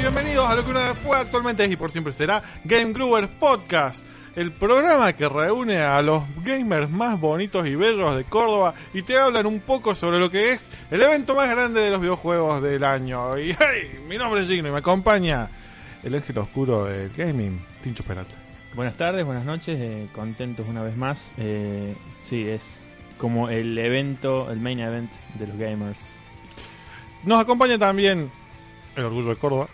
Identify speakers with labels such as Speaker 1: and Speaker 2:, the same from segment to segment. Speaker 1: bienvenidos a lo que una vez fue, actualmente es y por siempre será Game Growers Podcast, el programa que reúne a los gamers más bonitos y bellos de Córdoba y te hablan un poco sobre lo que es el evento más grande de los videojuegos del año. Y hey, mi nombre es Gino y me acompaña el ángel oscuro del gaming, Tincho Peralta.
Speaker 2: Buenas tardes, buenas noches, eh, contentos una vez más. Eh, sí, es como el evento, el main event de los gamers.
Speaker 1: Nos acompaña también el orgullo de Córdoba,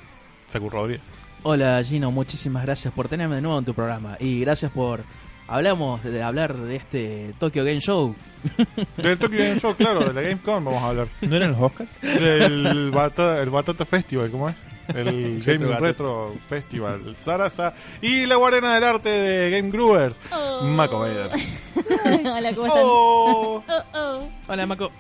Speaker 1: Secu Rodríguez.
Speaker 3: Hola Gino, muchísimas gracias por tenerme de nuevo en tu programa y gracias por hablamos de hablar de este Tokyo Game Show.
Speaker 1: Del Tokyo Game Show, claro, de la Gamescom vamos a hablar.
Speaker 2: ¿No eran los Oscars?
Speaker 1: Del Batata, el Batata Festival, ¿cómo es? El Game Retro Festival, Sarasa. Y la guardiana del arte de Game Growers,
Speaker 4: Oh.
Speaker 1: Mako Vader.
Speaker 4: Hola, ¿cómo están?
Speaker 1: Oh.
Speaker 4: Oh, oh.
Speaker 3: Hola Maco.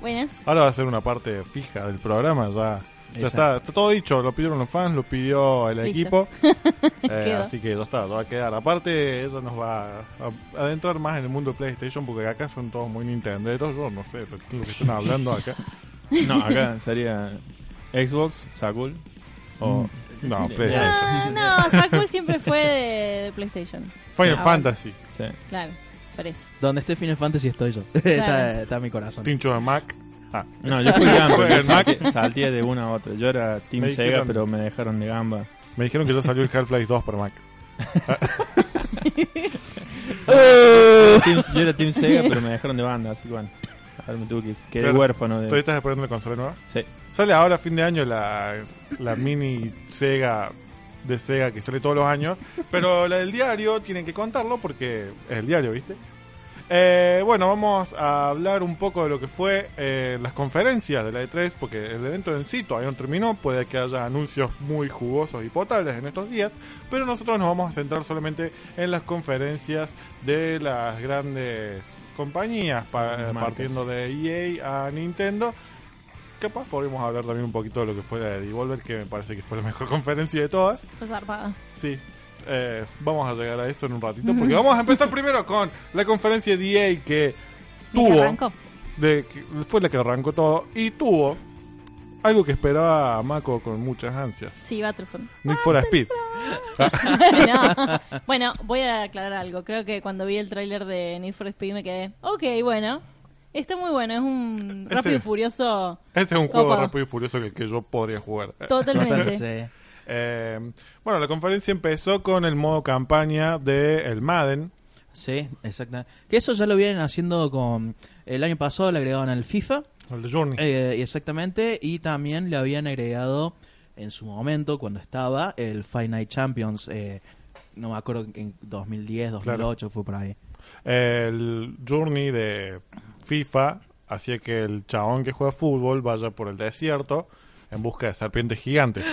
Speaker 4: Buenas.
Speaker 1: Ahora va a ser una parte fija del programa, ya. Ya
Speaker 3: Exacto.
Speaker 1: está, está todo dicho, lo pidieron los fans, lo pidió el
Speaker 4: Listo.
Speaker 1: equipo. Eh,
Speaker 4: Quedó.
Speaker 1: así que ya está, va a quedar. Aparte, eso nos va a a adentrar más en el mundo de PlayStation, porque acá son todos muy nintenderos. Yo no sé lo que están hablando acá.
Speaker 2: No, acá sería Xbox, Sakul o...
Speaker 1: Oh, No,
Speaker 2: Mm. Sí.
Speaker 1: PlayStation.
Speaker 4: Ah, no, Sakul siempre fue de, de PlayStation.
Speaker 1: Final
Speaker 4: Ah,
Speaker 1: Fantasy,
Speaker 2: Sí.
Speaker 4: Claro, parece.
Speaker 3: Donde esté Final Fantasy estoy yo.
Speaker 4: Claro.
Speaker 3: está, está mi corazón.
Speaker 1: Tincho de Mac. Ah,
Speaker 2: No, yo fui Gamba,
Speaker 1: Fue el
Speaker 2: yo salté, salté de una a otra. Yo era Team
Speaker 1: Me
Speaker 2: Sega,
Speaker 1: dijeron-
Speaker 2: pero me dejaron de Gamba.
Speaker 1: me dijeron que ya salió el Half-Life 2 para Mac.
Speaker 2: Team- yo era Team Sega, pero me dejaron de banda, así que bueno. Ahora me tuve que quedé
Speaker 1: Claro.
Speaker 2: huérfano
Speaker 1: ¿Tú
Speaker 2: de...
Speaker 1: estás esperando la consola nueva?
Speaker 2: Sí.
Speaker 1: Sale ahora a fin de año la, la mini Sega de Sega que sale todos los años. Pero la del diario tienen que contarlo porque es el diario, ¿viste? Eh, bueno, vamos a hablar un poco de lo que fue eh, las conferencias de la E3, porque el evento en sí todavía no terminó, puede que haya anuncios muy jugosos y potables en estos días, pero nosotros nos vamos a centrar solamente en las conferencias de las grandes compañías, pa- eh,
Speaker 2: Grandes marcas.
Speaker 1: partiendo de EA a Nintendo. Capaz podemos hablar también un poquito de lo que fue la de Devolver, que me parece que fue la mejor conferencia de todas.
Speaker 4: Fue zarpada.
Speaker 1: Sí. Eh, vamos a llegar a esto en un ratito porque vamos a empezar primero con la conferencia de EA que
Speaker 4: Y que
Speaker 1: tuvo
Speaker 4: arrancó.
Speaker 1: de, que fue la que arrancó todo y tuvo algo que esperaba Mako con muchas ansias
Speaker 4: Sí, Battlefront.
Speaker 1: Need for Speed
Speaker 4: No. Bueno, voy a aclarar algo. Creo que cuando vi el tráiler de Need for Speed me quedé, ok, bueno, está muy bueno. Es un
Speaker 1: Ese-
Speaker 4: rápido y furioso
Speaker 1: ese es un juego
Speaker 4: Opa.
Speaker 1: rápido y furioso que el que yo podría jugar
Speaker 4: totalmente.
Speaker 3: Sí.
Speaker 1: Eh, bueno la conferencia empezó con el modo campaña de el Madden
Speaker 3: Sí, exactamente. Que eso ya lo vienen haciendo con... El año pasado le agregaron al FIFA.
Speaker 1: el de Journey
Speaker 3: eh, exactamente. Y también le habían agregado en su momento, cuando estaba, el Final Champions. eh, no me acuerdo, en 2010, 2008 fue por ahí.
Speaker 1: el Journey de FIFA hacía que el chabón que juega fútbol vaya por el desierto en busca de serpientes gigantes.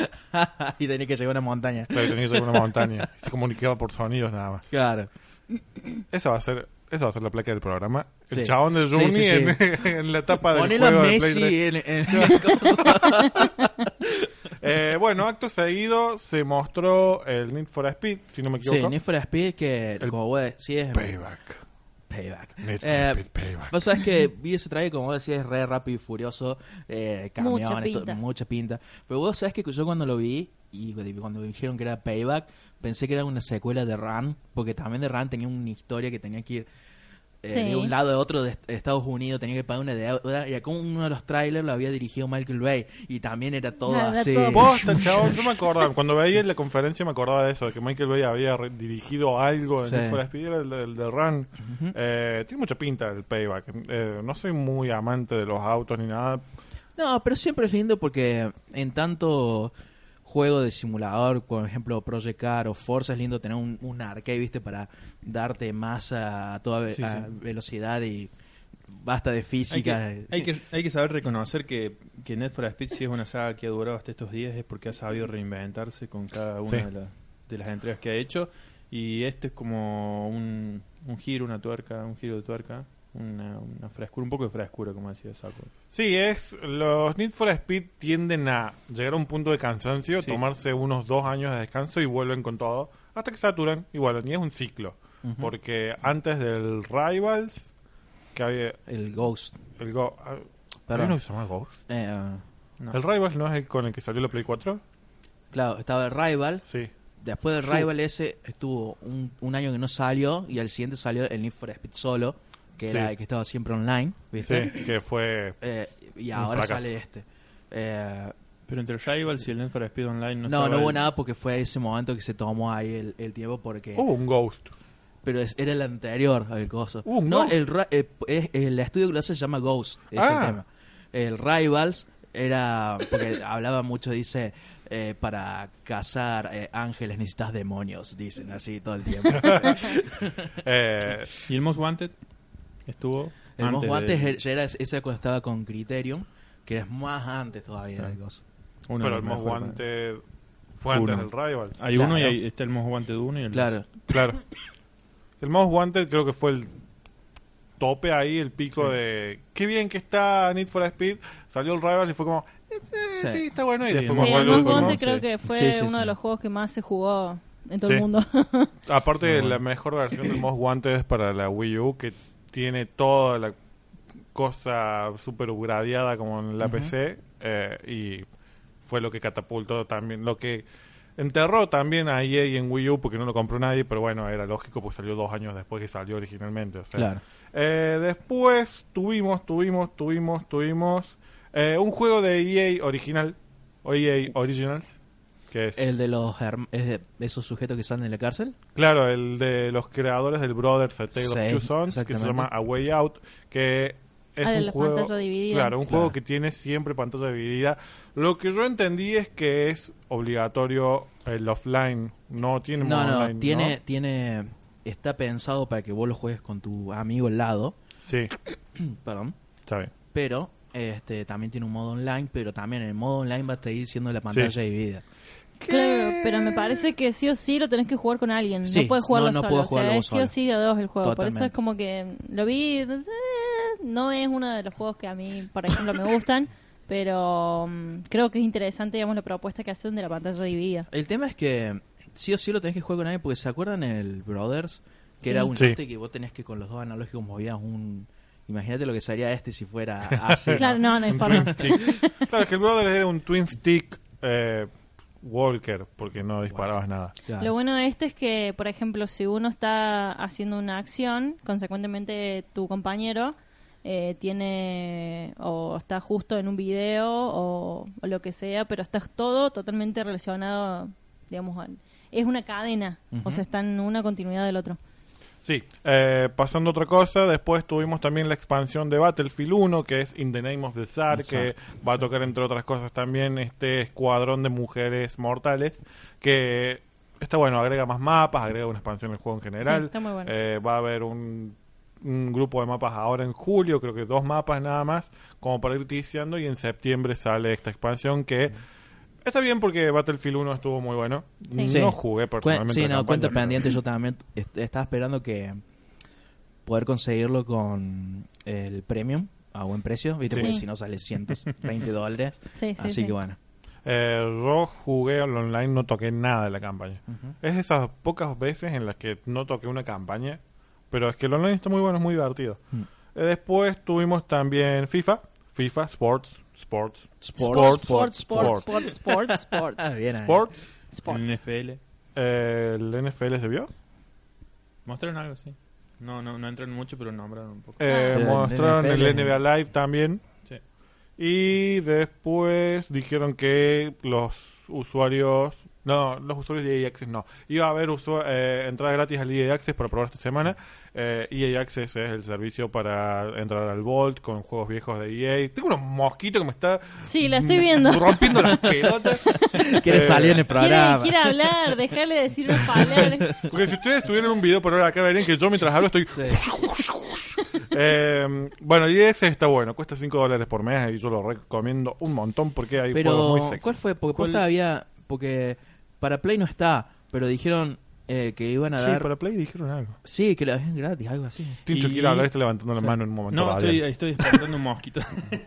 Speaker 3: y tenía que llegar a una montaña.
Speaker 1: Pero tenía que ser una montaña. Y se comunicaba por sonidos nada más.
Speaker 3: Claro.
Speaker 1: Esa va a ser, esa va a ser la placa del programa. El
Speaker 3: Sí.
Speaker 1: chabón del
Speaker 3: Sí,
Speaker 1: Journey
Speaker 3: sí, sí.
Speaker 1: En, en la etapa del
Speaker 3: Ponelo a
Speaker 1: juego de
Speaker 3: Messi
Speaker 1: PlayStation.
Speaker 3: en, en-
Speaker 1: Eh, bueno, acto seguido se mostró el Need for Speed, si no me
Speaker 3: Sí,
Speaker 1: equivoco.
Speaker 3: Need for Speed que,
Speaker 1: El-
Speaker 3: como vos decís, es
Speaker 1: Payback.
Speaker 3: payback.
Speaker 1: Need for
Speaker 3: Eh,
Speaker 1: Speed Payback.
Speaker 3: Vos sabés que vi ese trailer, como vos decís, re rápido y furioso, eh, camiones,
Speaker 4: Mucha
Speaker 3: to-
Speaker 4: pinta.
Speaker 3: mucha pinta. Pero vos sabés que yo cuando lo vi, y cuando me dijeron que era Payback, pensé que era una secuela de Run, porque también de Run tenía una historia que tenía que ir eh,
Speaker 4: Sí.
Speaker 3: de un lado a otro de est- Estados Unidos, tenía que pagar una deuda, y acá uno de los trailers lo había dirigido Michael Bay, y también era todo
Speaker 4: Ah, era
Speaker 3: así.
Speaker 4: todo-
Speaker 1: Posta, chabón, yo me acordaba. Cuando veía la conferencia me acordaba de eso, de que Michael Bay había re- dirigido algo en
Speaker 3: Sí.
Speaker 1: Need for Speed, era el, de- el de Run. Eh, tiene mucha pinta el Payback. Eh, no soy muy amante de los autos ni nada.
Speaker 3: No, pero siempre es lindo porque en tanto juego de simulador, por ejemplo Project Car o Forza, es lindo tener un, un arcade, ¿viste? Para darte más a toda ve-
Speaker 2: Sí,
Speaker 3: a
Speaker 2: sí.
Speaker 3: velocidad y basta de
Speaker 2: Hay
Speaker 3: física.
Speaker 2: que, hay, que, hay que saber reconocer que, que Need for Speed si es una saga que ha durado hasta estos días es porque ha sabido reinventarse con cada una
Speaker 1: Sí.
Speaker 2: de, la- de las entregas que ha hecho y este es como un, un giro, una tuerca, un giro de tuerca, una, una frescura, un poco de frescura como decía Saco.
Speaker 1: Sí, es. Los Need for Speed tienden a llegar a un punto de cansancio,
Speaker 2: Sí.
Speaker 1: tomarse unos dos años de descanso y vuelven con todo, hasta que saturan y vuelven. Y es un ciclo. Porque antes del Rivals, que había.
Speaker 3: El Ghost.
Speaker 1: El Go, ah, ¿hay
Speaker 3: Perdón.
Speaker 1: uno que se llama Ghost?
Speaker 3: Eh,
Speaker 2: No.
Speaker 1: ¿El Rivals no es el con el que salió la Play 4?
Speaker 3: Claro, estaba el Rival.
Speaker 1: Sí.
Speaker 3: Después del
Speaker 1: Sí.
Speaker 3: Rival ese estuvo un, un año que no salió y al siguiente salió el Need for Speed solo, que
Speaker 1: Sí.
Speaker 3: era el que estaba siempre online, ¿viste?
Speaker 1: Sí, que fue.
Speaker 3: Eh, y
Speaker 1: Un
Speaker 3: ahora
Speaker 1: fracaso.
Speaker 3: sale este. Eh,
Speaker 2: Pero entre el Rivals y el Need for Speed Online no
Speaker 3: no, no,
Speaker 2: estaba
Speaker 3: hubo
Speaker 2: el-
Speaker 3: nada porque fue ese momento que se tomó ahí el, el tiempo
Speaker 2: Eh,
Speaker 3: porque...
Speaker 1: Hubo Uh, un Ghost.
Speaker 3: Pero es- era el anterior al coso.
Speaker 1: Uh, un
Speaker 3: no,
Speaker 1: Ghost.
Speaker 3: el, ra- eh, es- el estudio que lo hace se llama Ghost. Es
Speaker 1: Ah.
Speaker 3: el tema. El Rivals era. Porque hablaba mucho, dice. eh, para cazar eh, ángeles necesitas demonios, dicen así todo el tiempo.
Speaker 1: Eh,
Speaker 2: ¿Y el Most Wanted? Estuvo.
Speaker 3: el Most
Speaker 2: antes
Speaker 3: Wanted
Speaker 2: de-
Speaker 3: era- ya era ese cuando estaba con Criterion, que es más antes todavía del coso.
Speaker 2: uno de
Speaker 1: pero
Speaker 2: los
Speaker 1: el Most
Speaker 2: mejores.
Speaker 1: Wanted fue antes
Speaker 2: Uno.
Speaker 1: del Rivals.
Speaker 2: Hay
Speaker 3: Claro.
Speaker 2: uno y ahí está el Most Wanted 1 y el
Speaker 3: Claro,
Speaker 1: Claro. El Most Wanted creo que fue el tope ahí, el pico
Speaker 2: Sí.
Speaker 1: de. Qué bien que está Need for Speed. Salió el Rivals y fue como. eh, eh,
Speaker 3: Sí.
Speaker 1: sí. está bueno. Y
Speaker 2: Sí,
Speaker 1: después
Speaker 2: Como
Speaker 4: Sí,
Speaker 1: cuando salió
Speaker 4: el Most
Speaker 1: el
Speaker 2: Wolverine,
Speaker 4: Wanted
Speaker 2: sí.
Speaker 4: creo que fue
Speaker 3: Sí, sí,
Speaker 4: uno
Speaker 3: sí.
Speaker 4: de los juegos que más se jugó en todo
Speaker 1: Sí.
Speaker 4: el mundo.
Speaker 1: Aparte,
Speaker 2: Muy
Speaker 1: la
Speaker 2: bueno.
Speaker 1: mejor versión del Most Wanted es para la Wii U, que tiene toda la cosa super gradeada como en la
Speaker 3: Ujú.
Speaker 1: PC, eh, y fue lo que catapultó también, lo que enterró también a EA en Wii U, porque no lo compró nadie, pero bueno, era lógico, porque salió dos años después que salió originalmente. o sea.
Speaker 3: claro.
Speaker 1: Eh, después tuvimos, tuvimos, tuvimos, tuvimos eh, un juego de EA original, o EA Originals, que es...
Speaker 3: El de los herm- es de esos sujetos que salen de la cárcel.
Speaker 1: Claro, el de los creadores del Brothers A Tale of
Speaker 3: Sí,
Speaker 1: Two Sons, que se
Speaker 3: exactamente.
Speaker 1: llama A Way Out, que es
Speaker 4: Ah, de
Speaker 1: un
Speaker 4: la
Speaker 1: juego...
Speaker 4: pantalla dividida.
Speaker 1: Claro, un
Speaker 3: Claro.
Speaker 1: juego que tiene siempre pantalla dividida. Lo que yo entendí es que es obligatorio el offline, no tiene
Speaker 3: No,
Speaker 1: modo
Speaker 3: no,
Speaker 1: online,
Speaker 3: tiene, tiene, está pensado para que vos lo juegues con tu amigo al lado.
Speaker 1: Sí,
Speaker 3: Perdón.
Speaker 1: está bien.
Speaker 3: pero este también tiene un modo online, pero también el modo online va a seguir siendo la pantalla dividida.
Speaker 4: Claro, pero me parece que sí o sí lo tenés que jugar con alguien.
Speaker 3: Sí,
Speaker 4: no puedes jugarlo
Speaker 3: no- no
Speaker 4: solo.
Speaker 3: puedo
Speaker 4: o
Speaker 3: jugarlo
Speaker 4: sea,
Speaker 3: vos
Speaker 4: es sí o
Speaker 3: solo.
Speaker 4: sí de a dos el juego. Por eso es
Speaker 3: Totalmente.
Speaker 4: como que lo vi. eh, No es uno de los juegos que a mí, por ejemplo, me gustan. Pero mm, creo que es interesante, digamos, la propuesta que hacen de la pantalla dividida.
Speaker 3: El tema es que sí o sí lo tenés que jugar con alguien, porque ¿se acuerdan el Brothers? Que
Speaker 4: Sí.
Speaker 3: era un
Speaker 1: Sí.
Speaker 3: chiste que vos tenés que con los dos analógicos movías un... Imagínate lo que sería este si fuera así. ¿no?
Speaker 4: Claro, no, no hay
Speaker 1: Un
Speaker 4: forma.
Speaker 1: twin stick. claro, es que el Brothers era un twin stick eh, walker, porque no disparabas nada.
Speaker 3: Claro.
Speaker 4: Lo bueno de este es que, por ejemplo, si uno está haciendo una acción, consecuentemente tu compañero eh, tiene o está justo en un video o, o lo que sea, pero está todo totalmente relacionado, digamos, al- es una cadena, o sea, está en una continuidad del otro.
Speaker 1: Sí, eh, pasando a otra cosa, después tuvimos también la expansión de Battlefield 1, que es In the Name of the Tsar, que va a tocar entre otras cosas también este escuadrón de mujeres mortales, que está bueno, agrega más mapas, agrega una expansión del juego en general.
Speaker 4: Sí, está muy bueno.
Speaker 1: Eh, va a haber un, un grupo de mapas ahora en julio, creo que dos mapas nada más, como para ir ticiando, y en septiembre sale esta expansión que... Está bien porque Battlefield 1 estuvo muy bueno.
Speaker 4: Sí.
Speaker 3: Sí.
Speaker 1: No jugué personalmente.
Speaker 3: Cuen- sí,
Speaker 1: la
Speaker 3: no,
Speaker 1: campaña,
Speaker 3: cuenta
Speaker 1: pero-
Speaker 3: pendiente. Yo también est- estaba esperando que poder conseguirlo con el premium a buen precio, ¿viste?
Speaker 1: Sí.
Speaker 3: Porque
Speaker 4: Sí.
Speaker 3: si no sale 120 dólares.
Speaker 4: Sí, sí,
Speaker 3: Así
Speaker 4: sí.
Speaker 3: que bueno.
Speaker 1: Eh, yo jugué al online, no toqué nada de la campaña. Es de esas pocas veces en las que no toqué una campaña, pero es que el online está muy bueno, es muy divertido.
Speaker 3: Mm.
Speaker 1: Eh, después tuvimos también FIFA, FIFA Sports, Sports,
Speaker 3: Sports.
Speaker 4: sports, sports,
Speaker 3: Ah,
Speaker 4: sports, sports, sports,
Speaker 3: bien ahí.
Speaker 1: Sports. Pues.
Speaker 2: El
Speaker 4: sports.
Speaker 2: NFL.
Speaker 1: Eh, ¿El NFL se vio?
Speaker 2: ¿Mostraron algo? Sí. No, no, no entran mucho, pero nombraron un poco.
Speaker 1: Eh,
Speaker 3: El
Speaker 1: mostraron
Speaker 3: NFL
Speaker 1: el
Speaker 3: es
Speaker 1: NBA Live también.
Speaker 2: Sí.
Speaker 1: Y después dijeron que los usuarios. No, los usuarios de EA Access no. Iba a haber usua- eh, entrada gratis al EA Access para probar esta semana. Eh, EA Access es el servicio para entrar al Vault con juegos viejos de EA. Tengo unos mosquitos que me está
Speaker 4: Sí, la estoy viendo.
Speaker 1: rompiendo las pelotas.
Speaker 3: Quiere
Speaker 1: Eh,
Speaker 3: salir en el programa.
Speaker 4: Quiere, quiere hablar, dejarle decirme palabras.
Speaker 1: Porque si ustedes tuvieran un video por ahora acá, verían que yo mientras hablo estoy.
Speaker 3: Sí.
Speaker 1: Eh, bueno, y ese está bueno, cuesta 5 dólares por mes y yo lo recomiendo un montón porque hay juegos muy
Speaker 3: Pero,
Speaker 1: sexy.
Speaker 3: ¿cuál fue? Porque
Speaker 2: ¿Cuál?
Speaker 3: posta había. Porque para Play no está, pero dijeron eh, que iban a
Speaker 1: Sí,
Speaker 3: dar.
Speaker 1: para Play dijeron algo.
Speaker 3: Sí, que lo habían gratis, algo así.
Speaker 1: Tincho
Speaker 2: Y-
Speaker 1: quiere hablar, está levantando la
Speaker 2: Sí.
Speaker 1: mano en un momento.
Speaker 2: No,
Speaker 1: radial.
Speaker 2: estoy, estoy espantando un mosquito.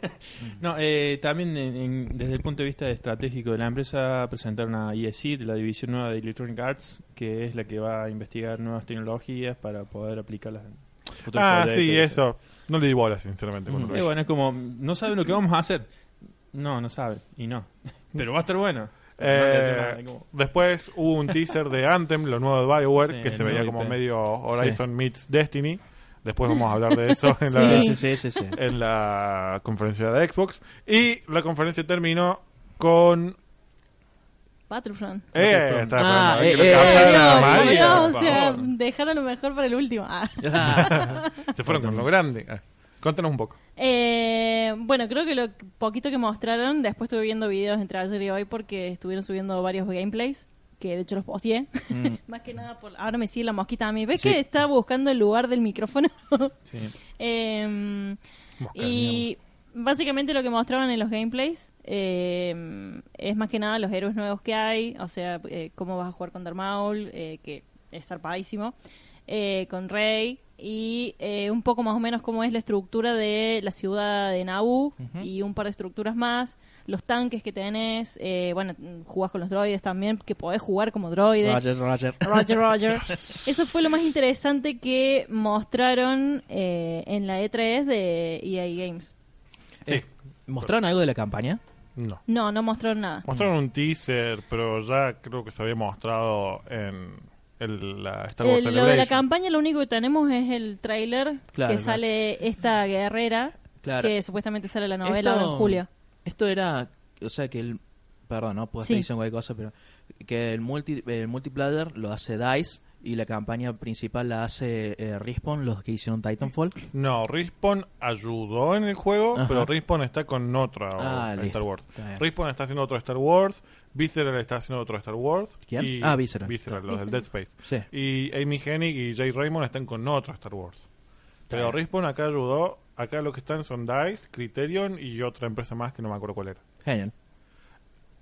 Speaker 2: no, eh, también en- en- desde el punto de vista estratégico de la empresa presentaron a ESI, de la división nueva de Electronic Arts, que es la que va a investigar nuevas tecnologías para poder aplicarlas. en futuros
Speaker 1: Ah,
Speaker 2: proyectos,
Speaker 1: sí,
Speaker 2: y
Speaker 1: eso. No le di bola, sinceramente. cuando
Speaker 3: Mm.
Speaker 1: lo
Speaker 2: Y
Speaker 1: vi.
Speaker 2: bueno, es como, no saben lo que vamos a hacer. No, no saben. Y no. Pero va a estar bueno.
Speaker 1: Eh,
Speaker 2: No le hace nada, como-
Speaker 1: después hubo un teaser de Anthem, lo nuevo de Bioware,
Speaker 2: Sí,
Speaker 1: que se
Speaker 2: el
Speaker 1: veía
Speaker 2: nuevo
Speaker 1: como
Speaker 2: IP.
Speaker 1: medio Horizon meets Destiny. Después vamos a hablar de eso en la,
Speaker 4: Sí.
Speaker 3: Sí, sí, sí, sí.
Speaker 1: en la conferencia de Xbox. Y la conferencia terminó con...
Speaker 4: Battlefront.
Speaker 1: Eh, está
Speaker 3: Ah,
Speaker 1: que
Speaker 3: eh,
Speaker 1: lo
Speaker 3: eh,
Speaker 1: captaron
Speaker 3: eh,
Speaker 1: a
Speaker 4: Yo,
Speaker 1: María,
Speaker 4: no,
Speaker 1: por
Speaker 4: o sea,
Speaker 1: favor.
Speaker 4: dejaron lo mejor para el último. Ah.
Speaker 1: Se fueron con lo grande. Ah, Contanos un poco.
Speaker 4: Eh, bueno, creo que lo poquito que mostraron, después estuve viendo videos entre ayer y hoy porque estuvieron subiendo varios gameplays, que de hecho los posteé.
Speaker 1: Mm.
Speaker 4: Más que nada, por, ahora me sigue la mosquita a mí. ¿Ves
Speaker 3: Sí.
Speaker 4: que está buscando el lugar del micrófono?
Speaker 2: Sí.
Speaker 4: Em,
Speaker 1: Mosca,
Speaker 4: y básicamente lo que mostraban en los gameplays eh, es más que nada los héroes nuevos que hay, o sea, eh, cómo vas a jugar con Darth Maul, eh, que es zarpadísimo, eh, con Rey, y eh, un poco más o menos cómo es la estructura de la ciudad de Naboo y un par de estructuras más, los tanques que tenés, eh, bueno, jugás con los droides también, que podés jugar como droide.
Speaker 3: Roger, Roger.
Speaker 4: Roger, Roger. Eso fue lo más interesante que mostraron eh, en la E3 de EA Games.
Speaker 1: Sí.
Speaker 3: ¿Mostraron algo de la campaña?
Speaker 1: No.
Speaker 4: No, no mostraron nada.
Speaker 3: Mm.
Speaker 1: Mostraron un teaser, pero ya creo que se había mostrado en el, la Star Wars
Speaker 4: Eh, lo de la
Speaker 1: Celebration.
Speaker 4: campaña, lo único que tenemos es el tráiler
Speaker 3: Claro,
Speaker 4: que
Speaker 3: claro.
Speaker 4: sale esta guerrera,
Speaker 3: Claro.
Speaker 4: que supuestamente sale la novela
Speaker 3: Esto-
Speaker 4: ahora en julio.
Speaker 3: Esto era, o sea que el, perdón, no puedo
Speaker 4: Sí.
Speaker 3: estar diciendo cualquier cosa, pero que el, multi, el multiplayer lo hace DICE y la campaña principal la hace eh, Respawn, los que hicieron Titanfall.
Speaker 1: No, Respawn ayudó en el juego,
Speaker 3: Ajá.
Speaker 1: pero Respawn está con otra
Speaker 3: Ah,
Speaker 1: Star
Speaker 3: listo.
Speaker 1: Wars.
Speaker 3: Está bien.
Speaker 1: Respawn está haciendo otro Star Wars, Visceral está haciendo otro Star Wars.
Speaker 3: ¿Quién?
Speaker 1: y-
Speaker 3: Ah, Visceral.
Speaker 1: los del Dead Space.
Speaker 3: Sí.
Speaker 1: Y Amy Hennig y Jay Raymond están con otro Star Wars. Pero Respawn acá ayudó, acá lo que están son DICE, Criterion y otra empresa más que no me acuerdo cuál era.
Speaker 3: Genial.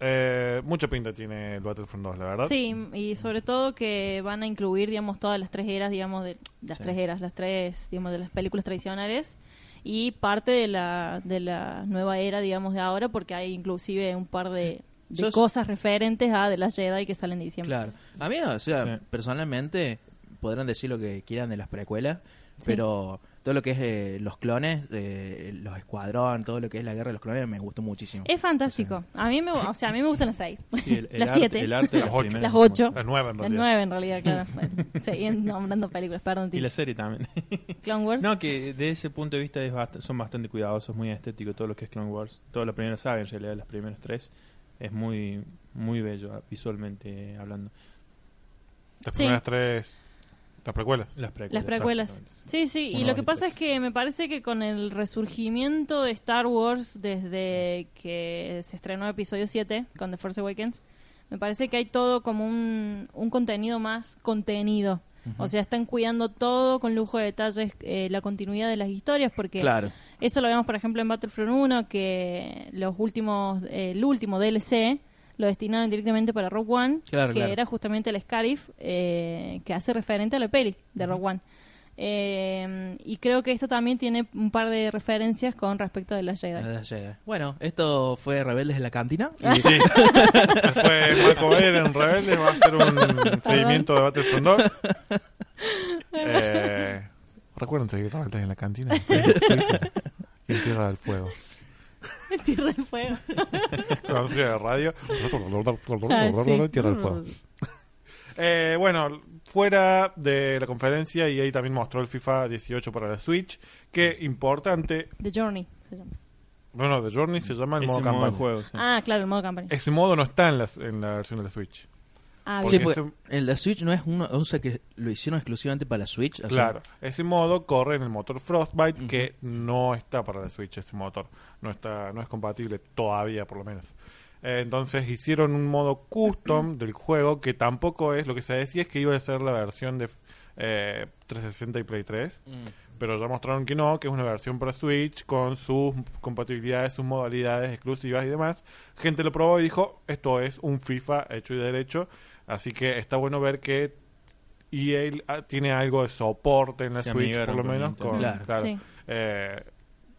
Speaker 1: Eh, mucha pinta tiene el Battlefront 2, la verdad.
Speaker 4: Sí, y sobre todo que van a incluir, digamos, todas las tres eras, digamos, de las
Speaker 3: Sí.
Speaker 4: tres eras, las tres, digamos, de las películas tradicionales y parte de la, de la nueva era, digamos, de ahora, porque hay inclusive un par de, de
Speaker 3: Yo-
Speaker 4: cosas referentes a de las Jedi que salen en diciembre.
Speaker 3: Claro. A mí, o sea,
Speaker 2: Sí.
Speaker 3: personalmente, podrán decir lo que quieran de las precuelas,
Speaker 4: Sí.
Speaker 3: pero todo lo que es eh, los clones, eh, los escuadrón, todo lo que es la guerra de los clones, me gustó muchísimo.
Speaker 4: Es fantástico. A mí me, o sea, a mí me gustan las seis,
Speaker 2: Sí, el- el
Speaker 4: las
Speaker 2: arte-
Speaker 4: siete,
Speaker 2: el arte de
Speaker 1: Las ocho.
Speaker 2: primeras
Speaker 4: Las ocho.
Speaker 1: Las nueve, en
Speaker 4: las
Speaker 1: realidad.
Speaker 4: nueve en realidad, claro. Bueno, Seguían nombrando películas, perdón,
Speaker 2: Y la
Speaker 4: Tito.
Speaker 2: serie también.
Speaker 4: Clone Wars.
Speaker 2: No, que de ese punto de vista es bast- son bastante cuidadosos, muy estético todo lo que es Clone Wars. Toda la primera saga, en realidad, las primeras tres, es muy muy bello ah, visualmente hablando.
Speaker 1: Las
Speaker 4: Sí.
Speaker 1: primeras tres, las precuelas.
Speaker 2: Las precuelas.
Speaker 4: Las precuelas.
Speaker 2: exactamente,
Speaker 4: Sí, sí, y
Speaker 2: Uno,
Speaker 4: lo
Speaker 2: dos
Speaker 4: que
Speaker 2: y
Speaker 4: pasa
Speaker 2: tres.
Speaker 4: es que me parece que con el resurgimiento de Star Wars desde que se estrenó episodio 7 con The Force Awakens, me parece que hay todo como un, un contenido más contenido. O sea, están cuidando todo con lujo de detalles eh, la continuidad de las historias porque
Speaker 3: Claro.
Speaker 4: eso lo vemos por ejemplo en Battlefront 1 que los últimos eh, el último DLC lo destinaron directamente para Rogue One,
Speaker 3: Claro,
Speaker 4: que
Speaker 3: claro.
Speaker 4: era justamente el Scarif eh, que hace referente a la peli de Rogue One. Eh, y creo que esto también tiene un par de referencias con respecto de la Jedi.
Speaker 3: Ah, llega. Bueno, esto fue Rebeldes en la Cantina. Y-
Speaker 1: Sí. Después Marco Ver en Rebeldes va a hacer un seguimiento de Battlefront 2. Eh, recuerden seguir Rebeldes en la cantina. Y en Tierra del Fuego.
Speaker 4: Tierra del Fuego.
Speaker 1: Anuncio de radio.
Speaker 4: Ah, sí.
Speaker 1: Tierra del Fuego. Eh, bueno, fuera de la conferencia y ahí también mostró el FIFA 18 para la Switch. Que importante.
Speaker 4: The Journey. se llama.
Speaker 1: Bueno, The Journey se llama el
Speaker 2: Ese
Speaker 1: modo
Speaker 2: modo de
Speaker 1: campaña.
Speaker 2: juego, sí.
Speaker 4: Ah, claro, el modo campaña.
Speaker 1: Ese modo no está en la, en la versión de la Switch.
Speaker 4: Ah,
Speaker 1: Porque
Speaker 3: Sí,
Speaker 4: bien.
Speaker 3: porque
Speaker 1: ese-
Speaker 3: el de Switch no es uno, o sea, que lo hicieron exclusivamente para la Switch. o sea,
Speaker 1: Claro, ese modo corre en el motor Frostbite que no está para la Switch ese motor, no está no es compatible todavía por lo menos. Eh, entonces hicieron un modo custom del juego que tampoco es lo que se decía es que iba a ser la versión de eh, 360 y Play 3,
Speaker 3: Mm.
Speaker 1: pero ya mostraron que no, que es una versión para Switch con sus compatibilidades, sus modalidades exclusivas y demás. Gente lo probó y dijo, esto es un FIFA hecho y derecho, así que está bueno ver que y él ah, tiene algo de soporte en la
Speaker 2: Se
Speaker 1: Switch, por
Speaker 2: amigaron
Speaker 1: lo
Speaker 2: con
Speaker 1: menos.
Speaker 2: Nintendo.
Speaker 1: Con, claro.
Speaker 3: Claro.
Speaker 4: Sí.
Speaker 1: Eh,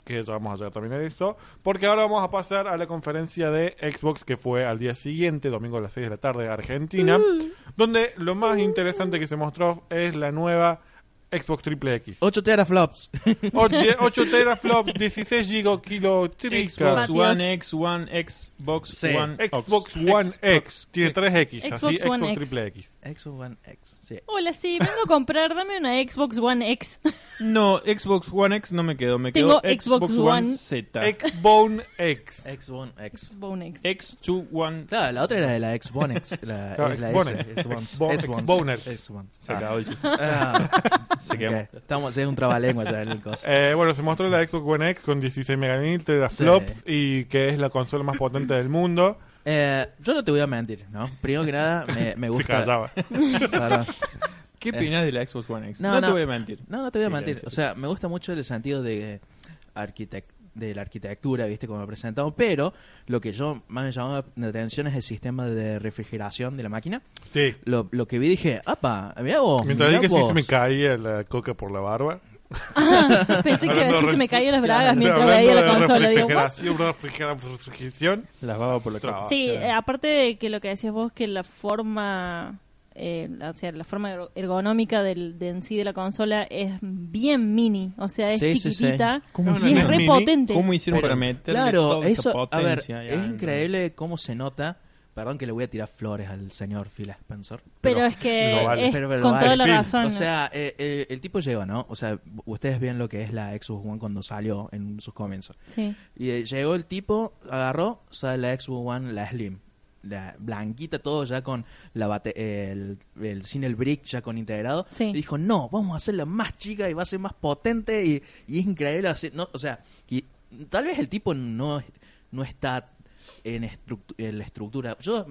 Speaker 1: que ya vamos a llegar también a eso. Porque ahora vamos a pasar a la conferencia de Xbox que fue al día siguiente, domingo a las 6 de la tarde, Argentina. Donde lo más interesante que se mostró es la nueva Xbox Triple X.
Speaker 3: 8 teraflops.
Speaker 1: 8 teraflops, 16 gigas kilo
Speaker 2: Xbox
Speaker 1: Xbox,
Speaker 2: One X, One X, Box
Speaker 3: Sí.
Speaker 2: One
Speaker 1: Xbox One X. Tiene 3 X, así
Speaker 4: Xbox One
Speaker 1: Xbox
Speaker 4: X.
Speaker 1: Triple X.
Speaker 3: Xbox One X. Sí.
Speaker 4: Hola, sí, vengo a comprar, dame una Xbox One X.
Speaker 2: No, Xbox One X no me quedó, me
Speaker 4: Tengo
Speaker 2: quedó
Speaker 4: Xbox
Speaker 2: Xbox, One
Speaker 4: One.
Speaker 2: Z.
Speaker 1: Xbone X.
Speaker 3: Xbox One X.
Speaker 4: Xbox X.
Speaker 2: X2 One.
Speaker 3: Claro, la otra era de la Xbonex. La,
Speaker 1: Claro,
Speaker 3: es la
Speaker 1: Xbonex.
Speaker 3: S, Xbonex.
Speaker 1: Xbo- Xbonex.
Speaker 3: Xbonex.
Speaker 2: Se
Speaker 3: Ah.
Speaker 2: acabó el chiste.
Speaker 3: Ah,
Speaker 2: Se quedó.
Speaker 3: ok. Estamos en un trabalengua ya en el coso.
Speaker 1: Eh, bueno, se mostró la Xbox One X con 16 meganil, teraflops
Speaker 3: Sí.
Speaker 1: y que es la consola más potente del mundo.
Speaker 3: Eh, yo no te voy a mentir, ¿no? Primero que nada, me, me
Speaker 1: Se
Speaker 3: gusta.
Speaker 1: callaba.
Speaker 3: Perdón.
Speaker 2: ¿Qué opinas de la Xbox One X?
Speaker 3: Eh. No,
Speaker 2: No,
Speaker 3: no.
Speaker 2: te voy a mentir.
Speaker 3: No, no te voy a
Speaker 2: Sí,
Speaker 3: mentir.
Speaker 2: claro,
Speaker 3: O
Speaker 2: sí.
Speaker 3: sea, me gusta mucho el sentido de, eh, arquitec- de la arquitectura, ¿viste? Como presentado. Pero lo que yo más me llamó la atención es el sistema de refrigeración de la máquina.
Speaker 1: Sí.
Speaker 3: Lo, lo que vi dije, ¡apa! Mirá vos.
Speaker 1: Mientras
Speaker 3: mirá
Speaker 1: dije sí,
Speaker 3: vos".
Speaker 1: se me caía la coca por la barba.
Speaker 4: Pensé que iba a
Speaker 1: Hablando
Speaker 4: decir
Speaker 1: de
Speaker 4: se me
Speaker 1: refri-
Speaker 4: caían las bragas mientras
Speaker 1: Hablando
Speaker 4: veía
Speaker 1: de
Speaker 4: la consola. Digo, "What?".
Speaker 1: refrigeración, refrigeración, refrigeración.
Speaker 2: Las baba por la
Speaker 1: Ostras.
Speaker 2: cara.
Speaker 4: Sí,
Speaker 2: Claro.
Speaker 4: eh, aparte de que lo que decías vos, que la forma, eh, la- o sea, la forma ergo- ergonómica del, de en sí de la consola es bien mini, o sea, es
Speaker 3: Sí, sí, sí.
Speaker 4: chiquitita
Speaker 2: ¿Cómo
Speaker 4: y
Speaker 1: hicieron
Speaker 4: es
Speaker 1: una
Speaker 4: re
Speaker 1: mini?
Speaker 4: potente.
Speaker 2: ¿Cómo hicieron
Speaker 3: Pero,
Speaker 2: para meterle
Speaker 3: Claro,
Speaker 2: toda esa
Speaker 3: eso, a ver, es
Speaker 2: potencia ahí adentro?
Speaker 3: increíble cómo se nota. Perdón que le voy a tirar flores al señor Phil Spencer.
Speaker 4: Pero
Speaker 1: Pero
Speaker 4: es que
Speaker 1: lo vale.
Speaker 4: es
Speaker 3: Pero- pero
Speaker 4: con
Speaker 3: lo vale.
Speaker 4: toda la
Speaker 1: Fin.
Speaker 4: razón.
Speaker 3: O sea, eh, eh, el tipo llegó, ¿no? O sea, ustedes ven lo que es la Xbox One cuando salió en sus comienzos.
Speaker 4: sí.
Speaker 3: Y eh, llegó el tipo, agarró, sale la Xbox One, la Slim. La blanquita, todo ya con la bate- el, el single brick ya con integrado.
Speaker 4: Sí.
Speaker 3: Y dijo, no, vamos a hacerla más chica y va a ser más potente y, y es increíble. Así, no, o sea, que tal vez el tipo no, no está en, estructu- en la estructura. Yo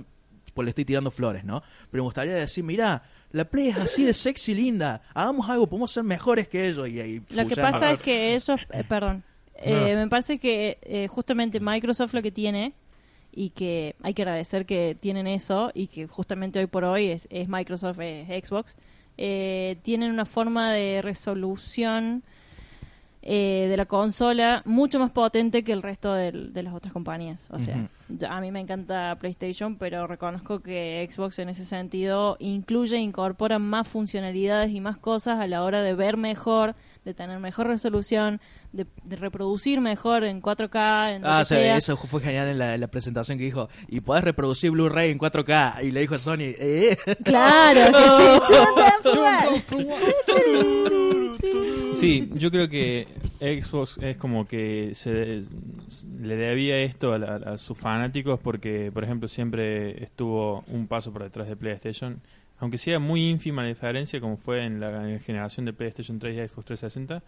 Speaker 3: pues, le estoy tirando flores, ¿no? Pero me gustaría decir, mira, la Play es así de sexy y linda. Hagamos algo, podemos ser mejores que ellos. Y, ahí
Speaker 4: Lo que
Speaker 3: pullamos.
Speaker 4: pasa es que ellos, eh, perdón, eh, me parece que eh, justamente Microsoft lo que tiene y que hay que agradecer que tienen eso y que justamente hoy por hoy es, es Microsoft, es Xbox, eh, tienen una forma de resolución eh, de la consola mucho más potente que el resto del- de las otras compañías. O sea, yo- a mí me encanta PlayStation, pero reconozco que Xbox en ese sentido incluye e incorpora más funcionalidades y más cosas a la hora de ver mejor, de tener mejor resolución, de, de reproducir mejor en 4K, en lo
Speaker 3: Ah,
Speaker 4: que
Speaker 3: sí,
Speaker 4: sea.
Speaker 3: eso fue genial en la, en la presentación que dijo, y podés reproducir Blu-ray en 4K, y le dijo a Sony, eh.
Speaker 4: Claro, que sí.
Speaker 2: Sí, yo creo que Xbox es como que se le debía esto a, la- a sus fanáticos porque, por ejemplo, siempre estuvo un paso por detrás de PlayStation. Aunque sea muy ínfima la diferencia, como fue en la, en la generación de PlayStation 3 y Xbox 360,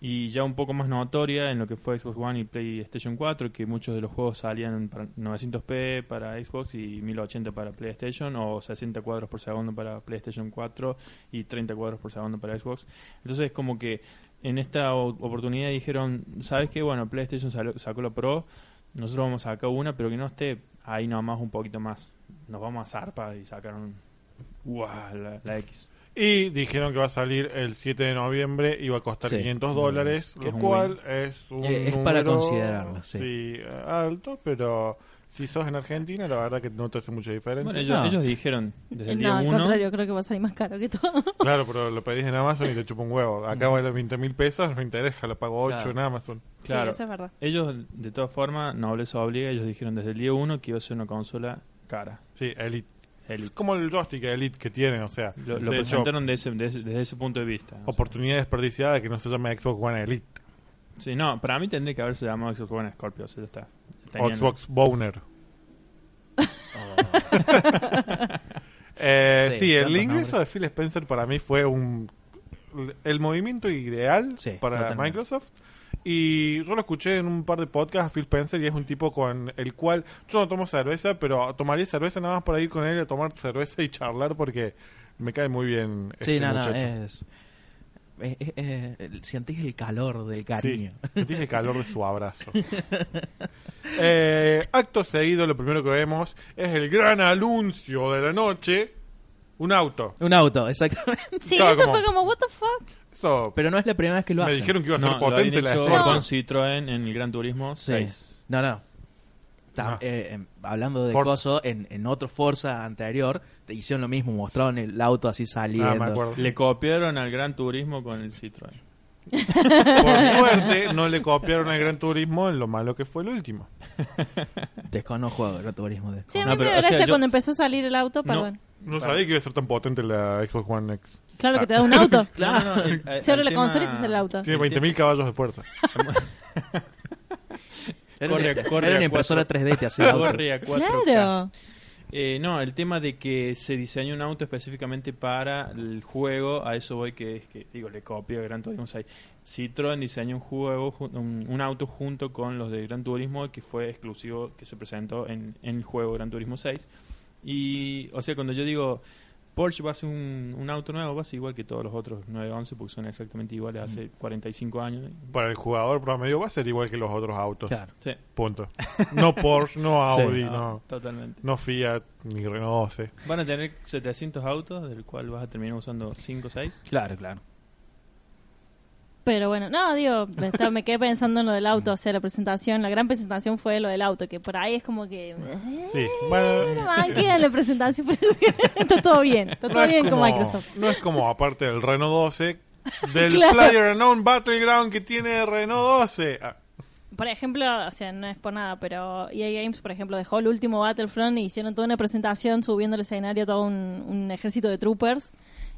Speaker 2: y ya un poco más notoria en lo que fue Xbox One y PlayStation 4, que muchos de los juegos salían para 900p para Xbox y 1080 para PlayStation, o 60 cuadros por segundo para PlayStation 4 y 30 cuadros por segundo para Xbox. Entonces, como que en esta o- oportunidad dijeron, ¿sabes qué? Bueno, PlayStation salo- sacó la Pro, nosotros vamos a sacar una, pero que no esté ahí nomás un poquito más. Nos vamos a zarpa y sacaron ¡guau! la, la X.
Speaker 1: Y dijeron que va a salir el 7 de noviembre y va a costar
Speaker 3: Sí.
Speaker 1: 500 dólares,
Speaker 2: Que
Speaker 1: lo
Speaker 2: es un
Speaker 1: cual es un
Speaker 3: Eh, es para
Speaker 1: número,
Speaker 3: considerarlo, sí.
Speaker 1: eh, alto, pero si sos en Argentina, la verdad que no te hace mucha diferencia.
Speaker 2: Bueno, ellos,
Speaker 3: No.
Speaker 2: ellos dijeron desde el
Speaker 4: No,
Speaker 2: día
Speaker 4: al
Speaker 2: 1.
Speaker 4: contrario, creo que va a salir más caro que todo.
Speaker 1: Claro, pero lo pedís en Amazon y te chupa un huevo. Acá vale 20 mil pesos, no me interesa, lo pago 8
Speaker 3: Claro.
Speaker 1: en Amazon.
Speaker 4: Sí,
Speaker 2: Claro,
Speaker 4: eso es verdad.
Speaker 2: ellos de todas formas, nobleza obliga, ellos dijeron desde el día 1 que iba a ser una consola cara.
Speaker 1: Sí, Elite.
Speaker 2: Elite.
Speaker 1: Como el joystick Elite que tienen, o sea,
Speaker 2: Lo, lo
Speaker 1: de hecho,
Speaker 2: presentaron de ese- de ese- desde ese punto de vista. O sea,
Speaker 1: oportunidad desperdiciada de que no se llame Xbox One Elite.
Speaker 2: sí, no, para mí tendría que haberse llamado Xbox One Scorpio, o sea, ya está.
Speaker 1: O
Speaker 2: Tenían-
Speaker 1: Xbox Boner. Eh,
Speaker 3: Sí,
Speaker 1: sí, el
Speaker 3: tantos
Speaker 1: ingreso de Phil Spencer para mí fue un el movimiento ideal
Speaker 3: Sí,
Speaker 1: para
Speaker 3: totalmente.
Speaker 1: Microsoft. Y yo lo escuché en un par de podcasts a Phil Spencer y es un tipo con el cual yo no tomo cerveza, pero tomaría cerveza nada más para ir con él a tomar cerveza y charlar porque me cae muy bien.
Speaker 3: Sí,
Speaker 1: este
Speaker 3: no, no,
Speaker 1: muchacho.
Speaker 3: es... es- es- es- el- sentís el calor del cariño.
Speaker 1: Sí, sentí el calor de su abrazo. Eh, acto seguido, lo primero que vemos es el gran anuncio de la noche. Un auto.
Speaker 3: Un auto, exactamente.
Speaker 4: Sí,
Speaker 1: Estaba
Speaker 4: eso
Speaker 1: como-
Speaker 4: fue como, what the fuck.
Speaker 1: Eso,
Speaker 3: Pero no es la primera vez que lo
Speaker 1: me
Speaker 3: hacen.
Speaker 1: dijeron que iba a ser
Speaker 2: No, lo habían
Speaker 1: potente la
Speaker 2: hecho
Speaker 1: escena.
Speaker 2: con Citroën en el Gran Turismo
Speaker 3: Sí.
Speaker 2: 6.
Speaker 3: No, no. Ta-
Speaker 1: No.
Speaker 3: eh, em, hablando de
Speaker 1: Forza.
Speaker 3: coso, en, en otro Forza anterior te hicieron lo mismo, mostraron el auto así saliendo.
Speaker 1: Ah, me acuerdo.
Speaker 2: Le copiaron al Gran Turismo con el Citroën.
Speaker 1: Por suerte, no le copiaron al Gran Turismo en lo malo que fue el último.
Speaker 3: Desconozco a Gran Turismo. desconozco.
Speaker 4: Sí, a
Speaker 2: No,
Speaker 4: mí me
Speaker 2: pero,
Speaker 4: dio
Speaker 2: o sea,
Speaker 4: gracia
Speaker 2: yo-
Speaker 4: cuando empezó a salir el auto, perdón.
Speaker 1: No sabía que iba a ser tan potente la Xbox One X.
Speaker 3: Ah,
Speaker 4: Claro que te da un auto.
Speaker 3: Claro.
Speaker 2: No, no, no, el- el-
Speaker 4: Se abre
Speaker 2: el
Speaker 4: Ah. la
Speaker 2: tema-
Speaker 4: consola y te sale el auto.
Speaker 1: Tiene 20.000 caballos de fuerza.
Speaker 3: Era, una-
Speaker 2: Corre, corre
Speaker 3: era
Speaker 2: a
Speaker 3: una impresora 3D, te hacía el auto.
Speaker 2: Corre a 4K.
Speaker 4: Claro.
Speaker 2: Eh, no, el tema de que se diseñó un auto específicamente para el juego, a eso voy que es que, digo, le copio a Gran Turismo 6. Citroën diseñó un juego, ju- un, un auto junto con los de Gran Turismo que fue exclusivo, que se presentó en, en el juego Gran Turismo 6. Y, o sea, cuando yo digo, Porsche va a hacer un, un auto nuevo, va a ser igual que todos los otros 911 porque son exactamente iguales hace 45 años.
Speaker 1: Para el jugador promedio va a ser igual que los otros autos.
Speaker 3: Claro.
Speaker 2: Sí,
Speaker 1: Punto. No Porsche, no
Speaker 3: Sí,
Speaker 1: Audi,
Speaker 2: no,
Speaker 1: no,
Speaker 2: totalmente.
Speaker 1: no Fiat, ni Renault 12.
Speaker 2: Van a tener 700 autos, del cual vas a terminar usando 5 o 6.
Speaker 3: Claro, claro.
Speaker 4: Pero bueno, no, digo, me, estaba- me quedé pensando en lo del auto, o sea, la presentación, la gran presentación fue lo del auto, que por ahí es como que... "Eh,
Speaker 1: Sí. Bueno,
Speaker 4: No, aquí en la presentación pero es que está todo bien, está todo
Speaker 1: no, es
Speaker 4: bien con
Speaker 1: como,
Speaker 4: Microsoft.
Speaker 1: no es como aparte del Renault 12, del
Speaker 4: Claro.
Speaker 1: Player Unknown Battleground que tiene Renault 12. Ah,
Speaker 4: Por ejemplo, o sea, no es por nada, pero EA Games, por ejemplo, dejó el último Battlefront y hicieron toda una presentación subiendo al escenario todo un, un ejército de troopers.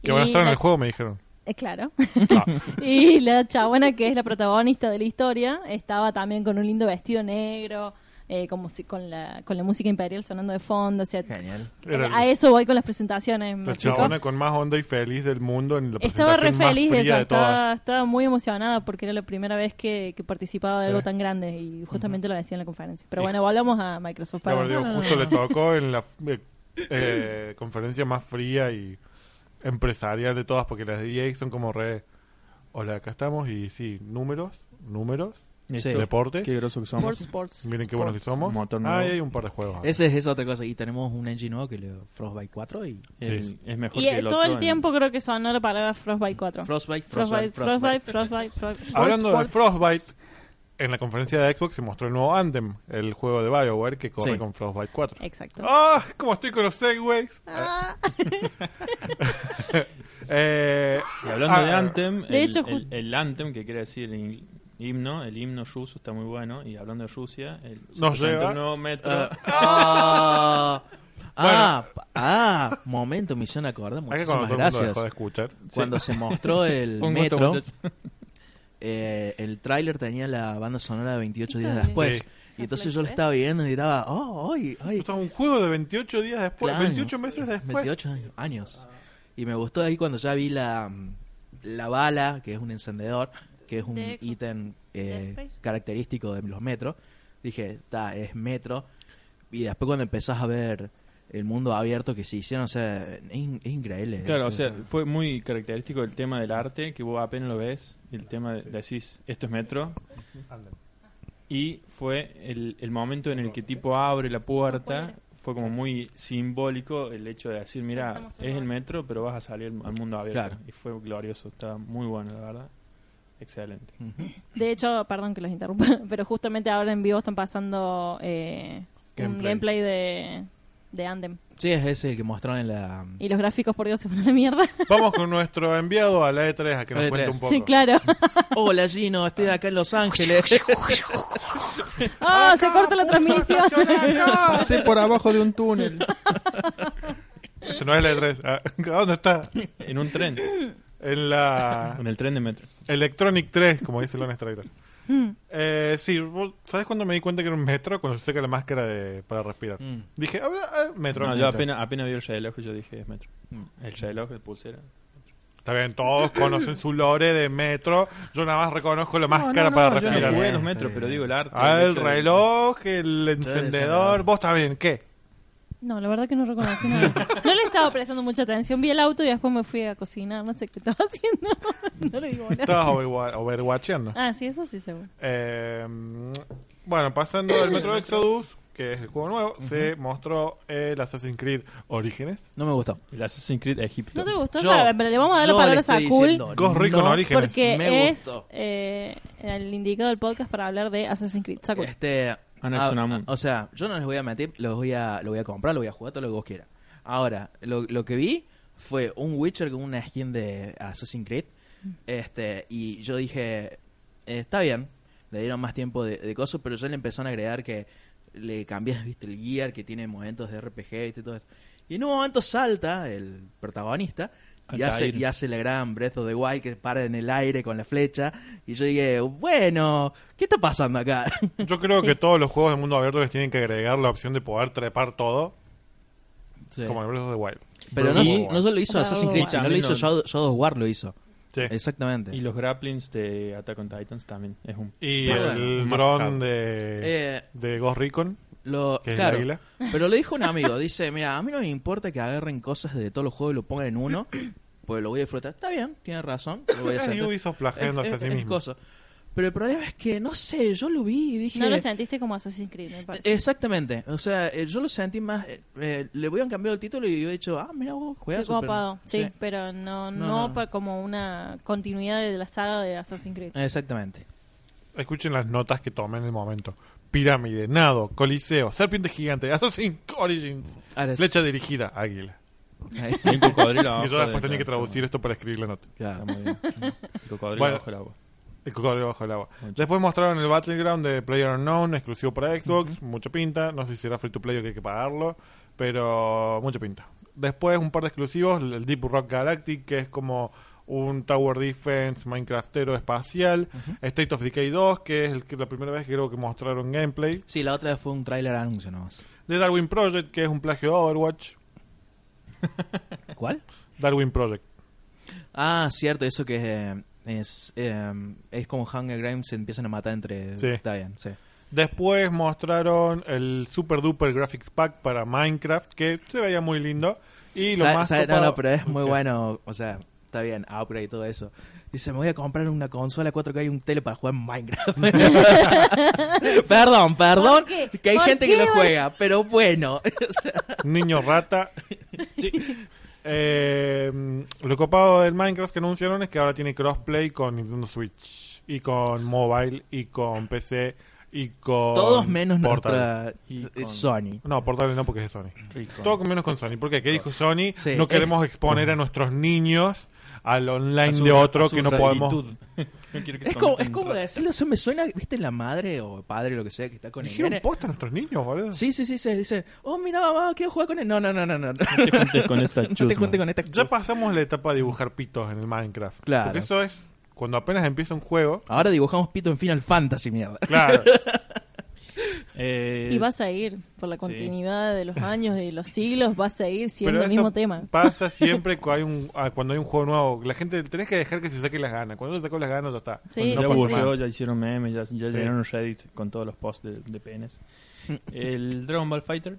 Speaker 1: que van a
Speaker 4: Y
Speaker 1: estar en
Speaker 4: la-
Speaker 1: el juego, me dijeron.
Speaker 4: Eh, claro.
Speaker 1: Ah,
Speaker 4: Y la chabona que es la protagonista de la historia estaba también con un lindo vestido negro, eh, como si- con, la, con la música imperial sonando de fondo. O sea, eh,
Speaker 3: Genial.
Speaker 1: era
Speaker 4: a eso voy con las presentaciones. ¿me
Speaker 1: la
Speaker 4: explico?
Speaker 1: chabona con más onda y feliz del mundo en la
Speaker 4: Estaba re
Speaker 1: presentación más
Speaker 4: feliz de
Speaker 1: fría
Speaker 4: eso,
Speaker 1: de todas.
Speaker 4: estaba, estaba muy emocionada porque era la primera vez que, que participaba de algo tan grande y justamente lo decía en la conferencia. Pero bueno, volvamos a Microsoft.
Speaker 1: Claro,
Speaker 4: para-
Speaker 1: digo, justo le tocó en la eh, eh, conferencia más fría y empresarial de todas, porque las de EA son como re. Hola, acá estamos y sí, números, números,
Speaker 3: Sí.
Speaker 1: deportes.
Speaker 2: Qué grosos que somos.
Speaker 4: Sports, sports,
Speaker 1: Miren qué buenos que
Speaker 4: sports.
Speaker 1: somos.
Speaker 2: motor
Speaker 1: Ah,
Speaker 2: nuevo.
Speaker 1: y hay un par de juegos.
Speaker 3: Esa es, es otra cosa. Y tenemos un engine nuevo que le Frostbite 4 y
Speaker 2: El-
Speaker 1: Sí.
Speaker 2: Es mejor
Speaker 4: Y
Speaker 2: que
Speaker 4: eh,
Speaker 2: el
Speaker 4: todo
Speaker 2: otro
Speaker 4: el
Speaker 2: en-
Speaker 4: tiempo creo que sonó la palabra Frostbite 4.
Speaker 3: Frostbite,
Speaker 4: Frostbite,
Speaker 3: Frostbite,
Speaker 4: Frostbite,
Speaker 3: Frostbite.
Speaker 4: Frostbite, Frostbite.
Speaker 1: Hablando
Speaker 4: Sports,
Speaker 1: de Frostbite, en la conferencia de Xbox se mostró el nuevo Anthem, el juego de BioWare que corre
Speaker 3: Sí.
Speaker 1: con Frostbite 4.
Speaker 4: Exacto.
Speaker 3: Oh.
Speaker 4: Ah.
Speaker 1: ¡Ah! ¿Cómo estoy con los segways? Eh,
Speaker 2: Y hablando de
Speaker 1: ah,
Speaker 2: Anthem,
Speaker 4: De
Speaker 2: el,
Speaker 4: hecho, ju-
Speaker 2: el, el Anthem, que quiere decir el in- himno, el himno ruso está muy bueno. Y hablando de Rusia, el, se
Speaker 1: Nos
Speaker 2: presentó
Speaker 1: lleva-
Speaker 2: un nuevo metro.
Speaker 3: Ah, ah, ah, ah, momento, misión acordada.
Speaker 1: acá cuando
Speaker 3: Muchísimas
Speaker 1: todo el mundo dejó de
Speaker 3: gracias.
Speaker 1: escuchar.
Speaker 3: Cuando se mostró el
Speaker 2: Fue un gusto,
Speaker 3: metro,
Speaker 2: muchachos.
Speaker 3: eh, el tráiler tenía la banda sonora de 28 días
Speaker 4: Está bien.
Speaker 3: después.
Speaker 1: Sí.
Speaker 3: Y entonces yo lo estaba viendo y estaba, oh, hoy, hoy,
Speaker 1: Esto es un juego de 28 días después,
Speaker 3: Claro.
Speaker 1: 28 meses después.
Speaker 3: 28 años. Y me gustó ahí cuando ya vi la, mm, la bala, que es un encendedor, que es un
Speaker 4: De-
Speaker 3: ítem eh,
Speaker 4: Dead Space.
Speaker 3: característico de los metros. Dije, está, es metro. Y después cuando empezás a ver el mundo abierto que se hicieron, o sea, es, in- es increíble.
Speaker 2: Claro, o sea, fue muy característico el tema del arte, que vos apenas lo ves, y el tema de decís, esto es metro. Y fue el, el momento en el que tipo abre la puerta, fue como muy simbólico el hecho de decir, mira, es el metro, pero vas a salir al mundo abierto.
Speaker 3: Claro.
Speaker 2: Y fue glorioso, está muy bueno, la verdad. Excelente.
Speaker 4: De hecho, perdón que los interrumpa, pero justamente ahora en vivo están pasando eh, un
Speaker 1: Gameplay.
Speaker 4: gameplay de, de Andem.
Speaker 3: Sí, es ese el que mostraron en la...
Speaker 4: Y los gráficos, por Dios, se van a la mierda.
Speaker 1: Vamos con nuestro enviado a la E3 a que
Speaker 2: A
Speaker 3: E
Speaker 1: nos
Speaker 2: la
Speaker 1: cuente
Speaker 2: E3.
Speaker 1: un poco.
Speaker 4: claro.
Speaker 3: Hola Gino, estoy acá en Los Ángeles.
Speaker 4: ¡Ah! se corta la transmisión.
Speaker 5: Pasé por abajo de un túnel.
Speaker 1: Eso no es la E3. Ah, ¿Dónde está?
Speaker 2: En un tren,
Speaker 1: En la
Speaker 2: en el tren de metro.
Speaker 1: Electronic 3, como dice Lone Strider.
Speaker 2: Hmm.
Speaker 1: Eh, sí, vos- ¿sabes cuando me di cuenta que era un metro? Cuando se saca la máscara de, para respirar.
Speaker 3: Mm.
Speaker 1: Dije, ah, ah, metro.
Speaker 2: Hmm. No, yo
Speaker 1: metro.
Speaker 2: apenas, apenas vi el reloj y yo dije, es metro.
Speaker 3: Mm.
Speaker 2: El reloj de pulsera.
Speaker 1: Está bien, todos conocen su lore de metro. Yo nada más reconozco la máscara
Speaker 2: No, no,
Speaker 1: para
Speaker 2: no, yo no
Speaker 1: respirar.
Speaker 2: jugué
Speaker 3: Está
Speaker 2: los metros,
Speaker 3: bien.
Speaker 2: pero digo el arte.
Speaker 1: Ah, el
Speaker 2: hecho de-
Speaker 1: reloj, el encendedor.
Speaker 3: encendedor.
Speaker 1: Vos también, ¿qué?
Speaker 4: No, la verdad que no reconocí nada. No le estaba prestando mucha atención. Vi el auto y después me fui a cocinar. No sé qué estaba haciendo. No le digo nada.
Speaker 1: Estabas overwa- overwatcheando.
Speaker 4: Ah, sí, eso sí, seguro.
Speaker 1: Eh, bueno, pasando al Metro Exodus, que es el juego nuevo, se mostró el Assassin's Creed Orígenes.
Speaker 3: No me gustó.
Speaker 2: El Assassin's Creed Egipto.
Speaker 4: No te gustó,
Speaker 3: Yo-
Speaker 4: Sara, pero le vamos a dar la
Speaker 3: yo
Speaker 4: palabra
Speaker 3: le
Speaker 4: a
Speaker 3: estoy
Speaker 4: Sakul.
Speaker 3: diciendo
Speaker 1: Ghost Recon Orígenes.
Speaker 4: Porque
Speaker 3: Me
Speaker 4: es
Speaker 3: gustó.
Speaker 4: eh, el indicado del podcast para hablar de Assassin's Creed. Sakul.
Speaker 3: Este,
Speaker 2: Ana
Speaker 3: Ah,
Speaker 2: Axonamun.
Speaker 3: O sea, yo no les voy a meter, los voy a, lo voy a comprar, lo voy a jugar todo lo que vos quieras. Ahora, lo, lo que vi fue un Witcher con una skin de Assassin's Creed. Este, y yo dije, eh, está bien, le dieron más tiempo de, de cosas, pero ya le empezaron a agregar que le cambias, viste, el gear, que tiene momentos de RPG, viste, todo eso. Y en un momento salta el protagonista y
Speaker 2: Altair.
Speaker 3: hace, y hace la gran Breath of the Wild que para en el aire con la flecha. Y yo dije, bueno, ¿qué está pasando acá?
Speaker 1: Yo creo
Speaker 4: Sí.
Speaker 1: que todos los juegos de mundo abierto les tienen que agregar la opción de poder trepar todo,
Speaker 3: Sí.
Speaker 1: como en Breath of the Wild.
Speaker 3: Pero
Speaker 2: Pero
Speaker 3: no,
Speaker 2: y-
Speaker 3: so- no solo hizo
Speaker 4: Bravo.
Speaker 3: Assassin's Creed,
Speaker 4: Y
Speaker 3: sino lo
Speaker 2: también
Speaker 3: hizo
Speaker 2: no-
Speaker 3: Shadow, Shadow of War, lo hizo.
Speaker 1: Sí.
Speaker 3: Exactamente.
Speaker 2: Y los grapplings de Attack on Titans también es un.
Speaker 1: Y
Speaker 3: Pues,
Speaker 1: el
Speaker 2: must
Speaker 1: dron
Speaker 2: have.
Speaker 1: de,
Speaker 3: Eh,
Speaker 1: de Ghost Recon,
Speaker 3: lo,
Speaker 1: que es
Speaker 3: claro,
Speaker 1: el águila.
Speaker 3: pero lo dijo un amigo, dice, mira, a mí no me importa que agarren cosas de todos los juegos y lo pongan en uno, pues lo voy a disfrutar. Está bien, tiene razón, lo voy a
Speaker 1: Es
Speaker 3: hacer.
Speaker 1: Ubisoft plagiándose a sí mismo.
Speaker 3: cosa. Pero el problema es que, no sé, yo lo vi y dije...
Speaker 4: No lo sentiste como Assassin's Creed, me
Speaker 3: Eh,
Speaker 4: parece.
Speaker 3: Exactamente, o sea, eh, yo lo sentí más, eh, eh, le hubieran cambiado el título y yo he dicho, ah, mira vos,
Speaker 4: Estoy
Speaker 3: juegas.
Speaker 4: copado, sí, pero
Speaker 3: No,
Speaker 4: no, no,
Speaker 3: no.
Speaker 4: pa- como una continuidad de la saga de Assassin's Creed.
Speaker 3: Eh, Exactamente.
Speaker 1: Escuchen las notas que tomé en el momento. Pirámide, Nado, Coliseo, Serpiente Gigante, Assassin's Origins,
Speaker 3: Ahora es-
Speaker 1: Flecha Dirigida, Águila.
Speaker 3: Ahí.
Speaker 2: Y un cocodrilo abajo
Speaker 1: Y yo
Speaker 2: de-
Speaker 1: después tenía que traducir esto para escribir la nota.
Speaker 3: Claro.
Speaker 2: Está muy bien. El cocodrilo
Speaker 1: Bueno.
Speaker 2: bajo el agua.
Speaker 1: El cocodrilo bajo el agua.
Speaker 2: Mucho.
Speaker 1: Después mostraron el Battleground de Player Unknown, exclusivo para Xbox, mucha pinta. No sé si será free to play o que hay que pagarlo, pero mucha pinta. Después un par de exclusivos, el Deep Rock Galactic, que es como un Tower Defense Minecraftero espacial. State of Decay 2, que es el que- la primera vez que creo que mostraron gameplay.
Speaker 3: Sí, la otra fue un tráiler anuncio nomás.
Speaker 1: The Darwin Project, que es un plagio de Overwatch.
Speaker 3: ¿Cuál?
Speaker 1: Darwin Project.
Speaker 3: Ah, cierto, eso que eh, es, eh, es como Hunger Games se empiezan a matar entre...
Speaker 1: Sí.
Speaker 3: Está bien, sí.
Speaker 1: Después mostraron el Super Duper Graphics Pack para Minecraft, que se veía muy lindo. Y lo
Speaker 3: Sabe-
Speaker 1: más
Speaker 3: sabe- no,
Speaker 1: copado-
Speaker 3: no, pero es muy
Speaker 1: Ok.
Speaker 3: bueno, o sea, está bien, Upgrade y todo eso. Dice, me voy a comprar una consola 4K y un tele para jugar Minecraft. perdón, perdón,
Speaker 4: ¿Por qué?
Speaker 3: que hay
Speaker 4: ¿Por
Speaker 3: gente
Speaker 4: qué
Speaker 3: que lo
Speaker 4: vas-
Speaker 3: juega, pero bueno. O sea,
Speaker 1: Niño rata. Eh, lo copado del Minecraft que anunciaron es que ahora tiene crossplay con Nintendo Switch y con mobile y con PC y con
Speaker 3: todos menos
Speaker 1: Portal.
Speaker 3: nuestra
Speaker 2: Y
Speaker 3: eh,
Speaker 2: con-
Speaker 3: Sony.
Speaker 1: No, Portal no porque es de Sony.
Speaker 2: Rico.
Speaker 1: Todo con menos con Sony. ¿Por qué? ¿Qué dijo Sony?
Speaker 3: Sí. Eh.
Speaker 1: No queremos exponer a nuestros niños al online
Speaker 2: A su-
Speaker 1: de otro
Speaker 2: a su
Speaker 1: que no podemos.
Speaker 2: gratitud. No quiero que
Speaker 3: Es
Speaker 2: se
Speaker 3: como,
Speaker 2: convierta
Speaker 3: es
Speaker 2: en
Speaker 3: como
Speaker 2: rata.
Speaker 3: decirlo, eso me suena, viste, la madre o padre, lo que sea, que está con el
Speaker 1: Dijeron
Speaker 3: nene.
Speaker 1: posta a nuestros niños, boludo.
Speaker 3: Sí, sí, sí, se dice, oh, mira, mamá, quiero jugar con él. No, no, no, no, no.
Speaker 2: No te juntes con esta
Speaker 3: No te
Speaker 2: chusma.
Speaker 3: juntes con esta
Speaker 1: Ya pasamos la etapa de dibujar pitos en el Minecraft.
Speaker 3: Claro.
Speaker 1: Porque eso es cuando apenas empieza un juego.
Speaker 3: Ahora dibujamos pito en Final Fantasy, mierda.
Speaker 1: Claro.
Speaker 2: Eh,
Speaker 4: Y vas a ir, por la continuidad de los años y los siglos, vas a ir siendo el
Speaker 1: eso
Speaker 4: mismo tema.
Speaker 1: Pasa siempre cu- hay un- ah, cuando hay un juego nuevo. La gente tenés que dejar que se saque las ganas. Cuando se sacó las ganas ya está.
Speaker 4: Sí,
Speaker 2: ya
Speaker 1: no
Speaker 4: sí,
Speaker 1: pasa
Speaker 4: sí.
Speaker 1: nada.
Speaker 2: aburrió, ya hicieron memes, ya, ya llenaron Reddit con todos los posts de, de penes. El Dragon Ball Fighter.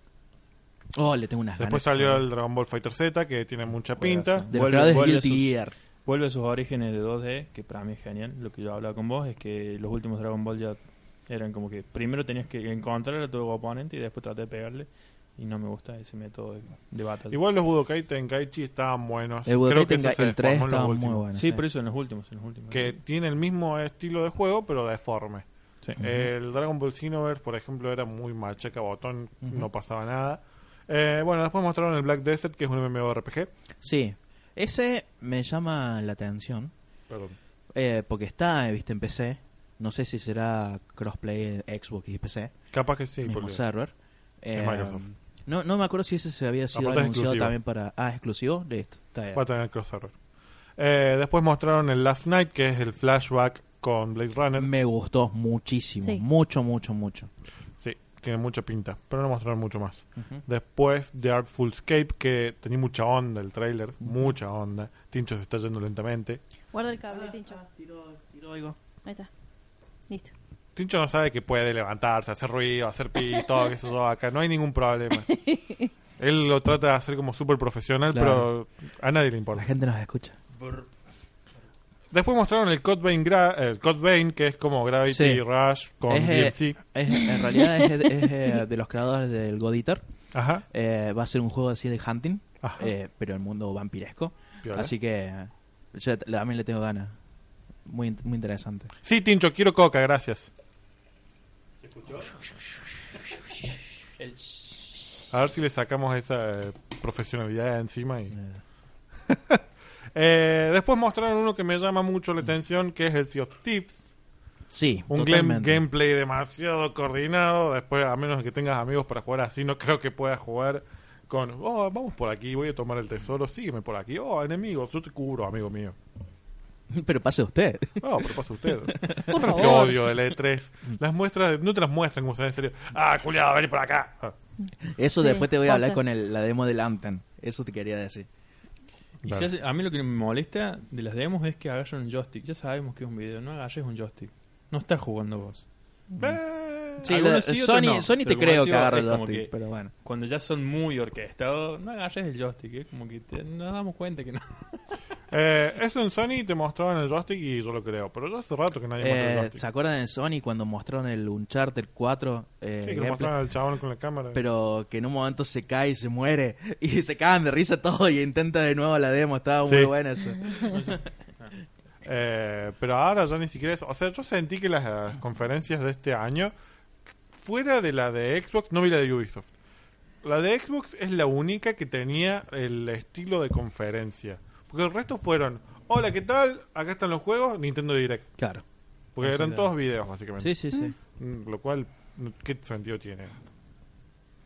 Speaker 3: Oh, le tengo unas
Speaker 1: Después
Speaker 3: ganas.
Speaker 1: salió el Dragon Ball Fighter Z que tiene mucha pinta.
Speaker 3: De los
Speaker 2: Vuelve-
Speaker 3: creadores de
Speaker 2: vuelve
Speaker 3: Guilty
Speaker 2: sus-
Speaker 3: Gear.
Speaker 2: Vuelve a sus orígenes de 2D, que para mí es genial. Lo que yo hablaba con vos es que los últimos Dragon Ball ya eran como que primero tenías que encontrar a tu oponente y después tratar de pegarle. Y no me gusta ese método de, de batalla.
Speaker 1: Igual los Budokai Tenkaichi estaban buenos.
Speaker 3: El
Speaker 1: Creo
Speaker 3: Budokai
Speaker 1: que eso
Speaker 3: Tenkai-
Speaker 1: se
Speaker 3: el 3
Speaker 1: deformó en los
Speaker 3: estaba muy
Speaker 1: últimos.
Speaker 3: bueno.
Speaker 2: sí, por eso en los últimos. En los últimos.
Speaker 1: Que tiene el mismo estilo de juego, pero deforme.
Speaker 2: Sí.
Speaker 1: El Dragon Ball Xenoverse, por ejemplo, era muy machaca botón,
Speaker 3: Ujú.
Speaker 1: no pasaba nada. Eh, bueno, después mostraron el Black Desert, que es un MMORPG.
Speaker 3: Sí. Ese me llama la atención.
Speaker 1: Perdón.
Speaker 3: eh, porque está, eh, viste, en PC. No sé si será crossplay en Xbox y PC.
Speaker 1: Capaz que sí,
Speaker 3: mismo
Speaker 1: porque
Speaker 3: server. Eh,
Speaker 1: Microsoft.
Speaker 3: No, no me acuerdo si ese se había sido
Speaker 1: Aparte es
Speaker 3: anunciado
Speaker 1: exclusivo.
Speaker 3: también para. Ah, exclusivo. Listo. Está bien.
Speaker 1: va a tener crossover. Eh, después mostraron el Last Night, que es el flashback con Blade Runner.
Speaker 3: Me gustó muchísimo.
Speaker 4: Sí.
Speaker 3: Mucho, mucho, mucho.
Speaker 1: Sí, tiene mucha pinta, pero no mostraron mucho más.
Speaker 3: Ujú.
Speaker 1: Después The Artful Escape, que tenía mucha onda el tráiler, mucha onda. Tincho se está yendo lentamente.
Speaker 4: Guarda el cable, Tincho. Ahí está. Listo.
Speaker 1: Tincho no sabe que puede levantarse, hacer ruido, hacer pito, que eso todo acá. No hay ningún problema. Él lo trata de hacer como súper profesional,
Speaker 3: Claro.
Speaker 1: pero a nadie le
Speaker 3: La
Speaker 1: importa.
Speaker 3: gente nos escucha.
Speaker 1: Después mostraron el Code Vein, Gra- el Code Vein, que es como Gravity
Speaker 3: Sí.
Speaker 1: Rush con
Speaker 3: Es, eh,
Speaker 1: DMC.
Speaker 3: Es- en realidad es, es, eh, de los creadores del God Eater.
Speaker 1: Ajá.
Speaker 3: Eh, va a ser un juego así de hunting,
Speaker 1: Ajá.
Speaker 3: eh, pero el mundo vampiresco.
Speaker 1: Piola.
Speaker 3: Así que eh, yo t- también le tengo ganas. Muy, in- muy interesante.
Speaker 1: Sí, Tincho, quiero coca, gracias.
Speaker 2: escuchó? El
Speaker 1: A ver si le sacamos esa eh, profesionalidad encima. Y... Eh, después mostraron uno que me llama mucho la atención, que es el Sea of Thieves.
Speaker 3: Sí,
Speaker 1: Un game-
Speaker 3: totalmente.
Speaker 1: gameplay demasiado coordinado. Después, a menos que tengas amigos para jugar así, no creo que puedas jugar con, oh, vamos por aquí, voy a tomar el tesoro, sígueme por aquí. Oh, enemigo, yo te cubro, amigo mío.
Speaker 3: Pero pase usted.
Speaker 1: No, pero pasa usted. Qué
Speaker 4: Por favor.
Speaker 1: odio del E3. Las muestras, no te las muestran como sea, en serio. Ah, culiado, vení por acá. Ah,
Speaker 3: Eso
Speaker 4: Sí,
Speaker 3: después te voy a hablar
Speaker 4: pasa.
Speaker 3: con el- la demo del Amtan. Eso te quería decir.
Speaker 2: Y
Speaker 1: Claro.
Speaker 2: se hace- a mí lo que me molesta de las demos es que agarran un joystick. Ya sabemos que es un video, no agarres un joystick. No estás jugando vos.
Speaker 4: Mm.
Speaker 1: eh.
Speaker 3: Sí,
Speaker 2: Algunos
Speaker 3: lo-
Speaker 2: sí, otros
Speaker 3: Sony,
Speaker 2: no.
Speaker 3: Sony te
Speaker 2: Pero como
Speaker 3: creo
Speaker 2: decía,
Speaker 3: que agarra
Speaker 2: es
Speaker 3: el
Speaker 2: como
Speaker 3: joystick,
Speaker 2: que-
Speaker 3: pero bueno.
Speaker 2: Cuando ya son muy orquestados, no agarres el joystick. Es como que te- nos damos cuenta que no.
Speaker 1: Eh, eso en Sony te mostraban el joystick y yo lo creo. Pero yo hace rato que nadie muestra el
Speaker 3: Eh,
Speaker 1: joystick.
Speaker 3: ¿Se acuerdan de Sony cuando mostraron el Uncharted 4? eh,
Speaker 1: Sí, que lo
Speaker 3: gameplay?
Speaker 1: mostraban al chabón con la cámara.
Speaker 3: pero que en un momento se cae y se muere. Y se cagan de risa todo y intenta de nuevo la demo. Estaba
Speaker 1: Sí.
Speaker 3: muy buena eso.
Speaker 1: Eh, pero ahora ya ni siquiera eso. O sea, yo sentí que las eh, conferencias de este año, fuera de la de Xbox, no vi la de Ubisoft. La de Xbox es la única que tenía el estilo de conferencia. Porque el resto fueron, hola, ¿qué tal? Acá están los juegos, Nintendo Direct.
Speaker 3: Claro.
Speaker 1: Porque eran
Speaker 2: Exactamente.
Speaker 1: todos videos, básicamente.
Speaker 3: Sí, sí, sí.
Speaker 1: Mm, Lo cual, ¿qué sentido tiene?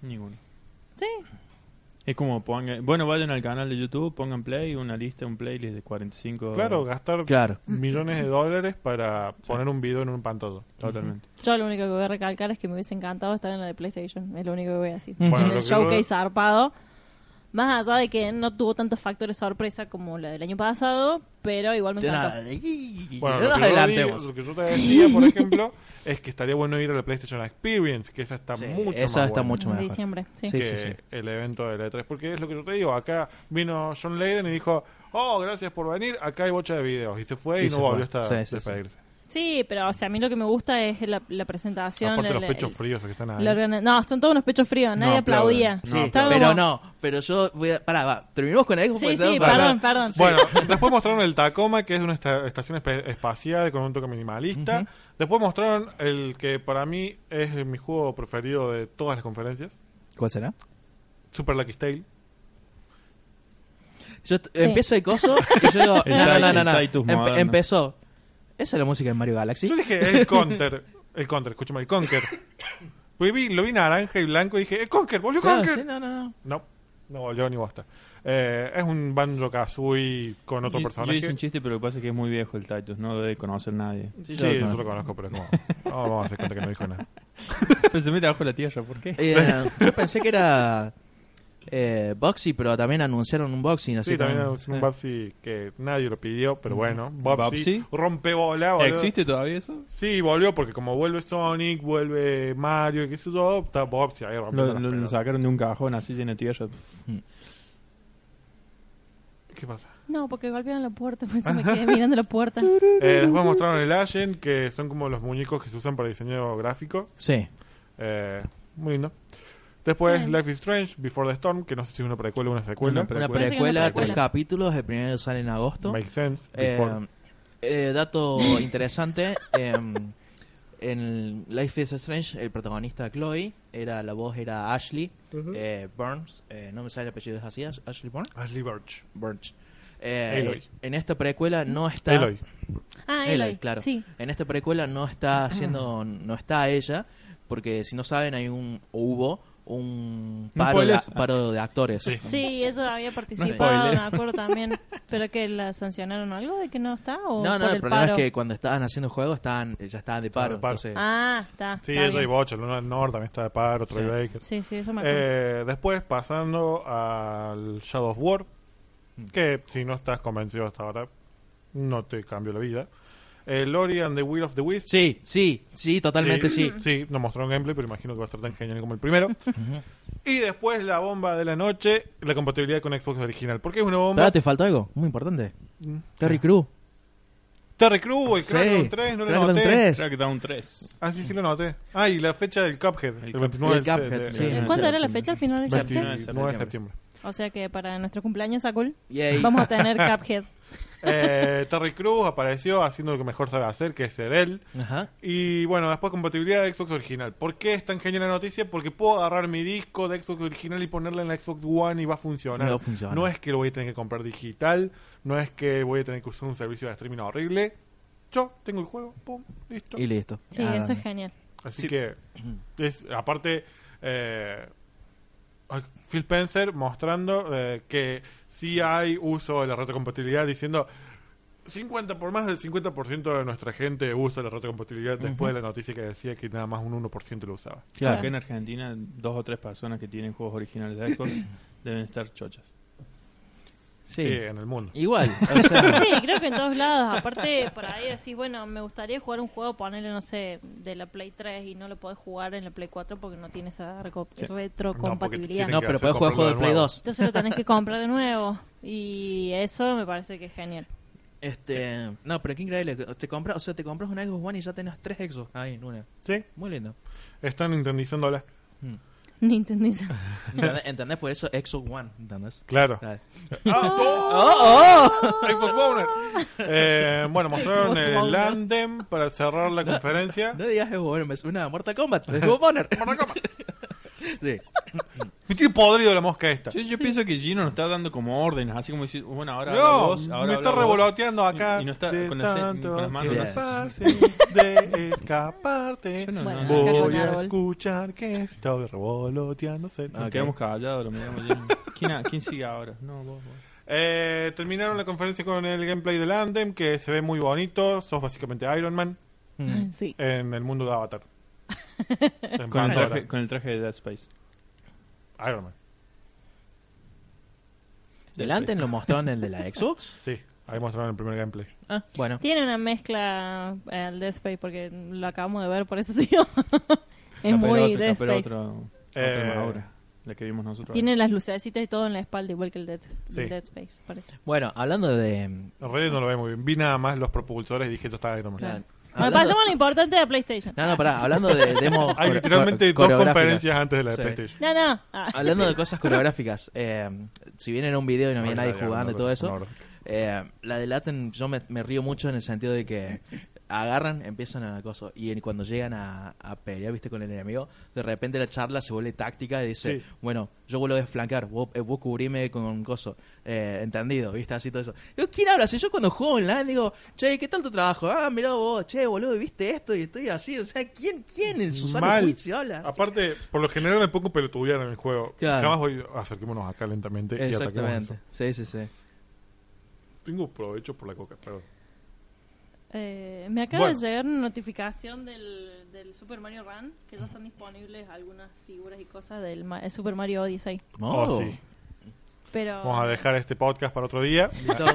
Speaker 2: Ninguno.
Speaker 4: Sí,
Speaker 2: Es como pongan. Bueno, vayan al canal de YouTube, pongan play, una lista, un playlist de 45.
Speaker 1: Claro, gastar
Speaker 3: Claro.
Speaker 1: millones de dólares para poner un video en un pantalla.
Speaker 2: Totalmente.
Speaker 4: yo lo único que voy a recalcar es que me hubiese encantado estar en la de PlayStation. Es lo único que voy a decir.
Speaker 3: Bueno,
Speaker 4: en
Speaker 1: lo
Speaker 4: el
Speaker 1: que
Speaker 4: showcase
Speaker 1: yo-
Speaker 4: zarpado. Más allá de que no tuvo tantos factores sorpresa como la del año pasado, pero igual me encantó.
Speaker 1: Bueno,
Speaker 3: no
Speaker 1: lo
Speaker 3: nos
Speaker 1: que, yo
Speaker 3: adelantemos.
Speaker 1: digo- lo que yo te decía, por ejemplo, es que estaría bueno ir a la PlayStation Experience, que esa está
Speaker 3: Sí,
Speaker 1: mucho
Speaker 3: esa
Speaker 1: más
Speaker 3: está
Speaker 1: buena
Speaker 3: mucho
Speaker 4: En
Speaker 3: mejor.
Speaker 4: diciembre, sí.
Speaker 1: que
Speaker 3: Sí, sí, sí.
Speaker 1: el evento de la E3. Porque es lo que yo te digo, acá vino John Layden y dijo, oh, gracias por venir, acá hay bocha de videos. Y se fue y,
Speaker 3: Y
Speaker 1: no
Speaker 3: se
Speaker 1: volvió
Speaker 3: fue.
Speaker 1: hasta
Speaker 3: Sí, sí, sí.
Speaker 1: despedirse.
Speaker 4: Sí, pero o sea, a mí lo que me gusta es la, la presentación.
Speaker 1: Aparte
Speaker 4: el-
Speaker 1: los pechos
Speaker 4: el-
Speaker 1: fríos que están ahí.
Speaker 4: la organi- no, están todos unos pechos fríos, nadie
Speaker 2: No aplauden.
Speaker 4: aplaudía.
Speaker 3: Sí,
Speaker 2: No,
Speaker 4: Estaba
Speaker 3: pero
Speaker 4: como-
Speaker 3: no. Pero yo voy a. Pará, va. Terminamos con Xbox.
Speaker 4: Sí,
Speaker 3: porque
Speaker 4: sí,
Speaker 3: tenemos que-
Speaker 4: perdón, perdón.
Speaker 1: Bueno, después mostraron el Tacoma, que es una esta- estación espe- espacial con un toque minimalista. Después mostraron el que para mí es mi juego preferido de todas las conferencias,
Speaker 3: ¿Cuál será?
Speaker 1: Super Lucky Tale.
Speaker 3: Yo t- empiezo el coso y yo digo,
Speaker 2: El
Speaker 3: no,
Speaker 2: Titus-
Speaker 3: no, no, no, no.
Speaker 2: el Titus
Speaker 3: Empe-
Speaker 2: moderno.
Speaker 3: empezó. Esa es la música de Mario Galaxy.
Speaker 1: Yo dije el Counter. El Counter, escúchame, el Conker. Porque vi- lo vi naranja y blanco y dije, el Conker, volvió
Speaker 3: Claro,
Speaker 1: Conker.
Speaker 3: sí, no, no, no.
Speaker 1: No, no volvió ni bosta. Eh, es un Banjo Kazooie con otro
Speaker 2: Yo-
Speaker 1: personaje.
Speaker 2: Yo hice un chiste, pero lo que pasa es que es muy viejo el Titus, no lo debe conocer nadie.
Speaker 1: Sí,
Speaker 3: yo lo
Speaker 1: yo
Speaker 3: conozco.
Speaker 1: lo conozco, pero como. No, vamos a hacer cuenta que no dijo nada.
Speaker 2: pero se mete abajo la tierra, ¿por qué?
Speaker 3: Eh, yo pensé que era eh, Boxy, pero también anunciaron un boxing. Así Eh.
Speaker 1: Sí,
Speaker 3: Mm.
Speaker 1: también
Speaker 3: como-
Speaker 1: es un Babsy que nadie lo pidió, pero bueno. Babsy,
Speaker 2: Babsy.
Speaker 1: rompe bola, boludo.
Speaker 2: ¿Existe todavía eso?
Speaker 1: Sí, volvió porque como vuelve Sonic, vuelve Mario y qué sé yo, está Babsy ahí rompiendo
Speaker 2: Lo,
Speaker 1: las
Speaker 2: lo- lo
Speaker 1: pelotas.
Speaker 2: sacaron de un cajón así lleno de tierra. Pff,
Speaker 1: ¿Qué pasa?
Speaker 4: No, porque golpearon la puerta, por eso me quedé mirando la puerta.
Speaker 1: Eh, después mostraron el Ashen, que son como los muñecos que se usan para diseño gráfico.
Speaker 3: Sí.
Speaker 1: Eh, muy lindo. Después
Speaker 4: Bien.
Speaker 1: Life is Strange, Before the Storm, que no sé si es una precuela o una secuela.
Speaker 2: Una
Speaker 3: Una
Speaker 2: Precuela.
Speaker 3: precuela,
Speaker 4: Parece que
Speaker 3: tres
Speaker 4: no precuela.
Speaker 3: capítulos. El primero sale en agosto.
Speaker 1: Makes sense.
Speaker 3: Eh,
Speaker 1: Before-
Speaker 3: eh, dato interesante. em, en Life is Strange, el protagonista Chloe, era la voz era Ashley
Speaker 1: Ujú.
Speaker 3: eh, Burns. eh, no me sale el apellido, ¿es así? Ash- Ashley Burns.
Speaker 1: Ashley Ah, Birch.
Speaker 3: Burns. Eh,
Speaker 1: Aloy.
Speaker 3: En esta precuela no está.
Speaker 1: Eloy.
Speaker 4: Ah,
Speaker 3: Aloy,
Speaker 4: Eloy,
Speaker 3: claro.
Speaker 4: Sí. Ah.
Speaker 3: En esta precuela no está haciendo, no está ella, porque si no saben hay un o hubo un paro, de,
Speaker 2: spoilers.
Speaker 3: paro de actores.
Speaker 4: Sí, ella había
Speaker 2: No
Speaker 4: participado,
Speaker 2: spoiler.
Speaker 4: me acuerdo también. ¿Pero que la sancionaron algo de que no está? ¿O
Speaker 3: No, no,
Speaker 4: por
Speaker 3: el,
Speaker 4: el
Speaker 3: problema
Speaker 4: paro?
Speaker 3: es que cuando estaban haciendo juegos estaban, ya estaban de paro.
Speaker 1: de paro.
Speaker 3: entonces-
Speaker 4: Ah, está.
Speaker 1: Sí,
Speaker 4: está
Speaker 1: ella y
Speaker 4: bien.
Speaker 1: Bocha, Luna del Norte, también está de paro, Troy
Speaker 3: Sí.
Speaker 1: Baker.
Speaker 4: Sí, sí, eso me acuerdo.
Speaker 1: Eh, después pasando al Shadow of War,
Speaker 3: Mm.
Speaker 1: que si no estás convencido hasta ahora, no te cambió la vida. Eh, Lori and the Will of the Wisps.
Speaker 3: Sí, sí, sí, totalmente sí.
Speaker 1: Sí, no mostraron gameplay, pero imagino que va a ser tan genial como el primero. y después la bomba de la noche, la compatibilidad con Xbox original. Porque es una
Speaker 4: Mm.
Speaker 1: bomba.
Speaker 3: Pará, te faltó algo muy importante. Terry Crew.
Speaker 1: Terry Crew, el
Speaker 3: Sí,
Speaker 1: Crackdown 3, no lo
Speaker 3: Crackdown
Speaker 1: noté.
Speaker 3: 3. Es-
Speaker 2: Crackdown 3.
Speaker 1: Ah, sí, sí lo noté. Ah, y la fecha del Cuphead, el,
Speaker 2: El
Speaker 1: 29
Speaker 3: Cuphead,
Speaker 1: de,
Speaker 3: sí.
Speaker 1: de-
Speaker 4: ¿Cuándo era la fecha al final?
Speaker 1: 29
Speaker 4: de
Speaker 1: de septiembre.
Speaker 4: O sea que para nuestro cumpleaños, Sakul,
Speaker 3: Yay.
Speaker 4: vamos a tener Cuphead.
Speaker 1: Eh, Terry Cruz apareció haciendo lo que mejor sabe hacer, que es ser él.
Speaker 3: Ajá.
Speaker 1: Y bueno, después compatibilidad de Xbox original. ¿Por qué es tan genial la noticia? Porque puedo agarrar mi disco de Xbox original y ponerla en la Xbox One y va a funcionar.
Speaker 3: No funciona.
Speaker 1: No es que lo voy a tener que comprar digital, no es que voy a tener que usar un servicio de streaming horrible. Yo tengo el juego, pum, listo.
Speaker 3: Y listo.
Speaker 4: Sí,
Speaker 3: Ah,
Speaker 4: eso es genial.
Speaker 1: Así
Speaker 2: Sí.
Speaker 1: que, es aparte, eh, ay, Phil Spencer mostrando eh, que sí hay uso de la retrocompatibilidad, diciendo 50 por más del 50% de nuestra gente usa la retrocompatibilidad después de la noticia que decía que nada más un 1% lo usaba.
Speaker 3: Claro.
Speaker 2: Acá en Argentina, dos o tres personas que tienen juegos originales de Xbox deben estar chochas.
Speaker 3: Sí.
Speaker 1: Eh, en el mundo.
Speaker 3: Igual. O sea,
Speaker 4: Sí, creo que en todos lados. Aparte, por ahí decís, bueno, me gustaría jugar un juego, ponerle, no sé, de la Play 3 y no lo podés jugar en la Play 4 porque no tiene esa reco-
Speaker 2: Sí.
Speaker 4: retrocompatibilidad.
Speaker 1: No,
Speaker 3: no,
Speaker 1: porque
Speaker 3: pero
Speaker 1: tienen que
Speaker 3: puedes jugar
Speaker 1: hacer
Speaker 3: juego de Play
Speaker 1: comprarlo de
Speaker 3: 2.
Speaker 4: Entonces lo tenés que comprar de nuevo. Y eso me parece que es genial.
Speaker 3: Este, no, pero qué increíble. que Te compras, o sea, te compras un Xbox One y ya tenés tres Xbox ahí en una.
Speaker 1: Sí,
Speaker 3: Muy lindo.
Speaker 1: están intendizándola.
Speaker 4: Nintendo.
Speaker 3: ¿Entendés? ¿Entendés? Por eso Xbox One, ¿entendés?
Speaker 1: Claro.
Speaker 3: Claro.
Speaker 1: ¡Ah,
Speaker 3: ¡Oh, oh!
Speaker 1: no! Xbox Boner. Eh, bueno, mostraron
Speaker 4: Xbox
Speaker 1: el
Speaker 4: Boner.
Speaker 1: Landem para cerrar la conferencia.
Speaker 3: No digas Xbox One, me suena a Mortal Kombat. Es Xbox Honor. Sí.
Speaker 1: Me estoy podrido de la mosca esta.
Speaker 2: Yo, yo pienso que Gino nos está dando como órdenes, así como decir, bueno, ahora habla
Speaker 1: No,
Speaker 2: vos, ahora
Speaker 1: me
Speaker 2: habla
Speaker 1: está
Speaker 2: vos.
Speaker 1: revoloteando acá.
Speaker 2: Y- y no está
Speaker 1: De
Speaker 2: con las-
Speaker 1: tanto
Speaker 2: con las manos.
Speaker 1: que
Speaker 3: Sí.
Speaker 1: fácil de escaparte.
Speaker 2: Yo no- no-
Speaker 4: Bueno, Ah, acá con
Speaker 1: Voy
Speaker 4: un
Speaker 1: a
Speaker 4: árbol.
Speaker 1: escuchar que estoy revoloteándose.
Speaker 2: Nos Ah, quedamos callados, lo miramos Gino. ¿Quién, a- quién sigue ahora? No, vos, vos.
Speaker 1: Eh, terminaron la conferencia con el gameplay del Andem, que se ve muy bonito. Sos básicamente Iron Man
Speaker 3: Mm.
Speaker 4: Sí.
Speaker 1: en el mundo de Avatar. En
Speaker 2: Con el,
Speaker 1: Pandora.
Speaker 2: traje, con el traje de Dead Space.
Speaker 1: Iron Man.
Speaker 3: Delante lo mostraron el de la Xbox.
Speaker 1: Sí, ahí mostraron el primer gameplay.
Speaker 3: Ah, bueno.
Speaker 4: Tiene una mezcla eh, al Death Space porque lo acabamos de ver, por eso digo. es
Speaker 2: Capaz
Speaker 4: muy
Speaker 2: otro-
Speaker 4: Dead
Speaker 2: capaz
Speaker 4: Space.
Speaker 2: otro-
Speaker 1: Eh,
Speaker 2: otra armadura, la que vimos nosotros.
Speaker 4: Tiene las lucecitas y todo en la espalda, igual que el Dead,
Speaker 1: Sí.
Speaker 4: el Dead Space, parece.
Speaker 3: Bueno, hablando de.
Speaker 1: En realidad no lo ve muy bien. Vi nada más los propulsores y dije, esto está Iron Man.
Speaker 4: Claro. Bueno,
Speaker 3: hablando-
Speaker 4: pasemos a lo importante de PlayStation.
Speaker 3: No, no, pará. Hablando de demos.
Speaker 1: Hay
Speaker 3: core-
Speaker 1: literalmente
Speaker 3: core-
Speaker 1: dos
Speaker 3: coreográficas.
Speaker 1: conferencias antes de la de
Speaker 3: Sí.
Speaker 1: PlayStation.
Speaker 4: No, no. Ah.
Speaker 3: Hablando de cosas coreográficas. eh, si bien era un video y no había nadie jugando y todo eso. Eh, la de Latin yo me, me río mucho en el sentido de que agarran, empiezan a cosas y en- cuando llegan a, a pelear, viste, con el enemigo, de repente la charla se vuelve táctica y dice,
Speaker 1: Sí.
Speaker 3: bueno, yo vuelvo a desflancar, vos, eh, vos cubrime con un coso, eh, entendido, viste, así todo eso. Digo, ¿quién habla? Si yo cuando juego online digo, che, ¿qué tal tu trabajo? Ah, mirá vos, che, boludo, viste esto y estoy así, o sea, ¿quién, quién en su sano
Speaker 1: Mal.
Speaker 3: juicio habla? así?
Speaker 1: Aparte, por lo general me pongo pelotudear en el juego.
Speaker 3: Claro.
Speaker 1: Jamás voy acerquémonos acá lentamente y ataquemos
Speaker 3: Exactamente,
Speaker 1: eso.
Speaker 3: sí, sí, sí.
Speaker 1: Tengo provecho por la coca, perdón.
Speaker 4: Eh, me acaba
Speaker 1: Bueno.
Speaker 4: de llegar una notificación del, del Super Mario Run que ya están disponibles algunas figuras y cosas del Ma- eh, Super Mario Odyssey.
Speaker 1: Oh, sí.
Speaker 4: Pero
Speaker 1: Vamos a dejar este podcast para otro día.
Speaker 3: Listo.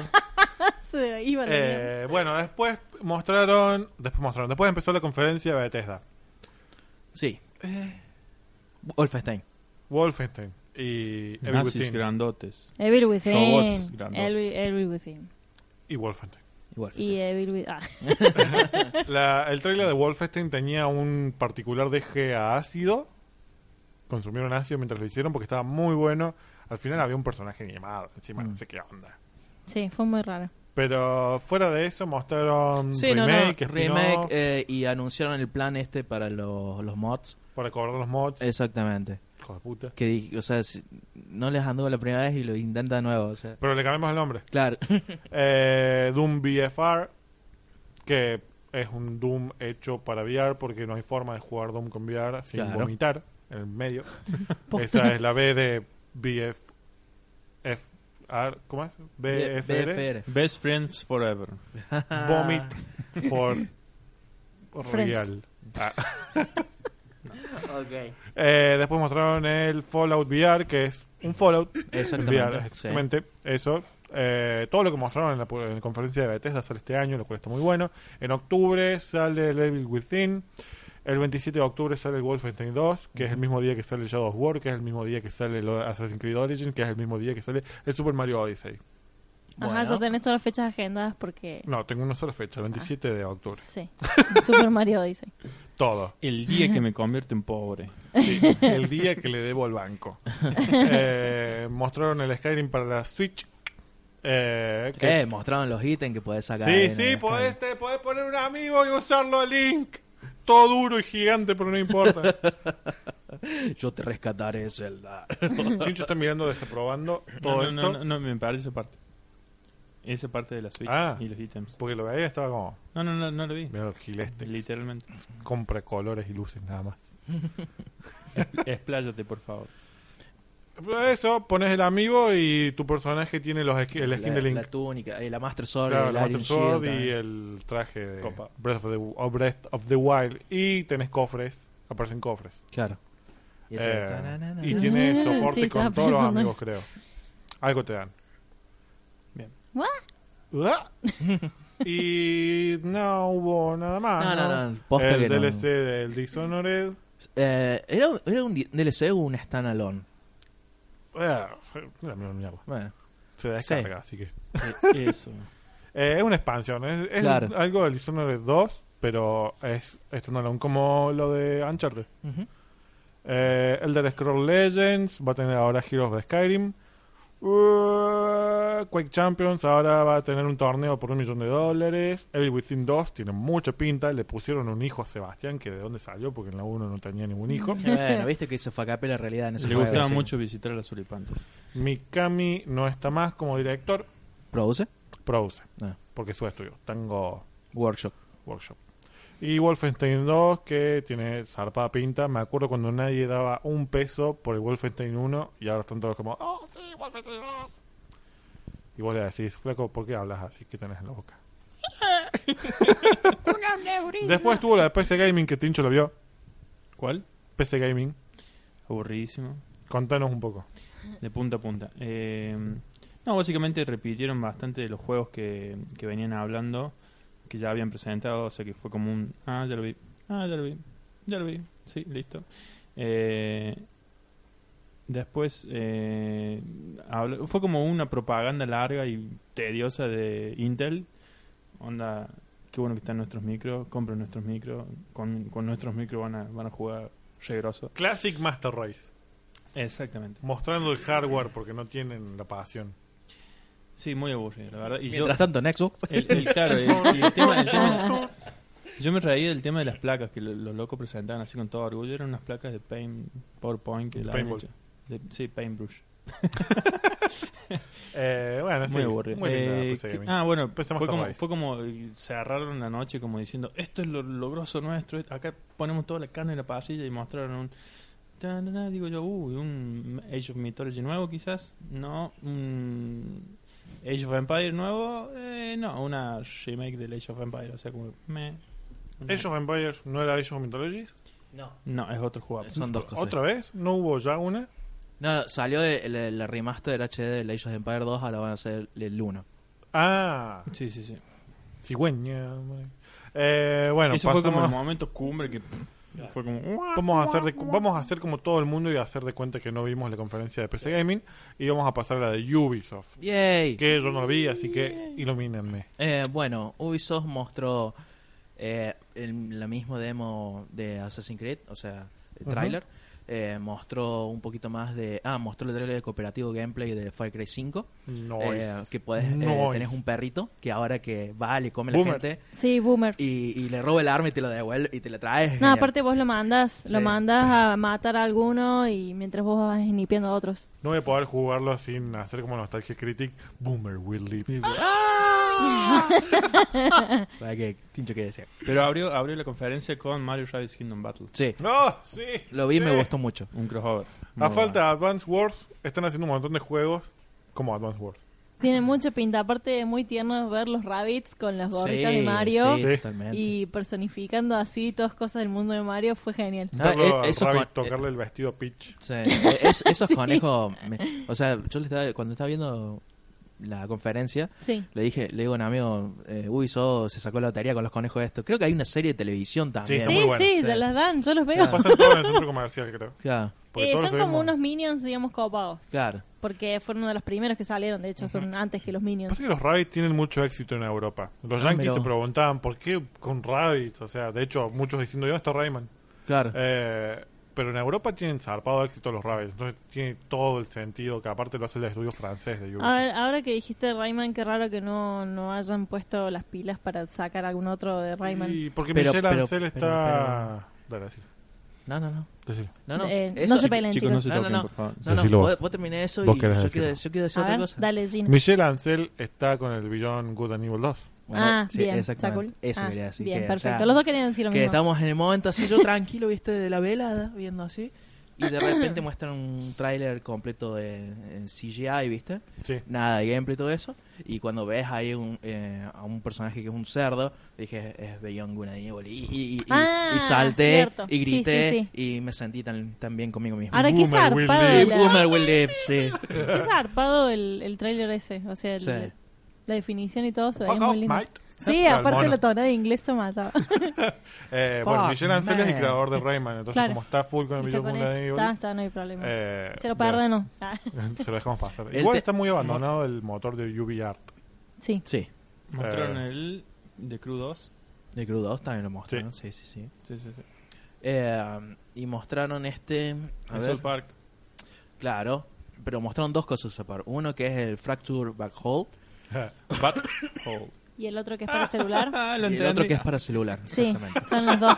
Speaker 4: se iba a la mierda.
Speaker 1: Eh, bueno, después mostraron, después mostraron, después empezó la conferencia de Bethesda,
Speaker 3: Sí.
Speaker 1: Eh.
Speaker 3: Wolfenstein.
Speaker 1: Wolfenstein y Evil
Speaker 2: Nazis
Speaker 1: Within.
Speaker 2: grandotes.
Speaker 4: Evil
Speaker 2: Robots
Speaker 4: Within.
Speaker 2: grandotes.
Speaker 4: Evil, Evil Within.
Speaker 1: y Wolfenstein.
Speaker 4: Y Evil Within. Ah,
Speaker 1: La- el trailer de Wolfenstein tenía un particular deje a ácido. Consumieron ácido mientras lo hicieron porque estaba muy bueno. Al final había un personaje animado, encima no sé qué onda.
Speaker 4: sí, fue muy raro.
Speaker 1: Pero fuera de eso mostraron
Speaker 3: Sí, no, no,
Speaker 1: remake,
Speaker 3: remake
Speaker 1: spin-off,
Speaker 3: eh, y anunciaron el plan este para los, los mods.
Speaker 1: para cobrar los mods,
Speaker 3: Exactamente.
Speaker 1: hijo de puta.
Speaker 3: Que di- o sea, si- no les anduvo la primera vez y lo intenta de nuevo, o sea.
Speaker 1: Pero le cambiamos el nombre.
Speaker 3: Claro.
Speaker 1: Eh, Doom VFR, que es un Doom hecho para VR porque no hay forma de jugar Doom con VR sin
Speaker 3: Claro.
Speaker 1: vomitar en el medio.
Speaker 4: Posta.
Speaker 1: Esa es la B de VFR, ¿cómo es? BFR.
Speaker 3: BFR.
Speaker 2: Best Friends Forever.
Speaker 1: Vomit for
Speaker 4: Friends.
Speaker 1: Real. Ah.
Speaker 3: Ok.
Speaker 1: Eh, después mostraron el Fallout VR, que es un Fallout VR,
Speaker 3: Exactamente. sí.
Speaker 1: exactamente, eso. Eh, todo lo que mostraron en la, pu- en la conferencia de Bethesda sale este año, lo cual está muy bueno. En octubre sale el Evil Within. El 27 de octubre sale el Wolfenstein 2, que es el mismo día que sale el Shadow of War, que es el mismo día que sale el Assassin's Creed Origin, que es el mismo día que sale el Super Mario Odyssey.
Speaker 4: Ajá, ya
Speaker 3: Bueno.
Speaker 4: tenés todas las fechas agendadas porque...
Speaker 1: No, tengo una sola fecha, el 27 de octubre.
Speaker 4: Sí, Super Mario dice.
Speaker 1: Todo.
Speaker 2: El día que me convierto en pobre.
Speaker 1: Sí, el día que le debo al banco. Eh, mostraron el Skyrim para la Switch. Eh, que-
Speaker 3: Eh, mostraron los ítems que podés sacar.
Speaker 1: sí,
Speaker 3: en
Speaker 1: sí,
Speaker 3: el
Speaker 1: podés,
Speaker 3: Skyrim.
Speaker 1: te podés poner un amigo y usarlo Link. Todo duro y gigante, pero no importa.
Speaker 3: Yo te rescataré, Zelda.
Speaker 1: Tincho está mirando desaprobando todo
Speaker 2: No, no, no,
Speaker 1: esto.
Speaker 2: no, no, me parece esa parte. Esa parte de la Switch
Speaker 1: Ah.
Speaker 2: y los ítems.
Speaker 1: Porque lo veía estaba como,
Speaker 2: No, no, no, no lo vi.
Speaker 1: mira los gilestes.
Speaker 2: Literalmente.
Speaker 1: Compra colores y luces nada más.
Speaker 2: Expláyate, por favor.
Speaker 1: Pero Eso, pones el amigo y tu personaje tiene los esqui- el skin
Speaker 3: la,
Speaker 1: de Link.
Speaker 3: la túnica, eh, la Master Sword,
Speaker 1: Claro,
Speaker 3: el
Speaker 1: la
Speaker 3: Iron
Speaker 1: Master Sword
Speaker 3: Shield, eh.
Speaker 1: y
Speaker 3: también.
Speaker 1: el traje de
Speaker 2: eh. Copa.
Speaker 1: Breath of, the, o Breath of the Wild. Y tenés cofres, aparecen cofres.
Speaker 3: Claro. Y ese-
Speaker 1: Eh,
Speaker 3: tananana.
Speaker 1: y tiene
Speaker 4: Ah,
Speaker 1: soporte
Speaker 4: sí,
Speaker 1: con
Speaker 4: estaba
Speaker 1: todos los
Speaker 4: pensando
Speaker 1: amigos,
Speaker 4: eso.
Speaker 1: creo. Algo te dan.
Speaker 2: Bien.
Speaker 4: ¿What?
Speaker 1: Uah. y no hubo nada más.
Speaker 3: No, no, Ah, no, posta
Speaker 1: El
Speaker 3: que no.
Speaker 1: DLC del Dishonored.
Speaker 3: Eh, era, un, era un di- DLC o un standalone.
Speaker 1: eh, fue la misma mierda.
Speaker 3: Bueno,
Speaker 1: Se descarga, así que.
Speaker 2: Eh, Eso.
Speaker 1: Eh, es una expansión. Es, es
Speaker 3: Claro.
Speaker 1: algo del Dishonored 2, pero es standalone, como lo de Uncharted.
Speaker 3: ujú.
Speaker 1: Eh, Elder Scrolls Legends va a tener ahora Heroes of Skyrim. Uh, Quake Champions ahora va a tener un torneo por un millón de dólares. Evil Within 2 tiene mucha pinta. Le pusieron un hijo a Sebastián, que de dónde salió, porque en la 1 no tenía ningún hijo.
Speaker 3: Bueno, viste que se fue a capé la realidad en ese
Speaker 2: Le
Speaker 3: juego,
Speaker 2: gustaba
Speaker 3: sí.
Speaker 2: mucho visitar a las Ulipantes.
Speaker 1: Mikami no está más como director,
Speaker 3: ¿Produce?
Speaker 1: produce,
Speaker 3: Ah.
Speaker 1: porque es su estudio, Tango
Speaker 3: Workshop.
Speaker 1: Workshop. Y Wolfenstein 2, que tiene zarpada pinta. Me acuerdo cuando nadie daba un peso por el Wolfenstein 1 y ahora están todos como, oh, sí, Wolfenstein 2. Y vos le decís, flaco, ¿por qué hablas así? ¿Qué tenés en la boca? Después tuvo la de PC Gaming, que Tincho lo vio.
Speaker 2: ¿Cuál?
Speaker 1: PC Gaming,
Speaker 2: Aburridísimo.
Speaker 1: contanos un poco.
Speaker 2: De punta a punta. Eh, no, básicamente repitieron bastante de los juegos que, que venían hablando, que ya habían presentado, o sea que fue como un... Ah, ya lo vi. Ah, ya lo vi. Ya lo vi. Sí, listo. Eh, después eh, habla- fue como una propaganda larga y tediosa de Intel. Onda, qué bueno que están nuestros micros, compren nuestros micros, con, con nuestros micros van a, van a jugar re grosso.
Speaker 1: Classic Master Race,
Speaker 2: Exactamente.
Speaker 1: mostrando el hardware porque no tienen la pasión.
Speaker 2: Sí, muy aburrido, la verdad. Y yo-
Speaker 3: Mientras tanto, Nexus.
Speaker 2: El, el- claro, el, y el tema, el tema- Yo me reí del tema de las placas que lo- los locos presentaban así con todo orgullo. Eran unas placas de Paint PowerPoint que la habían
Speaker 1: Paintball.
Speaker 2: hecho. De- sí, Paintbrush.
Speaker 1: Eh, bueno, sí,
Speaker 2: Muy aburrido.
Speaker 1: linda
Speaker 2: Eh,
Speaker 1: PC
Speaker 2: que-
Speaker 1: Gaming.
Speaker 2: ah, bueno,
Speaker 1: Pensé
Speaker 2: fue
Speaker 1: Master
Speaker 2: como,
Speaker 1: Race.
Speaker 2: fue como eh, se agarraron la noche como diciendo, esto es lo, lo grosso nuestro, eh, acá ponemos toda la carne en la parrilla y mostraron un... tan, tan, tan, Digo yo, uy, un Age of Mythology nuevo quizás, no, un Age of Empire nuevo, eh, no, una remake del Age of Empire, o sea, como... Me, una-
Speaker 1: Age of Empires, ¿no era Age of Mythologies?
Speaker 3: No.
Speaker 2: No, es otro juego.
Speaker 3: Son dos cosas.
Speaker 1: ¿Otra vez? ¿No hubo ya una?
Speaker 3: No, no, salió el, el- la remaster del HD del Age of Empire 2, ahora van a hacer el 1.
Speaker 1: Ah,
Speaker 2: Sí, sí, sí.
Speaker 1: cigüeña. madre. Eh, bueno,
Speaker 2: Eso fue como el
Speaker 1: pasamos- uh.
Speaker 2: momento cumbre que fue como...
Speaker 1: vamos, a hacer de- vamos a hacer como todo el mundo y hacer de cuenta que no vimos la conferencia de PC Gaming y vamos a pasar a la de Ubisoft.
Speaker 3: ¡Yay!
Speaker 1: Que yo no vi, así que ilumínenme.
Speaker 3: Eh, bueno, Ubisoft mostró eh, el- la misma demo de Assassin's Creed, o sea, el
Speaker 1: Ujú.
Speaker 3: trailer. Eh, mostró un poquito más de... Ah, mostró el trailer de cooperativo gameplay de Far Cry 5.
Speaker 1: Noise.
Speaker 3: eh, que puedes, eh,
Speaker 1: Noise.
Speaker 3: tenés un perrito que ahora que va, le come
Speaker 1: Boomer.
Speaker 3: la gente
Speaker 4: Sí, Boomer.
Speaker 3: y, y le roba el arma y te lo devuelve y te la traes.
Speaker 4: No,
Speaker 3: eh,
Speaker 4: aparte vos lo mandas, lo
Speaker 3: Sí.
Speaker 4: mandas a matar a alguno y mientras vos vas snipeando a otros.
Speaker 1: No voy a poder jugarlo sin hacer como Nostalgia Critic. Boomer will live.
Speaker 3: para que Tincho que decía.
Speaker 2: Pero abrió, abrió la conferencia con Mario Rabbids Kingdom Battle.
Speaker 3: Sí,
Speaker 1: ¡No! ¡Sí!
Speaker 3: lo vi y
Speaker 1: sí.
Speaker 3: me gustó mucho.
Speaker 2: Un crossover.
Speaker 1: A
Speaker 2: Muy
Speaker 1: falta de Advance Wars, están haciendo un montón de juegos como Advance Wars.
Speaker 4: Tiene mucha pinta, aparte muy tierno ver los rabbits con las gorritas de Mario
Speaker 3: sí,
Speaker 1: Sí.
Speaker 3: totalmente.
Speaker 4: y personificando así todas cosas del mundo de Mario fue genial.
Speaker 3: Ah,
Speaker 1: Verlo a
Speaker 3: eh, eso
Speaker 1: Rabbit
Speaker 3: con-
Speaker 1: tocarle el vestido a Peach.
Speaker 3: e, Sí, eh, es- esos conejos, me- o sea, yo le estaba, cuando estaba viendo la conferencia,
Speaker 4: Sí.
Speaker 3: le dije, le digo a un amigo, eh, uy, so, se sacó la lotería con los conejos estos. Creo que hay una serie de televisión también.
Speaker 1: está
Speaker 4: Sí,
Speaker 1: muy bueno,
Speaker 4: sí,
Speaker 3: sí.
Speaker 4: te las dan, yo los veo.
Speaker 3: Claro.
Speaker 1: Pasan todo en el centro comercial, creo.
Speaker 3: Claro,
Speaker 1: Porque
Speaker 4: Eh,
Speaker 1: todos
Speaker 4: son
Speaker 1: los que
Speaker 4: como
Speaker 1: vimos-
Speaker 4: unos minions, digamos, copados.
Speaker 3: claro.
Speaker 4: Porque fueron uno de los primeros que salieron, de hecho, son antes que los minions.
Speaker 1: Pasa que los rabbits tienen mucho éxito en Europa. Los
Speaker 3: Ah,
Speaker 1: yankees
Speaker 3: pero-
Speaker 1: se preguntaban por qué con rabbits. O sea, de hecho, muchos diciendo yo hasta Rayman.
Speaker 3: Claro.
Speaker 1: Eh, pero en Europa tienen zarpado éxito los rabbits. Entonces tiene todo el sentido que aparte lo hace el estudio francés de Ubisoft.
Speaker 4: A ver, ahora que dijiste Rayman, qué raro que no, no hayan puesto las pilas para sacar algún otro de Rayman.
Speaker 1: Y porque
Speaker 3: Pero-
Speaker 1: Michel
Speaker 3: pero-
Speaker 1: Ancel
Speaker 3: pero-
Speaker 1: está... Dale, decir,
Speaker 3: No, no, no.
Speaker 1: decir.
Speaker 3: No, no.
Speaker 4: Eh,
Speaker 3: eso-
Speaker 4: no se peleen,
Speaker 2: Chicos,
Speaker 4: chicos.
Speaker 2: no se
Speaker 3: No,
Speaker 2: toquen,
Speaker 3: no, no.
Speaker 2: por favor.
Speaker 3: No, no,
Speaker 1: Decilo vos.
Speaker 3: vos, vos terminé eso
Speaker 1: Vos
Speaker 3: y
Speaker 1: querés
Speaker 3: yo quiero,
Speaker 1: decirlo.
Speaker 3: yo quiero decir
Speaker 4: A
Speaker 3: otra
Speaker 4: ver,
Speaker 3: cosa.
Speaker 4: Ah, dale, Gina.
Speaker 1: Michel Ancel está con el Beyond Good and Evil 2.
Speaker 4: ah,
Speaker 3: sí,
Speaker 4: bien,
Speaker 3: exactamente.
Speaker 4: Sacul.
Speaker 3: Eso
Speaker 4: Ah,
Speaker 3: quería decir.
Speaker 4: Bien,
Speaker 3: que, o sea,
Speaker 4: perfecto. Los dos querían decir lo
Speaker 3: que
Speaker 4: mismo.
Speaker 3: estamos en el momento así, yo tranquilo, viste, de la velada, viendo así. Y de repente muestran un tráiler completo de en CGI, viste.
Speaker 1: Sí.
Speaker 3: Nada de gameplay y todo eso. Y cuando ves ahí un, eh, a un personaje que es un cerdo, dije, es Beyond Good and Evil", Y, y, y,
Speaker 4: Ah,
Speaker 3: y salté,
Speaker 4: cierto.
Speaker 3: y grité,
Speaker 4: Sí, sí,
Speaker 3: y me sentí tan, tan bien conmigo mismo.
Speaker 4: Ahora, qué
Speaker 1: Boomer will
Speaker 4: zarpado,
Speaker 1: live.
Speaker 4: la-
Speaker 3: Boomer will live, sí.
Speaker 4: qué zarpado el, el tráiler ese. O sea, el-
Speaker 3: Sí.
Speaker 4: la definición y todo se veía
Speaker 1: Fuck
Speaker 4: muy
Speaker 1: off,
Speaker 4: lindo.
Speaker 1: mate.
Speaker 4: Sí,
Speaker 1: Al
Speaker 4: aparte
Speaker 1: mono.
Speaker 4: la tonada de inglés se mataba.
Speaker 1: Eh,
Speaker 3: Fuck,
Speaker 1: bueno, Michel Ancel es el
Speaker 3: man.
Speaker 1: creador de Rayman. Entonces,
Speaker 4: Claro.
Speaker 1: como está full con el
Speaker 4: Está
Speaker 1: Beyond
Speaker 4: con
Speaker 1: Good and
Speaker 4: eso.
Speaker 1: Evil...
Speaker 4: Está, está, no hay problema.
Speaker 1: eh,
Speaker 4: se lo
Speaker 1: bueno,
Speaker 4: perdonó. Ah,
Speaker 1: Se lo dejamos pasar.
Speaker 3: El
Speaker 1: Igual
Speaker 3: te-
Speaker 1: está muy abandonado el motor de UV Art.
Speaker 4: sí.
Speaker 3: Sí.
Speaker 2: Mostraron
Speaker 1: Eh.
Speaker 2: el de Crew 2.
Speaker 3: De Crew 2 también lo mostraron, sí, sí, sí.
Speaker 2: Sí, sí, sí.
Speaker 3: Eh, y mostraron este... A
Speaker 2: En
Speaker 3: ver,
Speaker 2: South Park.
Speaker 3: claro. Pero mostraron dos cosas a par. Uno que es el Fracture Backhole
Speaker 2: Bat Hole.
Speaker 4: Y el otro que es para celular.
Speaker 2: Ah,
Speaker 3: y
Speaker 2: lo
Speaker 3: el otro
Speaker 2: entendí.
Speaker 3: que es para celular.
Speaker 4: Sí,
Speaker 3: Exactamente.
Speaker 4: son los dos.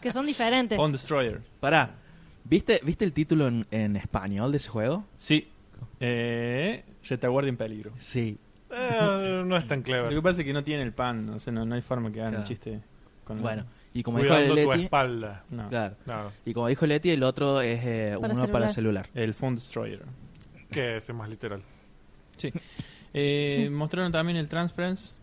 Speaker 4: Que son diferentes.
Speaker 2: On Destroyer.
Speaker 3: Pará. ¿Viste, ¿Viste el título en, en español de ese juego?
Speaker 2: Sí. Eh, retaguardia en peligro.
Speaker 3: Sí.
Speaker 1: Eh, no es tan
Speaker 2: Lo
Speaker 1: clever.
Speaker 2: que pasa es que no tiene el pan, o sea, no, no hay forma que hagan
Speaker 3: Claro.
Speaker 2: un chiste con el-
Speaker 3: Bueno, y como dijo
Speaker 1: Cuidando
Speaker 3: el
Speaker 1: tu
Speaker 3: Leti...
Speaker 1: espalda.
Speaker 2: No.
Speaker 3: Claro.
Speaker 1: No,
Speaker 3: Y como dijo Leti, el otro es eh, uno
Speaker 4: Para
Speaker 3: para
Speaker 4: celular.
Speaker 3: celular.
Speaker 2: El Phone Destroyer.
Speaker 1: que es más literal.
Speaker 2: Eh, Mostraron también el Transference.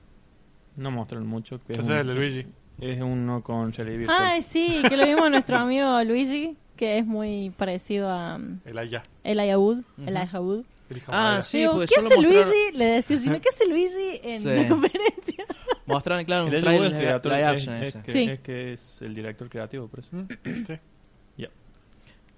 Speaker 2: No mostraron mucho. que es,
Speaker 1: Ese es
Speaker 2: un-
Speaker 1: el de Luigi.
Speaker 2: es uno con Jelly Virtual.
Speaker 4: Ay, sí, que lo vimos nuestro amigo Luigi, que es muy parecido a um,
Speaker 1: El allá.
Speaker 4: el Ayawood. El
Speaker 3: Ujú.
Speaker 4: Ayawood.
Speaker 1: El
Speaker 3: Ah,
Speaker 1: jamalera.
Speaker 3: sí,
Speaker 4: Digo,
Speaker 3: porque
Speaker 4: ¿Qué
Speaker 3: solo
Speaker 4: hace
Speaker 3: mostraron-
Speaker 4: Luigi? Le decía, sino ¿qué hace Luigi en
Speaker 3: Sí.
Speaker 4: la conferencia?
Speaker 3: Mostraron, claro, un
Speaker 2: El Elijah Wood
Speaker 3: trailer
Speaker 2: es
Speaker 3: de
Speaker 2: el director-
Speaker 3: live
Speaker 2: es-
Speaker 3: action
Speaker 2: es
Speaker 3: ese.
Speaker 2: que-
Speaker 4: Sí.
Speaker 2: Es que es el director creativo, por eso.
Speaker 1: Mm, sí.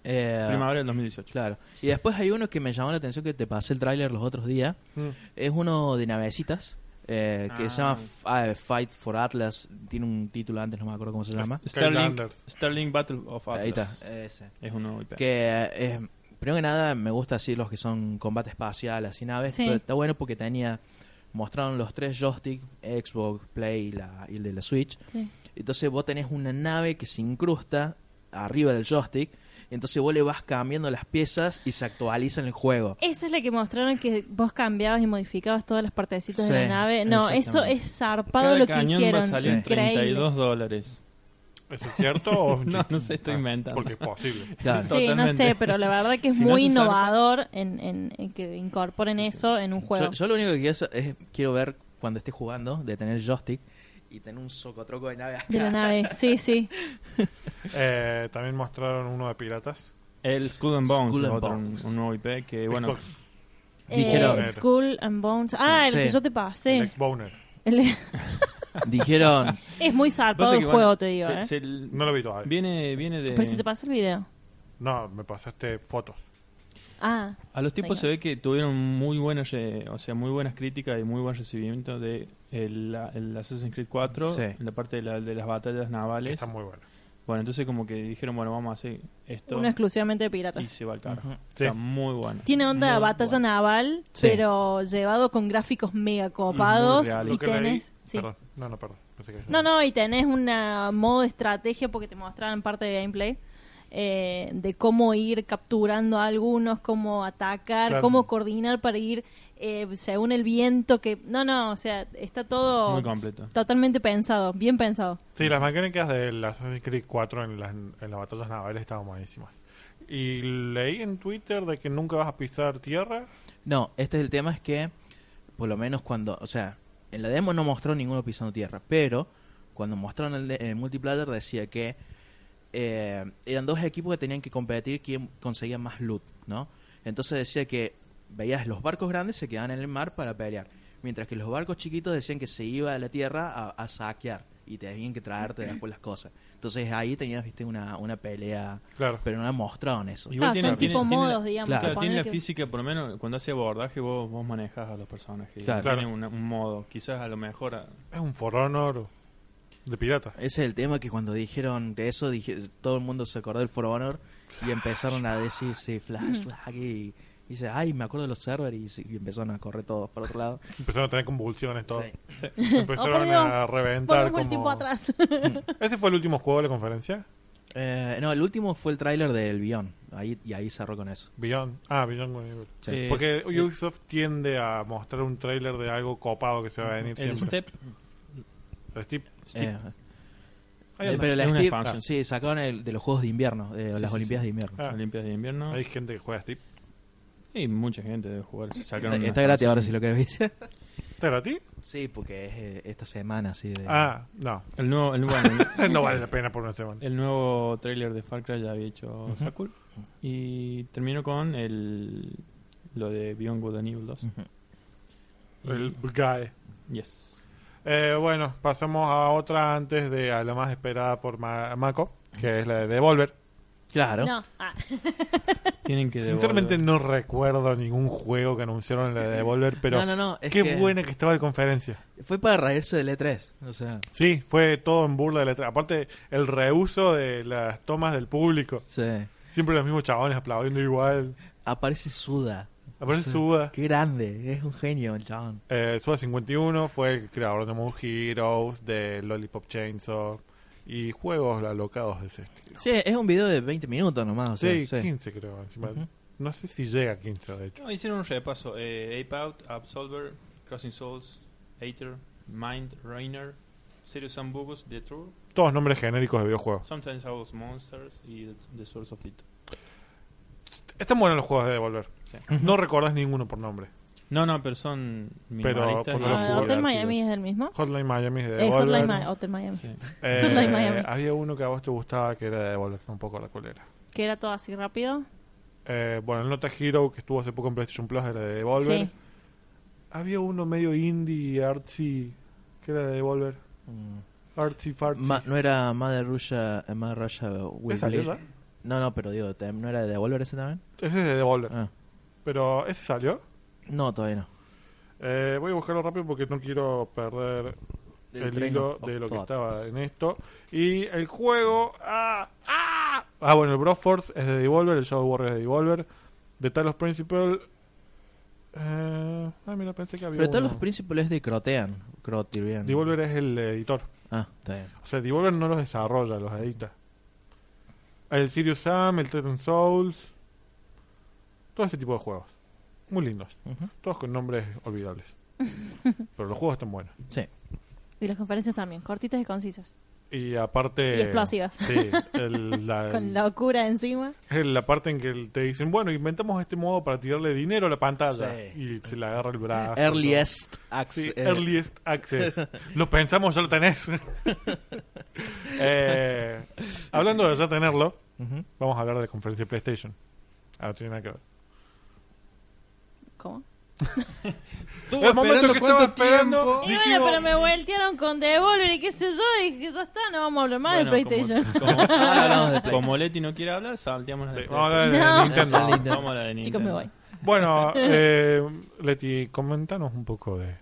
Speaker 3: Eh,
Speaker 2: Primavera del 2018.
Speaker 3: Claro. Y después hay uno que me llamó la atención que te pasé el tráiler los otros días.
Speaker 1: Mm.
Speaker 3: Es uno de navecitas eh, que se
Speaker 2: Ah.
Speaker 3: llama F- ah, Fight for Atlas. Tiene un título antes, no me acuerdo cómo se llama.
Speaker 1: Kyle
Speaker 2: Starlink,
Speaker 1: Landers.
Speaker 2: Starlink Battle of Atlas.
Speaker 3: Ahí está. Ese.
Speaker 2: Es un nuevo IP.
Speaker 3: Que, eh, primero que nada, me gusta así los que son combate espacial, así naves.
Speaker 4: Sí.
Speaker 3: Pero está bueno porque tenía... Mostraron los tres joystick, Xbox, Play y, la, y el de la Switch.
Speaker 4: Sí.
Speaker 3: Entonces vos tenés una nave que se incrusta arriba del joystick. Entonces vos le vas cambiando las piezas y se actualiza en el juego.
Speaker 4: Esa es la que mostraron que vos cambiabas y modificabas todas las partecitas de
Speaker 3: Sí,
Speaker 4: la nave. No, eso
Speaker 3: exactamente.
Speaker 4: es zarpado
Speaker 2: Cada
Speaker 4: lo que
Speaker 2: cañón
Speaker 4: hicieron.
Speaker 2: va a salir en
Speaker 4: Increíble.
Speaker 2: 32 dólares.
Speaker 1: ¿Eso es cierto o es un
Speaker 2: No,
Speaker 1: chiste?
Speaker 2: no sé, estoy
Speaker 1: Ah,
Speaker 2: inventando.
Speaker 1: Porque es posible.
Speaker 3: Claro.
Speaker 4: Sí, no
Speaker 2: Totalmente.
Speaker 4: sé, pero la verdad que es
Speaker 2: Si no
Speaker 4: muy
Speaker 2: se zarpa.
Speaker 4: innovador en, en- en que incorporen eso en un juego.
Speaker 3: Yo, yo lo único que quiero sa- es, quiero ver cuando esté jugando, de tener el joystick y tener un socotroco de nave acá.
Speaker 4: De la nave, sí, sí.
Speaker 1: Eh, también mostraron uno de piratas.
Speaker 2: El Skull and Bones,
Speaker 3: Skull
Speaker 2: es
Speaker 3: and
Speaker 2: otro, un-
Speaker 3: Bones.
Speaker 2: un nuevo IP que, bueno,
Speaker 1: Xbox,
Speaker 3: Dijeron-
Speaker 4: Eh, Skull and Bones. Ah, el
Speaker 3: Sí.
Speaker 4: que yo te
Speaker 1: el
Speaker 4: pasé.
Speaker 1: Xboner.
Speaker 4: El-
Speaker 3: Dijeron,
Speaker 4: es muy zarpado
Speaker 2: pasa
Speaker 4: el
Speaker 2: que,
Speaker 4: juego,
Speaker 2: bueno,
Speaker 4: te digo.
Speaker 2: se-
Speaker 4: eh.
Speaker 2: se-
Speaker 1: No lo vi todavía.
Speaker 2: viene, viene de...
Speaker 4: Pero si te pasé el video.
Speaker 1: No, me pasaste fotos.
Speaker 4: Ah,
Speaker 2: A los tipos
Speaker 4: Venga.
Speaker 2: se ve que tuvieron muy buenas, eh, o sea, muy buenas críticas y muy buen recibimiento de el, la- el Assassin's Creed 4,
Speaker 3: Sí.
Speaker 2: en la parte de, la- de las batallas
Speaker 1: Que
Speaker 2: navales.
Speaker 1: está muy bueno.
Speaker 2: Bueno, entonces como que dijeron, bueno, vamos a hacer esto
Speaker 4: uno exclusivamente de piratas.
Speaker 2: y se va al carajo.
Speaker 3: Ujú.
Speaker 1: Sí.
Speaker 2: Está muy bueno.
Speaker 4: Tiene onda de
Speaker 2: Muy
Speaker 4: batalla
Speaker 2: bueno.
Speaker 4: naval,
Speaker 3: Sí.
Speaker 4: pero llevado con gráficos mega copados.
Speaker 2: Muy
Speaker 4: Y
Speaker 2: realista.
Speaker 1: que leí-
Speaker 4: tenés. sí.
Speaker 1: Perdón. No, no, perdón. Pensé que-
Speaker 4: No, no, y tenés una modo de estrategia porque te mostraron parte de gameplay. eh, de cómo ir capturando a algunos, cómo atacar,
Speaker 1: Claro.
Speaker 4: cómo coordinar para ir eh, según el viento que... No, no, o sea, está todo
Speaker 2: Muy completo.
Speaker 4: totalmente pensado, bien pensado.
Speaker 1: Sí, las mecánicas del Assassin's Creed 4 en las, en las batallas navales estaban buenísimas. Y leí en Twitter de que nunca vas a pisar tierra.
Speaker 3: no, este es el tema, es que por lo menos cuando, o sea, en la demo no mostró ninguno pisando tierra, pero cuando mostraron el, de- el multiplayer decía que eh, eran dos equipos que tenían que competir quién conseguía más loot, ¿no? Entonces decía que veías los barcos grandes se quedaban en el mar para pelear, mientras que los barcos chiquitos decían que se iba a la tierra a, a saquear y tenían que traerte después las cosas. Entonces ahí tenías, viste, una, una pelea,
Speaker 1: Claro.
Speaker 3: pero no la mostraron eso.
Speaker 2: Igual
Speaker 4: Claro,
Speaker 2: tiene-
Speaker 4: son
Speaker 2: tiene-
Speaker 4: tipo
Speaker 2: tiene la-
Speaker 4: modos, digamos.
Speaker 3: claro,
Speaker 2: Claro,
Speaker 4: que
Speaker 2: tiene la
Speaker 4: ponen que-
Speaker 2: física, por lo menos cuando hace abordaje vos, vos manejas a los personajes.
Speaker 3: Claro.
Speaker 2: Tiene una- un modo, quizás a lo mejor... a-
Speaker 1: Es un For Honor de pirata.
Speaker 3: Ese es el tema que cuando dijeron de eso, dije, todo el mundo se acordó del For Honor y empezaron a decir, sí, flashback y, y dice, ay, me acuerdo de los servers y, se- y empezaron a correr todos para otro lado.
Speaker 1: Empezaron a tener convulsiones, todo.
Speaker 3: Sí.
Speaker 4: Oh,
Speaker 1: Empezaron
Speaker 4: por
Speaker 1: a
Speaker 4: Dios.
Speaker 1: reventar.
Speaker 4: Volvemos
Speaker 1: como-
Speaker 4: el tiempo atrás.
Speaker 1: ¿Ese fue el último juego de la conferencia?
Speaker 3: Eh, no, el último fue el tráiler del Beyond, ahí, y ahí cerró con eso.
Speaker 1: Beyond. Ah, Beyond Good and Evil.
Speaker 3: Sí.
Speaker 2: Eh,
Speaker 1: Porque
Speaker 2: el-
Speaker 1: Ubisoft tiende a mostrar un tráiler de algo copado que se va a venir
Speaker 2: el
Speaker 1: siempre.
Speaker 2: step...
Speaker 1: El Steve-
Speaker 3: Eh,
Speaker 2: Hay
Speaker 3: eh,
Speaker 2: algo-
Speaker 3: pero la
Speaker 2: es una
Speaker 3: Steam-
Speaker 2: expansión.
Speaker 3: ah, sí, sacaron el, de los Juegos de Invierno, de las
Speaker 2: sí,
Speaker 3: Olimpiadas
Speaker 2: sí.
Speaker 3: de Invierno.
Speaker 1: Ah.
Speaker 2: Olimpiadas de invierno.
Speaker 1: Hay gente que juega a Steve.
Speaker 2: Y mucha gente debe jugar. se sacaron
Speaker 3: Está,
Speaker 2: una
Speaker 3: está gratis
Speaker 2: expansión.
Speaker 3: ahora si lo querés ver.
Speaker 1: ¿Está gratis?
Speaker 3: sí, porque es eh, esta semana, así de...
Speaker 1: Ah, no.
Speaker 2: El nuevo, el, bueno, el-
Speaker 1: no vale la pena por una semana.
Speaker 2: el nuevo trailer de Far Cry ya había hecho Sakura. Y termino con el lo de Beyond Good and Evil 2.
Speaker 3: Ujú.
Speaker 1: El guy.
Speaker 2: Yes.
Speaker 1: Eh, bueno, pasamos a otra antes de a la más esperada por Ma- Mako, que es la de Devolver.
Speaker 3: Claro.
Speaker 4: No, ah,
Speaker 2: Tienen que
Speaker 1: Sinceramente
Speaker 2: devolver.
Speaker 1: no recuerdo ningún juego que anunciaron en la de Devolver, pero
Speaker 3: no, no, no, es
Speaker 1: qué
Speaker 3: que
Speaker 1: buena que estaba la conferencia.
Speaker 3: fue para reírse del E3, o sea...
Speaker 1: Sí, fue todo en burla de la... tra- Aparte, el reuso de las tomas del público.
Speaker 3: Sí.
Speaker 1: Siempre los mismos chabones aplaudiendo igual.
Speaker 3: Aparece Suda.
Speaker 1: Aparece
Speaker 3: Sí.
Speaker 1: Suda.
Speaker 3: Qué grande, es un genio el chabón.
Speaker 1: Eh, Suda51 fue el creador de Moon Heroes, de Lollipop Chainsaw y juegos alocados de ese estilo.
Speaker 3: Sí, es un video de 20 minutos nomás, o sea,
Speaker 1: Sí,
Speaker 3: sí.
Speaker 1: 15 creo. encima.
Speaker 3: Ujú.
Speaker 1: No sé si llega a 15, de hecho.
Speaker 2: No, hicieron un repaso. Eh, Ape Out, Absolver, Crossing Souls, Aether, Mind, Rainer, Serious and Bogus, The True,
Speaker 1: Todos nombres genéricos de videojuegos.
Speaker 2: Sometimes I Was Monsters y The Source of It.
Speaker 1: Están buenos los juegos de Devolver.
Speaker 2: Sí.
Speaker 1: No recordás ninguno por nombre.
Speaker 2: No, no, pero son
Speaker 1: Pero
Speaker 2: minimalistas
Speaker 1: por
Speaker 2: y-
Speaker 1: lo
Speaker 4: ah,
Speaker 1: jugué,
Speaker 4: Hotel
Speaker 1: tíos.
Speaker 4: Miami es el mismo.
Speaker 1: Hotline Miami es de
Speaker 4: Eh,
Speaker 1: Devolver.
Speaker 4: Hotline Mi- Hotel Miami.
Speaker 2: Sí.
Speaker 1: Eh,
Speaker 4: Hotline Miami.
Speaker 1: Había uno que a vos te gustaba que era de Devolver, no un poco la colera.
Speaker 4: Que era todo así rápido.
Speaker 1: Eh, bueno, el Nota Hero que estuvo hace poco en PlayStation Plus era de Devolver.
Speaker 4: Sí.
Speaker 1: Había uno medio indie, artsy, que era de Devolver.
Speaker 3: Mm.
Speaker 1: Artsy fartsy.
Speaker 3: Ma- no era Mother Russia, eh, Mother Russia Will
Speaker 1: Esa,
Speaker 3: Bleed.
Speaker 1: ¿verdad?
Speaker 3: No, no, pero digo, ¿te- ¿no era de Devolver ese también?
Speaker 1: Ese es de Devolver.
Speaker 3: Ah.
Speaker 1: Pero ese salió.
Speaker 3: No, todavía no.
Speaker 1: Eh, voy a buscarlo rápido porque no quiero perder
Speaker 3: Del
Speaker 1: el
Speaker 3: train
Speaker 1: hilo
Speaker 3: of
Speaker 1: de lo que
Speaker 3: thought.
Speaker 1: estaba en esto. Y el juego. ¡Ah! ¡Ah! Ah, bueno, el Broforce es de Devolver, el Shadow Warrior es de Devolver. De Talos Principle. Eh, ah, mira, pensé que había.
Speaker 3: Pero todos
Speaker 1: uno.
Speaker 3: los principales de Crotean. Crotean.
Speaker 1: Devolver es el editor.
Speaker 3: Ah, está bien.
Speaker 1: O sea, Devolver no los desarrolla, los edita. El Sirius Sam, el Titan Souls. Todo ese tipo de juegos. Muy lindos.
Speaker 3: Ujú.
Speaker 1: Todos con nombres olvidables. Pero los juegos están buenos.
Speaker 3: Sí.
Speaker 4: Y las conferencias también, cortitas y concisas.
Speaker 1: Y aparte.
Speaker 4: Y explosivas.
Speaker 1: Sí, el- la,
Speaker 4: Con locura encima.
Speaker 1: es la parte en que te dicen, bueno, inventamos este modo para tirarle dinero a la pantalla.
Speaker 3: Sí.
Speaker 1: Y se le agarra el brazo.
Speaker 3: Eh,
Speaker 4: Eh,
Speaker 3: Earliest Access.
Speaker 1: Sí,
Speaker 3: eh,
Speaker 1: earliest access. Lo pensamos, ya lo tenés. Eh, hablando de ya tenerlo,
Speaker 3: ujú.
Speaker 1: vamos a hablar de la conferencia de PlayStation. Ah, no tiene nada que ver.
Speaker 4: ¿Cómo?
Speaker 5: Estuvo
Speaker 1: El momento
Speaker 5: esperando
Speaker 1: que estaba
Speaker 5: cuánto
Speaker 1: esperando.
Speaker 5: tiempo.
Speaker 4: Y bueno, pero me voltearon con Devolver y qué sé yo. Y dije, ya está, no vamos a hablar más de
Speaker 2: Bueno,
Speaker 4: PlayStation.
Speaker 2: Como, como-
Speaker 3: Ahora hablamos de Play.
Speaker 2: como Leti no quiere hablar, salteamos la
Speaker 1: Sí,
Speaker 2: de
Speaker 1: vamos a
Speaker 2: Play.
Speaker 1: hablar de
Speaker 4: No.
Speaker 1: Nintendo.
Speaker 3: Ah, Nintendo.
Speaker 2: Vamos a la de Nintendo.
Speaker 4: Chicos, me voy.
Speaker 1: Bueno, eh, Leti, coméntanos un poco de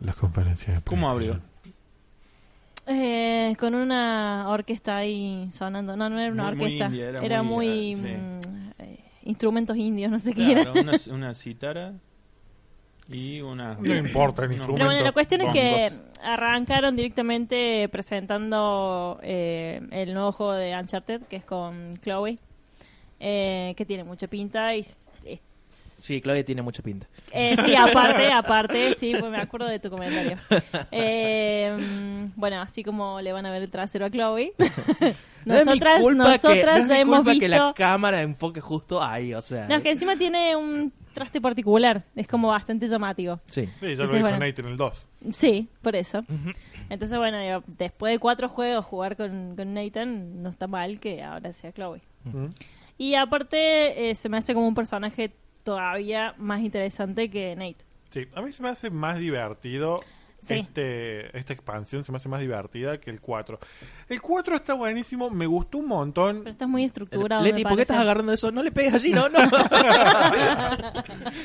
Speaker 1: las conferencias de
Speaker 2: ¿Cómo
Speaker 1: PlayStation.
Speaker 2: abrió?
Speaker 4: Eh, con una orquesta ahí sonando. No, no era una
Speaker 2: Muy- muy
Speaker 4: orquesta.
Speaker 2: india, era
Speaker 4: era
Speaker 2: muy,
Speaker 4: muy.
Speaker 2: ah,
Speaker 4: mm, eh, instrumentos indios, no sé qué era.
Speaker 2: Claro, una, una citara y una...
Speaker 1: No importa el
Speaker 2: No.
Speaker 1: instrumento.
Speaker 4: Pero bueno, la cuestión es que
Speaker 2: Bongos.
Speaker 4: arrancaron directamente presentando eh, el nuevo juego de Uncharted, que es con Chloe, eh, que tiene mucha pinta y... s- es-
Speaker 3: Sí, Claudia tiene mucha pinta.
Speaker 4: eh, sí, aparte, aparte, sí, pues me acuerdo de tu comentario. Eh, mm, bueno, así como le van a ver el trasero a Chloe. nosotras
Speaker 3: que,
Speaker 4: nosotras
Speaker 3: no es
Speaker 4: ya
Speaker 3: mi
Speaker 4: hemos
Speaker 3: culpa
Speaker 4: visto...
Speaker 3: que la cámara enfoque justo ahí, o sea.
Speaker 4: No, es que encima tiene un traste particular, es como bastante llamativo.
Speaker 3: Sí.
Speaker 1: Sí, ya lo
Speaker 4: Sí,
Speaker 1: dijo
Speaker 4: bueno.
Speaker 1: Nate en el 2.
Speaker 4: Sí, por eso. Entonces, bueno, digo, después de cuatro juegos jugar con, con Nathan, no está mal que ahora sea Chloe.
Speaker 1: ¿Mm?
Speaker 4: Y aparte, eh, se me hace como un personaje todavía más interesante que Nate.
Speaker 1: Sí, a mí se me hace más divertido.
Speaker 4: Sí.
Speaker 1: Este, esta expansión se me hace más divertida que el 4. El 4 está buenísimo, me gustó un montón.
Speaker 4: Pero estás muy estructurado.
Speaker 3: Leti,
Speaker 4: me
Speaker 3: ¿por qué
Speaker 4: parece.
Speaker 3: estás agarrando eso? No le pegues allí, no, no.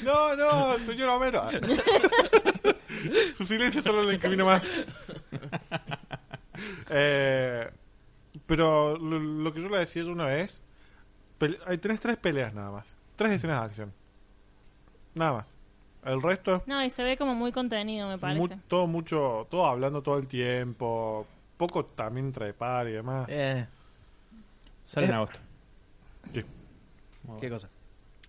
Speaker 1: No, no, señor Homero. Su silencio solo le incrimino más. Eh, pero lo, lo que yo le decía yo una vez, pele- hay tres, tres peleas nada más. Tres escenas de acción. Nada más. El resto es
Speaker 4: No, y se ve como muy contenido, me
Speaker 1: mu-
Speaker 4: parece.
Speaker 1: todo mucho, todo hablando todo el tiempo, poco también trepar y demás.
Speaker 3: Eh,
Speaker 2: Sale en
Speaker 3: Eh,
Speaker 2: agosto.
Speaker 1: sí.
Speaker 2: Muy
Speaker 3: ¿Qué
Speaker 2: bueno.
Speaker 3: cosa?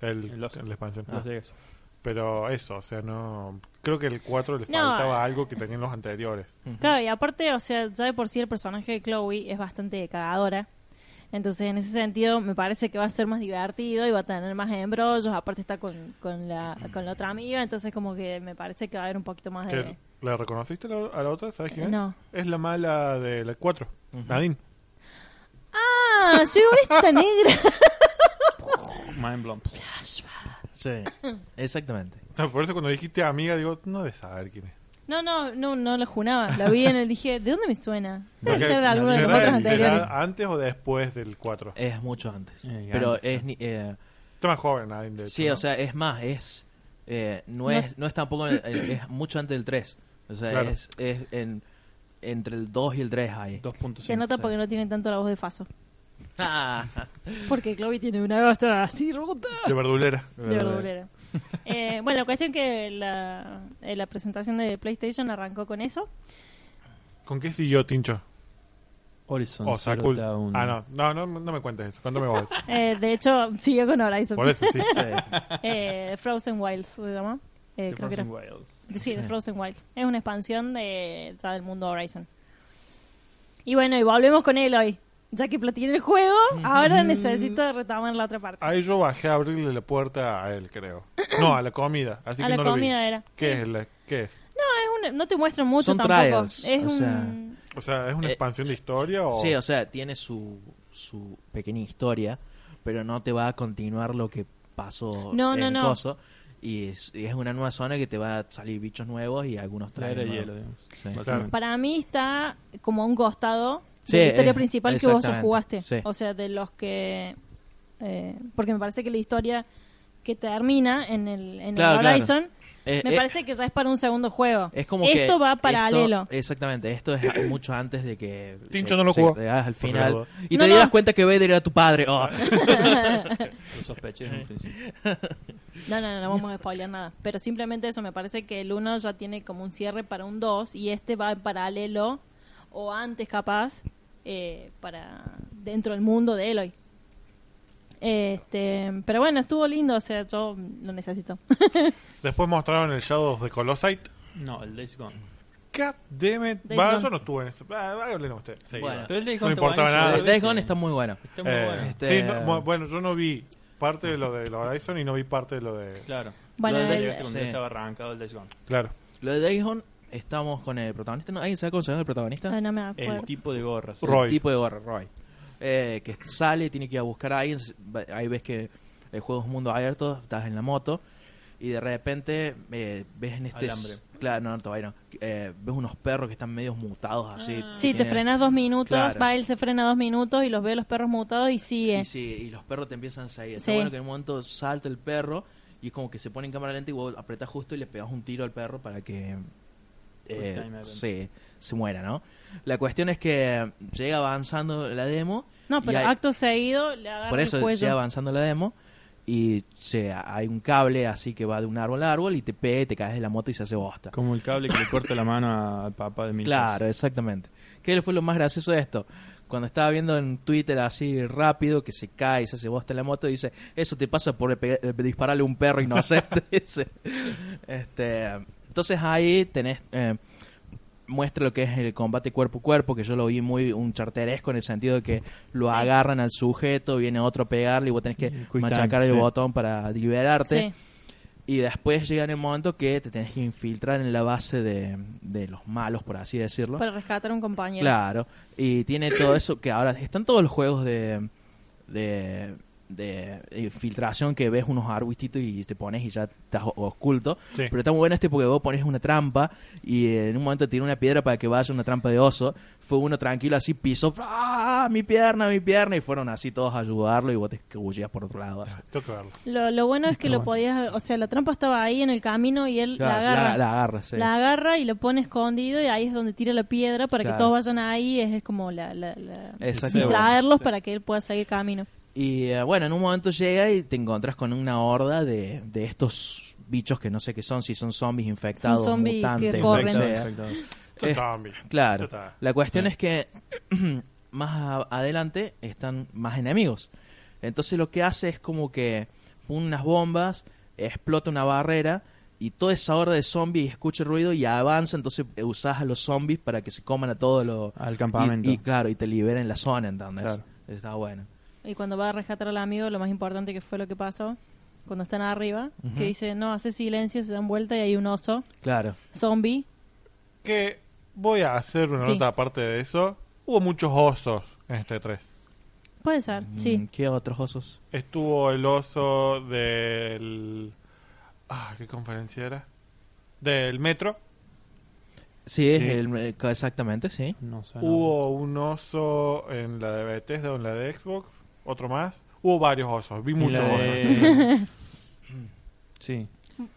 Speaker 1: El,
Speaker 2: El oso.
Speaker 1: la expansión.
Speaker 3: Ah.
Speaker 2: Los Vegas.
Speaker 1: Pero eso, o sea, no... Creo que el 4 le
Speaker 4: No.
Speaker 1: faltaba algo que tenían los anteriores.
Speaker 4: Claro, y aparte, o sea, ya de por sí el personaje de Chloe es bastante cagadora. Entonces, en ese sentido, me parece que va a ser más divertido y va a tener más embrollos. Aparte, está con, con, la, con la otra amiga. Entonces, como que me parece que va a haber un poquito más
Speaker 1: Que-
Speaker 4: de.
Speaker 1: ¿La reconociste la- a la otra? ¿Sabes quién es?
Speaker 4: No.
Speaker 1: Es la mala de la 4, Nadine.
Speaker 4: ¡Ah! Yo digo, esta negra.
Speaker 2: Mind blown.
Speaker 3: Sí, exactamente.
Speaker 1: O sea, por eso cuando dijiste amiga, digo, no debes saber quién es.
Speaker 4: No, no, no, no la junaba. La vi en el. Dije, ¿de dónde me suena? Debe
Speaker 1: Porque-
Speaker 4: ser de alguno de los
Speaker 1: ¿Será-
Speaker 4: otros
Speaker 1: será
Speaker 4: anteriores.
Speaker 1: antes o después del 4?
Speaker 3: Es mucho antes.
Speaker 2: Eh,
Speaker 3: pero
Speaker 2: antes,
Speaker 3: es... ni- eh,
Speaker 1: Está más joven Nadine, de hecho.
Speaker 3: sí,
Speaker 1: ¿no?
Speaker 3: o sea, es más, es... eh, no,
Speaker 4: No-
Speaker 3: es no es tampoco... en- en- es mucho antes del 3. O sea,
Speaker 1: Claro.
Speaker 3: es, es en, entre el 2 y el 3 ahí.
Speaker 2: 2.5.
Speaker 4: Se nota porque no tiene tanto la voz de Faso.
Speaker 3: Ah,
Speaker 4: Porque Chloe tiene una voz toda así rota.
Speaker 1: De verdulera.
Speaker 4: De verdulera. Eh, bueno, cuestión que la, eh, la presentación de PlayStation arrancó con eso.
Speaker 1: ¿Con qué siguió Tincho?
Speaker 2: Horizon
Speaker 1: O
Speaker 2: Zero
Speaker 1: Sakul.
Speaker 2: Dawn.
Speaker 1: Ah, no. no, no, no me cuentes eso. Cuéntame vos.
Speaker 4: Eh, de hecho, siguió con Horizon.
Speaker 1: Por eso, sí.
Speaker 4: Eh, Frozen Wilds se llama. Eh,
Speaker 2: The
Speaker 4: creo que era-
Speaker 2: Frozen Wilds.
Speaker 4: Sí, de
Speaker 3: Sí.
Speaker 4: Frozen Wilds. Es una expansión de, ya del mundo Horizon. Y bueno, y volvemos con él hoy. Ya que platiné el juego, ahora
Speaker 3: Mm.
Speaker 4: necesito retomar la otra parte.
Speaker 1: Ahí yo bajé a abrirle la puerta a él, creo. No, a la comida. Así
Speaker 4: A
Speaker 1: que
Speaker 4: la
Speaker 1: no lo vi.
Speaker 4: comida era.
Speaker 1: ¿Qué,
Speaker 4: Sí.
Speaker 1: es la- ¿Qué es?
Speaker 4: No, es un- no te muestro mucho
Speaker 3: Son
Speaker 4: tampoco.
Speaker 3: trials,
Speaker 4: es
Speaker 3: o
Speaker 4: un...
Speaker 3: sea,
Speaker 1: O sea, ¿es una
Speaker 3: Eh,
Speaker 1: expansión de historia o...?
Speaker 3: Sí, o sea, tiene su, su pequeña historia, pero no te va a continuar lo que pasó
Speaker 4: No,
Speaker 3: en
Speaker 4: no, no.
Speaker 3: Coso. Y es, y es una nueva zona que te va a salir bichos nuevos y algunos
Speaker 2: La era de
Speaker 3: trajes nuevos.
Speaker 2: hielo, digamos.
Speaker 3: Sí.
Speaker 2: Básicamente.
Speaker 4: Para mí está como a un costado
Speaker 3: Sí,
Speaker 4: de la historia
Speaker 3: eh,
Speaker 4: principal que vos ya
Speaker 3: exactamente,
Speaker 4: jugaste.
Speaker 3: sí.
Speaker 4: O sea, de los que. eh, porque me parece que la historia que termina en el, en el
Speaker 3: Claro, claro.
Speaker 4: Horizon,
Speaker 3: Eh,
Speaker 4: me
Speaker 3: eh,
Speaker 4: parece que ya es para un segundo juego.
Speaker 3: es como que
Speaker 4: esto va
Speaker 3: esto-
Speaker 4: paralelo.
Speaker 3: exactamente, esto es mucho antes de que.
Speaker 1: Tincho
Speaker 3: se-
Speaker 1: no Ah, lo
Speaker 3: se
Speaker 1: jugó.
Speaker 3: creas al
Speaker 1: Por la
Speaker 3: final.
Speaker 1: duda.
Speaker 3: Y
Speaker 4: No,
Speaker 3: te
Speaker 4: no.
Speaker 3: das cuenta que Vader era tu padre. oh.
Speaker 2: Lo sospeché en un principio.
Speaker 4: No, no, no, no vamos a spoiler nada. Pero simplemente eso, me parece que el 1 ya tiene como un cierre para un 2 y este va en paralelo o antes capaz eh, para dentro del mundo de Eloy. Este, pero bueno, estuvo lindo, o sea, yo lo necesito.
Speaker 1: Después mostraron el Shadows de Colossite.
Speaker 2: No, el Days Gone.
Speaker 1: God damn it.
Speaker 4: Days
Speaker 1: Va,
Speaker 4: Gone.
Speaker 1: yo no estuve en eso. Ah, hablen ustedes. Sí,
Speaker 3: Bueno.
Speaker 1: va.
Speaker 2: Pero el Days
Speaker 1: No me
Speaker 2: Gone está
Speaker 1: importaba
Speaker 2: buenísimo,
Speaker 1: nada.
Speaker 2: lo
Speaker 3: El Days Gone
Speaker 2: viste.
Speaker 3: está muy bueno.
Speaker 2: Está muy
Speaker 1: Eh,
Speaker 2: bueno.
Speaker 3: Este-
Speaker 1: sí, no, mo- bueno, yo no vi parte de lo de los Horizon y no vi parte de lo de...
Speaker 2: Claro.
Speaker 4: Bueno,
Speaker 3: Lo de-
Speaker 4: el-
Speaker 2: Llegaste cuando
Speaker 3: sí.
Speaker 2: ya estaba arrancado el Days Gone.
Speaker 1: Claro.
Speaker 3: Lo de Days Gone, estamos con el protagonista. ¿no? ¿Alguien sabe cómo se llama el protagonista?
Speaker 4: ay, Ah, no me acuerdo.
Speaker 2: El tipo de gorras.
Speaker 1: Roy.
Speaker 3: El tipo de gorra, Roy. Eh, que sale, tiene que ir a buscar a alguien. va- Ahí ves que el juego es un mundo abierto, estás en la moto. Y de repente eh, ves en este.
Speaker 2: Alambre.
Speaker 3: Claro, no, todavía no. Eh, ves unos perros que están medios mutados así.
Speaker 4: Ah.
Speaker 3: que
Speaker 4: Sí, te
Speaker 3: tienen-
Speaker 4: frenas dos minutos,
Speaker 3: Claro.
Speaker 4: va él, se frena dos minutos y los ve a los perros mutados y sigue.
Speaker 3: Y, sí, y los perros te empiezan a seguir. Está
Speaker 4: Sí.
Speaker 3: bueno que en un momento salta el perro y es como que se pone en cámara lenta y vos apretás justo y le pegas un tiro al perro para que eh,
Speaker 2: Quick time event.
Speaker 3: se, se muera, ¿no? La cuestión es que llega avanzando la demo.
Speaker 4: No,
Speaker 3: y
Speaker 4: pero
Speaker 3: hay-
Speaker 4: acto seguido le agarra
Speaker 3: Por eso
Speaker 4: el
Speaker 3: sigue
Speaker 4: cuello.
Speaker 3: avanzando la demo y se, hay un cable así que va de un árbol a árbol y te pega y te caes de la moto y se hace bosta.
Speaker 2: Como el cable que le corta la mano al papá de Milhouse.
Speaker 3: Claro, exactamente. ¿Qué fue lo más gracioso de esto? Cuando estaba viendo en Twitter así rápido que se cae y se hace bosta en la moto, dice, eso te pasa por pe- eh, dispararle a un perro inocente. dice. este, entonces ahí tenés, eh, muestra lo que es el combate cuerpo a cuerpo, que yo lo vi muy un charteresco en el sentido de que lo agarran al sujeto, viene otro a pegarle y vos tenés que
Speaker 2: Quick time,
Speaker 3: machacar el
Speaker 2: sí.
Speaker 3: botón para liberarte.
Speaker 4: Sí.
Speaker 3: Y después llega en el momento que te tenés que infiltrar en la base de, de los malos, por así decirlo.
Speaker 4: Para rescatar a un compañero.
Speaker 3: Claro. Y tiene todo eso que ahora están todos los juegos de, de de eh, filtración que ves unos arbustitos y te pones y ya estás o- oculto.
Speaker 1: Sí.
Speaker 3: Pero está muy bueno este porque vos pones una trampa y eh, en un momento tiene una piedra para que vaya una trampa de oso. Fue uno tranquilo así, pisó, ¡ah! Mi pierna, mi pierna. Y fueron así todos a ayudarlo y vos te escabullías por otro lado. así.
Speaker 1: Tengo que verlo.
Speaker 4: Lo, lo bueno es que lo podías, o sea, la trampa estaba ahí en el camino y él la
Speaker 3: Claro,
Speaker 4: agarra.
Speaker 3: la- la agarra, sí.
Speaker 4: La agarra y lo pone escondido y ahí es donde tira la piedra para
Speaker 3: Claro.
Speaker 4: que todos vayan ahí. Es, es como la, la- la-
Speaker 3: Exacto.
Speaker 4: distraerlos para que él pueda seguir camino.
Speaker 3: Y eh, bueno, en un momento llega y te encontras con una horda de, de estos bichos que no sé qué son, si son zombies infectados,
Speaker 4: Son zombies que
Speaker 3: mutantes, lo que
Speaker 4: corren.
Speaker 3: sea.
Speaker 1: Esto
Speaker 3: Eh,
Speaker 1: está bien.
Speaker 3: Claro.
Speaker 1: Esto está-
Speaker 3: La cuestión es que más a- adelante están más enemigos. Entonces lo que hace es como que pone unas bombas, explota una barrera y toda esa horda de zombies escucha ruido y avanza. Entonces eh, usás a los zombies para que se coman a todos los.
Speaker 2: Al campamento.
Speaker 3: Y, y, claro, y te liberen la zona, ¿entendés?
Speaker 2: Claro.
Speaker 3: Está bueno.
Speaker 4: Y cuando va a rescatar al amigo, lo más importante que fue lo que pasó, cuando están arriba,
Speaker 3: Ujú.
Speaker 4: que dice, no, hace silencio, se dan vuelta y hay un oso,
Speaker 3: Claro.
Speaker 4: zombie.
Speaker 1: Que voy a hacer una
Speaker 4: Sí.
Speaker 1: nota aparte de eso. Hubo muchos osos en este 3.
Speaker 4: Puede ser,
Speaker 3: Mm,
Speaker 4: sí.
Speaker 3: ¿Qué otros osos?
Speaker 1: Estuvo el oso del... Ah, ¿qué conferencia era? Del metro.
Speaker 3: Sí, es
Speaker 2: Sí.
Speaker 3: el- eh, exactamente, sí.
Speaker 2: Ah, No sé, no.
Speaker 1: Hubo un oso en la de Bethesda o en la de Xbox. Otro más. Hubo varios osos. Vi
Speaker 2: Y
Speaker 1: muchos
Speaker 2: la
Speaker 1: osos.
Speaker 2: de- Sí.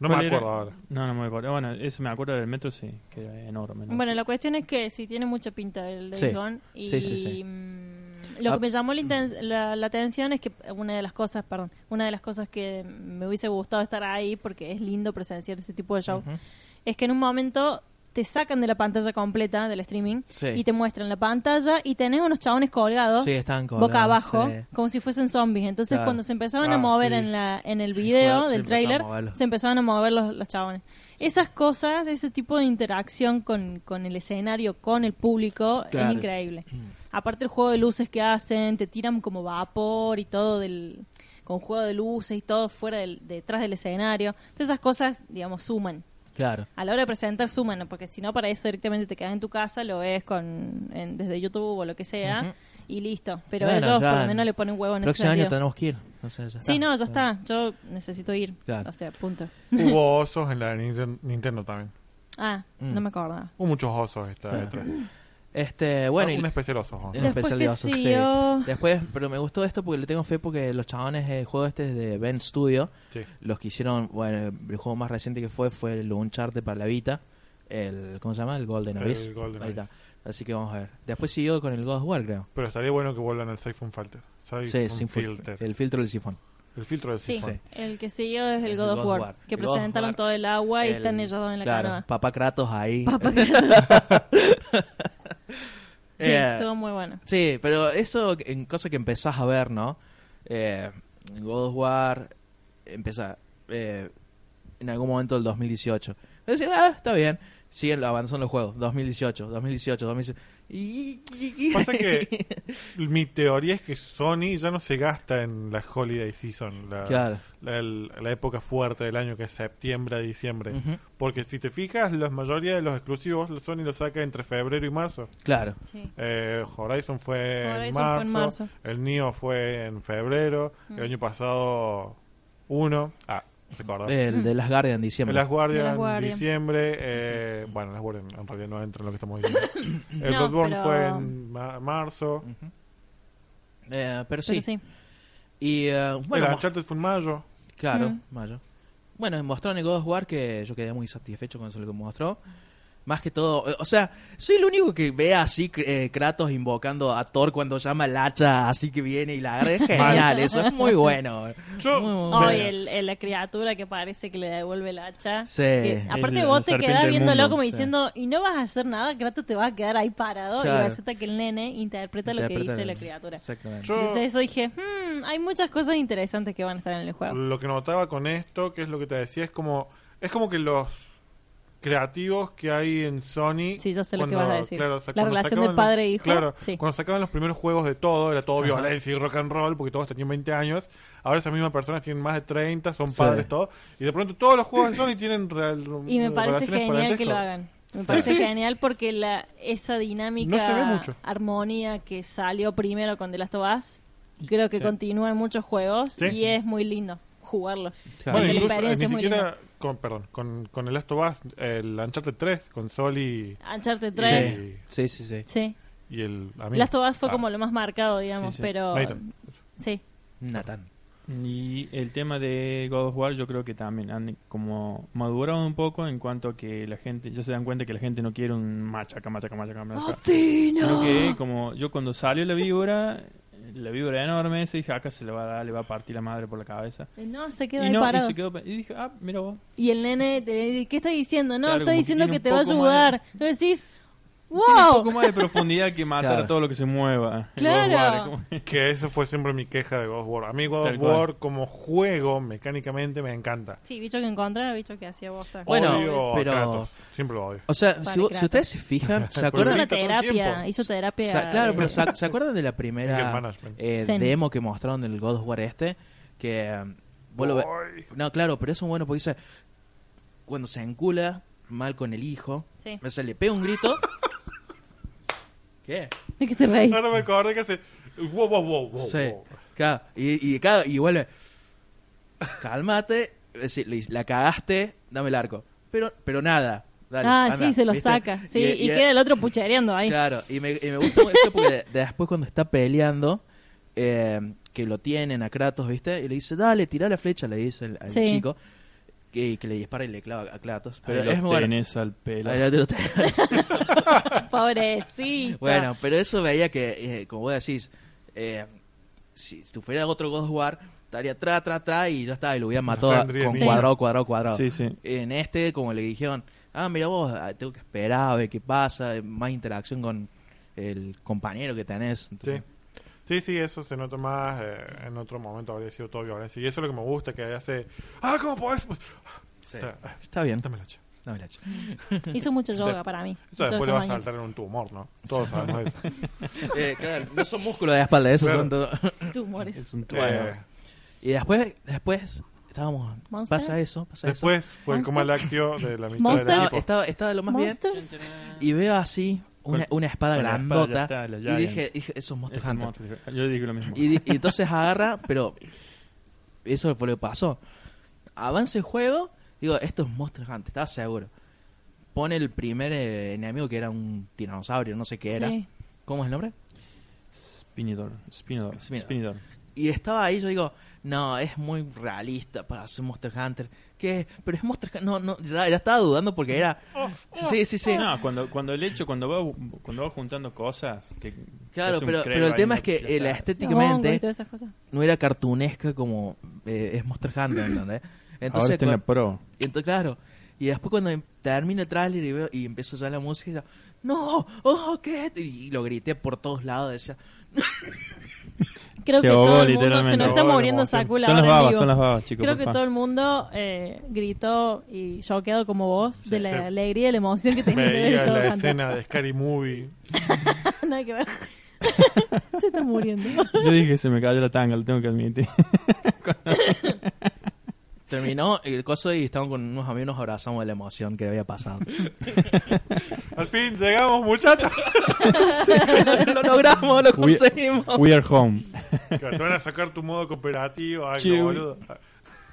Speaker 1: No me
Speaker 2: ¿Cuál era?
Speaker 1: acuerdo ahora.
Speaker 2: No, no me acuerdo. Bueno, eso me acuerdo del metro, sí, que era enorme. ¿no?
Speaker 4: Bueno, la cuestión es que sí tiene mucha pinta el
Speaker 3: Sí.
Speaker 4: Days Gone y
Speaker 3: Sí, sí, sí.
Speaker 4: mm, lo que
Speaker 3: Ah.
Speaker 4: me llamó la, inten- la- la atención es que una de las cosas, perdón, una de las cosas que me hubiese gustado estar ahí porque es lindo presenciar ese tipo de show,
Speaker 3: Ujú.
Speaker 4: es que en un momento te sacan de la pantalla completa del streaming
Speaker 3: Sí.
Speaker 4: y te muestran la pantalla y tenés unos chabones colgados,
Speaker 3: Sí, están
Speaker 4: boca
Speaker 3: colgados,
Speaker 4: abajo
Speaker 3: sí.
Speaker 4: como si fuesen zombies entonces
Speaker 3: Claro.
Speaker 4: cuando se empezaban
Speaker 1: Ah,
Speaker 4: a mover
Speaker 1: sí.
Speaker 4: en la en el
Speaker 3: cuerpo
Speaker 4: video
Speaker 3: se
Speaker 4: del
Speaker 3: empezaba a
Speaker 4: trailer
Speaker 3: moverlo.
Speaker 4: se empezaban a mover los, los chabones esas cosas ese tipo de interacción con, con el escenario con el público
Speaker 3: Claro. Mm.
Speaker 4: es increíble aparte el juego de luces que hacen te tiran como vapor y todo del con juego de luces y todo fuera del, detrás del escenario entonces esas cosas digamos suman
Speaker 3: Claro.
Speaker 4: a la hora de presentar, suman, porque si no, para eso directamente te quedas en tu casa, lo ves con, en- desde YouTube o lo que sea,
Speaker 3: Ujú.
Speaker 4: y listo. Pero
Speaker 3: Bueno,
Speaker 4: ellos
Speaker 3: ya
Speaker 4: por lo
Speaker 3: en-
Speaker 4: menos le ponen huevo en ese
Speaker 3: Próximo año
Speaker 4: sentido.
Speaker 3: tenemos que ir. O sea, ya
Speaker 4: Sí,
Speaker 3: está.
Speaker 4: no, ya está. Yo necesito ir.
Speaker 3: Claro.
Speaker 4: O sea, punto.
Speaker 1: Hubo osos en la de Ninten- Nintendo también.
Speaker 4: Ah,
Speaker 3: Mm.
Speaker 4: no me acordaba.
Speaker 1: Hubo muchos osos esta
Speaker 3: Claro.
Speaker 1: de 3.
Speaker 3: Este, bueno, y-
Speaker 1: un especial osos. ¿no?
Speaker 3: En
Speaker 4: Después
Speaker 3: especial
Speaker 4: que
Speaker 3: de Osos, sí.
Speaker 4: siguió-
Speaker 3: Después, pero me gustó esto porque le tengo fe porque los chabones el juego este es de Ben Studio,
Speaker 1: Sí.
Speaker 3: los que hicieron, bueno, el juego más reciente que fue fue el Uncharted para la Vita, el ¿cómo se llama? El Golden
Speaker 1: El
Speaker 3: Abyss.
Speaker 1: Golden
Speaker 3: Ahí está.
Speaker 1: Abyss.
Speaker 3: Así que vamos a ver. Después siguió con el God of War, creo.
Speaker 1: Pero estaría bueno que vuelvan al Siphon Filter. Siphon
Speaker 3: Sí, sin fil-
Speaker 1: filter. El,
Speaker 3: el filtro del sifón.
Speaker 1: filtro del
Speaker 4: Sí,
Speaker 1: Siphon.
Speaker 4: el que siguió es el God of War, que
Speaker 3: El God of
Speaker 4: presentaron
Speaker 3: War.
Speaker 4: todo el agua y
Speaker 3: El-
Speaker 4: están ellos dos en la
Speaker 3: claro,
Speaker 4: canoa.
Speaker 3: Papá Kratos ahí.
Speaker 4: Papá que- Sí,
Speaker 3: Eh,
Speaker 4: estuvo muy bueno.
Speaker 3: Sí, pero eso en cosas que empezás a ver, ¿no? Eh, God of War empieza eh, en algún momento del 2018. Decís, ah, está bien. Siguen avanzando los juegos. 2018, 2018, 2018. Y, y- y-
Speaker 1: Pasa que- Mi teoría es que Sony ya no se gasta en la Holiday Season, la,
Speaker 3: Claro.
Speaker 1: la, el- la época fuerte del año que es septiembre a diciembre.
Speaker 3: Ujú,
Speaker 1: Porque si te fijas, la mayoría de los exclusivos los Sony los saca entre febrero y marzo.
Speaker 3: Claro.
Speaker 4: Sí.
Speaker 1: Eh, Horizon, fue, en
Speaker 4: Horizon
Speaker 1: marzo,
Speaker 4: fue en marzo. Mm.
Speaker 1: el Nio fue en febrero, el año pasado uno, ah, no se acuerda.
Speaker 3: El de las Guardian en Eh, diciembre.
Speaker 1: Las Guardian,
Speaker 4: De Last Guardian. Mm-hmm.
Speaker 1: diciembre, eh, bueno, Las Guardian en realidad no entra en lo que estamos diciendo. El
Speaker 4: No,
Speaker 1: Bloodborne
Speaker 4: pero-
Speaker 1: fue en ma- marzo,
Speaker 3: Eh, pero sí.
Speaker 4: Pero sí.
Speaker 3: Y eh, bueno,
Speaker 1: el
Speaker 3: mos-
Speaker 1: Uncharted fue en mayo.
Speaker 3: claro,
Speaker 4: Mm.
Speaker 3: mayo. Bueno, mostraron el God of War que yo quedé muy satisfecho con eso lo que mostró. Más que todo, eh, o sea, soy el único que ve así eh, Kratos invocando a Thor cuando llama al hacha, así que viene y la agarra. Es genial, eso es muy bueno.
Speaker 1: Yo-
Speaker 3: Muy, muy
Speaker 4: Hoy
Speaker 3: bueno.
Speaker 4: Oh, el, el- la criatura que parece que le devuelve el hacha.
Speaker 3: Sí.
Speaker 4: Que, aparte
Speaker 2: El-
Speaker 4: vos
Speaker 2: el
Speaker 4: te
Speaker 2: serpiente
Speaker 4: quedás
Speaker 2: del
Speaker 4: viéndolo
Speaker 2: mundo,
Speaker 4: como
Speaker 3: sí.
Speaker 4: diciendo, y no vas a hacer nada, Kratos te vas a quedar ahí parado
Speaker 3: Claro.
Speaker 4: y resulta que el nene interpreta, lo que
Speaker 3: Interpreta
Speaker 4: dice
Speaker 3: el-
Speaker 4: la criatura.
Speaker 3: Exactamente.
Speaker 1: Yo-
Speaker 4: Entonces eso dije, "Hmm, hay muchas cosas interesantes que van a estar en el juego.
Speaker 1: Lo que notaba con esto, que es lo que te decía, es como es como que los creativos que hay en Sony.
Speaker 4: Sí, yo sé lo que
Speaker 1: cuando-
Speaker 4: vas a decir.
Speaker 1: claro, o sea,
Speaker 4: La
Speaker 1: cuando
Speaker 4: relación
Speaker 1: sacaban
Speaker 4: de padre
Speaker 1: los-
Speaker 4: e hijo,
Speaker 1: Claro,
Speaker 4: sí.
Speaker 1: cuando sacaban los primeros juegos de todo, era todo violencia y rock and roll, porque todos tenían 20 años. Ahora esas mismas personas tienen más de 30, son
Speaker 3: Sí.
Speaker 1: padres, todo. Y de pronto todos los juegos de Sony tienen real-
Speaker 4: Y me parece
Speaker 1: relaciones
Speaker 4: genial que lo
Speaker 1: parentescas.
Speaker 4: hagan. Me parece
Speaker 1: sí.
Speaker 4: genial porque la, esa dinámica,
Speaker 1: No se ve mucho.
Speaker 4: armonía que salió primero con The Last of Us, creo que
Speaker 2: Sí.
Speaker 4: continúa en muchos juegos
Speaker 1: Sí.
Speaker 4: y es muy lindo jugarlos.
Speaker 2: Claro.
Speaker 1: Bueno,
Speaker 4: Esa
Speaker 1: incluso, eh, ni
Speaker 4: experiencia es muy
Speaker 1: siquiera
Speaker 4: linda.
Speaker 1: con, perdón, con, con el Last of Us, el Uncharted 3, con Sol y,
Speaker 4: Uncharted
Speaker 1: y-
Speaker 4: 3,
Speaker 1: y,
Speaker 6: Sí, sí, sí.
Speaker 1: el amigo.
Speaker 4: Last of Us fue
Speaker 1: Ah,
Speaker 4: como lo más marcado,
Speaker 2: Sí,
Speaker 4: digamos,
Speaker 2: sí.
Speaker 4: pero
Speaker 1: Nathan.
Speaker 4: sí.
Speaker 3: Natán.
Speaker 2: Y el tema de God of War yo creo que también han como madurado un poco en cuanto a que la gente, ya se dan cuenta que la gente no quiere un machaca, machaca, machaca, machaca.
Speaker 4: Ah,
Speaker 2: Sino que como yo cuando salió la víbora, la víbora era enorme, se dije, acá se le va a dar, le va a partir la madre por la cabeza.
Speaker 4: Eh, No, se queda
Speaker 2: y
Speaker 4: ahí
Speaker 2: no, y
Speaker 4: parado.
Speaker 2: se quedó, pe- y dije, ah, mira vos.
Speaker 4: Y el nene, te- ¿qué está diciendo? No,
Speaker 2: Claro,
Speaker 4: está
Speaker 2: como que
Speaker 4: diciendo que,
Speaker 2: tiene
Speaker 4: te
Speaker 2: un
Speaker 4: va a
Speaker 2: poco más
Speaker 4: ayudar. Tú decís,
Speaker 2: Tiene un poco
Speaker 4: ¡wow!
Speaker 2: más de profundidad que matar
Speaker 6: Claro.
Speaker 2: a todo lo que se mueva. El
Speaker 4: Claro.
Speaker 2: God of War, es como-
Speaker 1: Que eso fue siempre mi queja de God of War. A mí God
Speaker 2: Tal
Speaker 1: of War como juego mecánicamente me encanta.
Speaker 4: Sí, bicho que encontrara, bicho que hacía bosta.
Speaker 3: Bueno,
Speaker 1: odio a
Speaker 3: pero-
Speaker 1: Kratos. Siempre lo odio.
Speaker 3: O sea, si,
Speaker 4: Vale,
Speaker 3: vo-
Speaker 4: gracias.
Speaker 3: si ustedes se fijan,
Speaker 1: Pero
Speaker 3: ¿se
Speaker 4: hizo
Speaker 1: ahora-
Speaker 4: una
Speaker 3: acuerdan?
Speaker 1: Todo el tiempo.
Speaker 4: terapia, hizo terapia.
Speaker 3: sa- claro,
Speaker 4: de-
Speaker 3: pero sa- ¿se acuerdan de la
Speaker 1: Anger
Speaker 3: primera
Speaker 1: Management.
Speaker 3: eh,
Speaker 4: Zen.
Speaker 3: demo que mostraron del God of War este? Que um, vos lo ve-
Speaker 1: Ay.
Speaker 3: No, claro, pero eso es bueno porque dice, cuando se encula mal con el hijo,
Speaker 4: Sí.
Speaker 3: o sea, le pega un grito. ¿Qué?
Speaker 4: ¿De qué te reís?
Speaker 1: Ahora me acordé que hace... Wow, wow, wow, wow,
Speaker 3: Sí.
Speaker 1: wow.
Speaker 3: Claro, y, y, claro, y vuelve. Cálmate, es decir, le dice, la cagaste, dame el arco. Pero, pero nada. dale,
Speaker 4: ah,
Speaker 3: anda,
Speaker 4: sí, se lo
Speaker 3: ¿viste?
Speaker 4: saca. Sí, y, queda el otro puchareando ahí.
Speaker 3: Claro, y me, y me gusta mucho porque de- después cuando está peleando, eh, que lo tienen a Kratos, ¿viste? Y le dice, dale, tira la flecha, le dice el, al
Speaker 4: Sí.
Speaker 3: chico. Que, que le dispara y le clava a Kratos. Pero
Speaker 2: Ahí lo
Speaker 3: es muy bueno.
Speaker 2: tenés al pelo.
Speaker 3: Ahí lo tenés.
Speaker 4: Pobre, sí.
Speaker 3: Bueno, pero eso veía que, eh, como vos decís, eh, si, si fuera otro God of War, estaría tra, tra, tra y ya está, y lo hubieran matado a-
Speaker 1: Tendría
Speaker 3: con
Speaker 1: ni-
Speaker 3: cuadrado, cuadrado, cuadrado.
Speaker 2: Sí, sí.
Speaker 3: En este, como le dijeron, ah, mira vos, ah, tengo que esperar a ver qué pasa, eh, más interacción con el compañero que tenés.
Speaker 1: Sí.
Speaker 3: Entonces,
Speaker 1: Sí, sí, eso se nota más eh, en otro momento, habría sido todo violencia. Y eso es lo que me gusta, que hace... Ah, ¿cómo podés? Pues,
Speaker 3: sí.
Speaker 1: está-
Speaker 3: Está bien,
Speaker 1: Dame la chica.
Speaker 3: dame la chica.
Speaker 4: Hizo mucha yoga para mí.
Speaker 1: Eso
Speaker 4: todos
Speaker 1: después le va a
Speaker 4: estos años.
Speaker 1: saltar en un tumor, ¿no? Todos sabemos eso.
Speaker 3: Eh, claro, no son músculos de la espalda, esos
Speaker 1: Claro.
Speaker 3: son todo.
Speaker 4: Tumores.
Speaker 2: Es un tuano.
Speaker 1: Eh,
Speaker 3: Y después, después, estábamos,
Speaker 4: Monster.
Speaker 3: pasa eso, pasa eso.
Speaker 1: después fue el
Speaker 4: Monster.
Speaker 1: coma lácteo de la mitad del
Speaker 4: Monster.
Speaker 3: Estaba,
Speaker 1: equipo.
Speaker 3: estaba, estaba lo más bien
Speaker 4: Monsters.
Speaker 2: Con
Speaker 3: y veo así una, una espada
Speaker 2: la espada
Speaker 3: grandota.
Speaker 2: ya está, la
Speaker 3: Y
Speaker 2: Giant.
Speaker 3: dije, dije, esos
Speaker 2: Es
Speaker 3: monstruos
Speaker 2: el monstruo. Yo digo lo mismo.
Speaker 3: Y, di- y entonces agarra, pero eso fue lo que pasó. Avanza el juego, digo, esto es Monster Hunter, estaba seguro. Pone el primer eh, enemigo que era un tiranosaurio, no sé qué era.
Speaker 4: Sí.
Speaker 3: ¿Cómo es el nombre?
Speaker 2: Spinidor. Spinidor.
Speaker 3: Spinidor.
Speaker 2: Spinidor.
Speaker 3: Y estaba ahí, yo digo, no, es muy realista para hacer Monster Hunter. ¿Qué? Pero es Monster Hunter. No, no, ya, ya estaba dudando porque era. Sí, sí, sí.
Speaker 2: No, cuando, cuando el hecho, cuando va, cuando va juntando cosas. Que
Speaker 3: Claro,
Speaker 2: es un
Speaker 3: pero,
Speaker 2: crema
Speaker 3: pero el
Speaker 2: ahí,
Speaker 3: tema
Speaker 2: no
Speaker 3: es que
Speaker 2: quiere
Speaker 3: eh, la
Speaker 2: estar.
Speaker 4: Los hongos y
Speaker 3: estéticamente
Speaker 4: todas esas cosas.
Speaker 3: no era cartunesca como eh, es Monster Hunter, ¿entendés? Entonces,
Speaker 2: Ahora está en la
Speaker 3: cua-
Speaker 2: pro.
Speaker 3: Y Entonces, claro. Y después cuando em- termina el tráiler y, veo- y empiezo ya la música, y yo, no, oh, ¿qué? Y, y lo grité por todos lados, decía,
Speaker 4: Creo
Speaker 2: Se
Speaker 4: que
Speaker 2: ahogó,
Speaker 4: todo el mundo
Speaker 2: literalmente.
Speaker 4: se nos
Speaker 2: Se
Speaker 4: está
Speaker 1: ahogó de
Speaker 4: muriendo
Speaker 1: emoción.
Speaker 4: Sakula
Speaker 2: Son las
Speaker 4: ahora en
Speaker 2: babas,
Speaker 4: vivo.
Speaker 2: son las babas, chicos.
Speaker 4: Creo
Speaker 2: por
Speaker 4: que
Speaker 2: favor.
Speaker 4: todo el mundo eh, gritó y shockeado como vos de la
Speaker 1: sí.
Speaker 4: alegría y la emoción que tenía de ver el
Speaker 1: Veía
Speaker 4: show
Speaker 1: la escena de Scary Movie.
Speaker 4: no hay que ver. se está muriendo.
Speaker 2: Yo dije, se me cayó la tanga, lo tengo que admitir.
Speaker 3: terminó el coso y estábamos con unos amigos, nos abrazamos de la emoción que había pasado.
Speaker 1: Al fin llegamos, muchachos.
Speaker 3: lo logramos, lo
Speaker 2: We-
Speaker 3: conseguimos.
Speaker 2: We are home.
Speaker 1: Claro, Te van a sacar tu modo cooperativo, algo,
Speaker 2: Chill.
Speaker 1: boludo.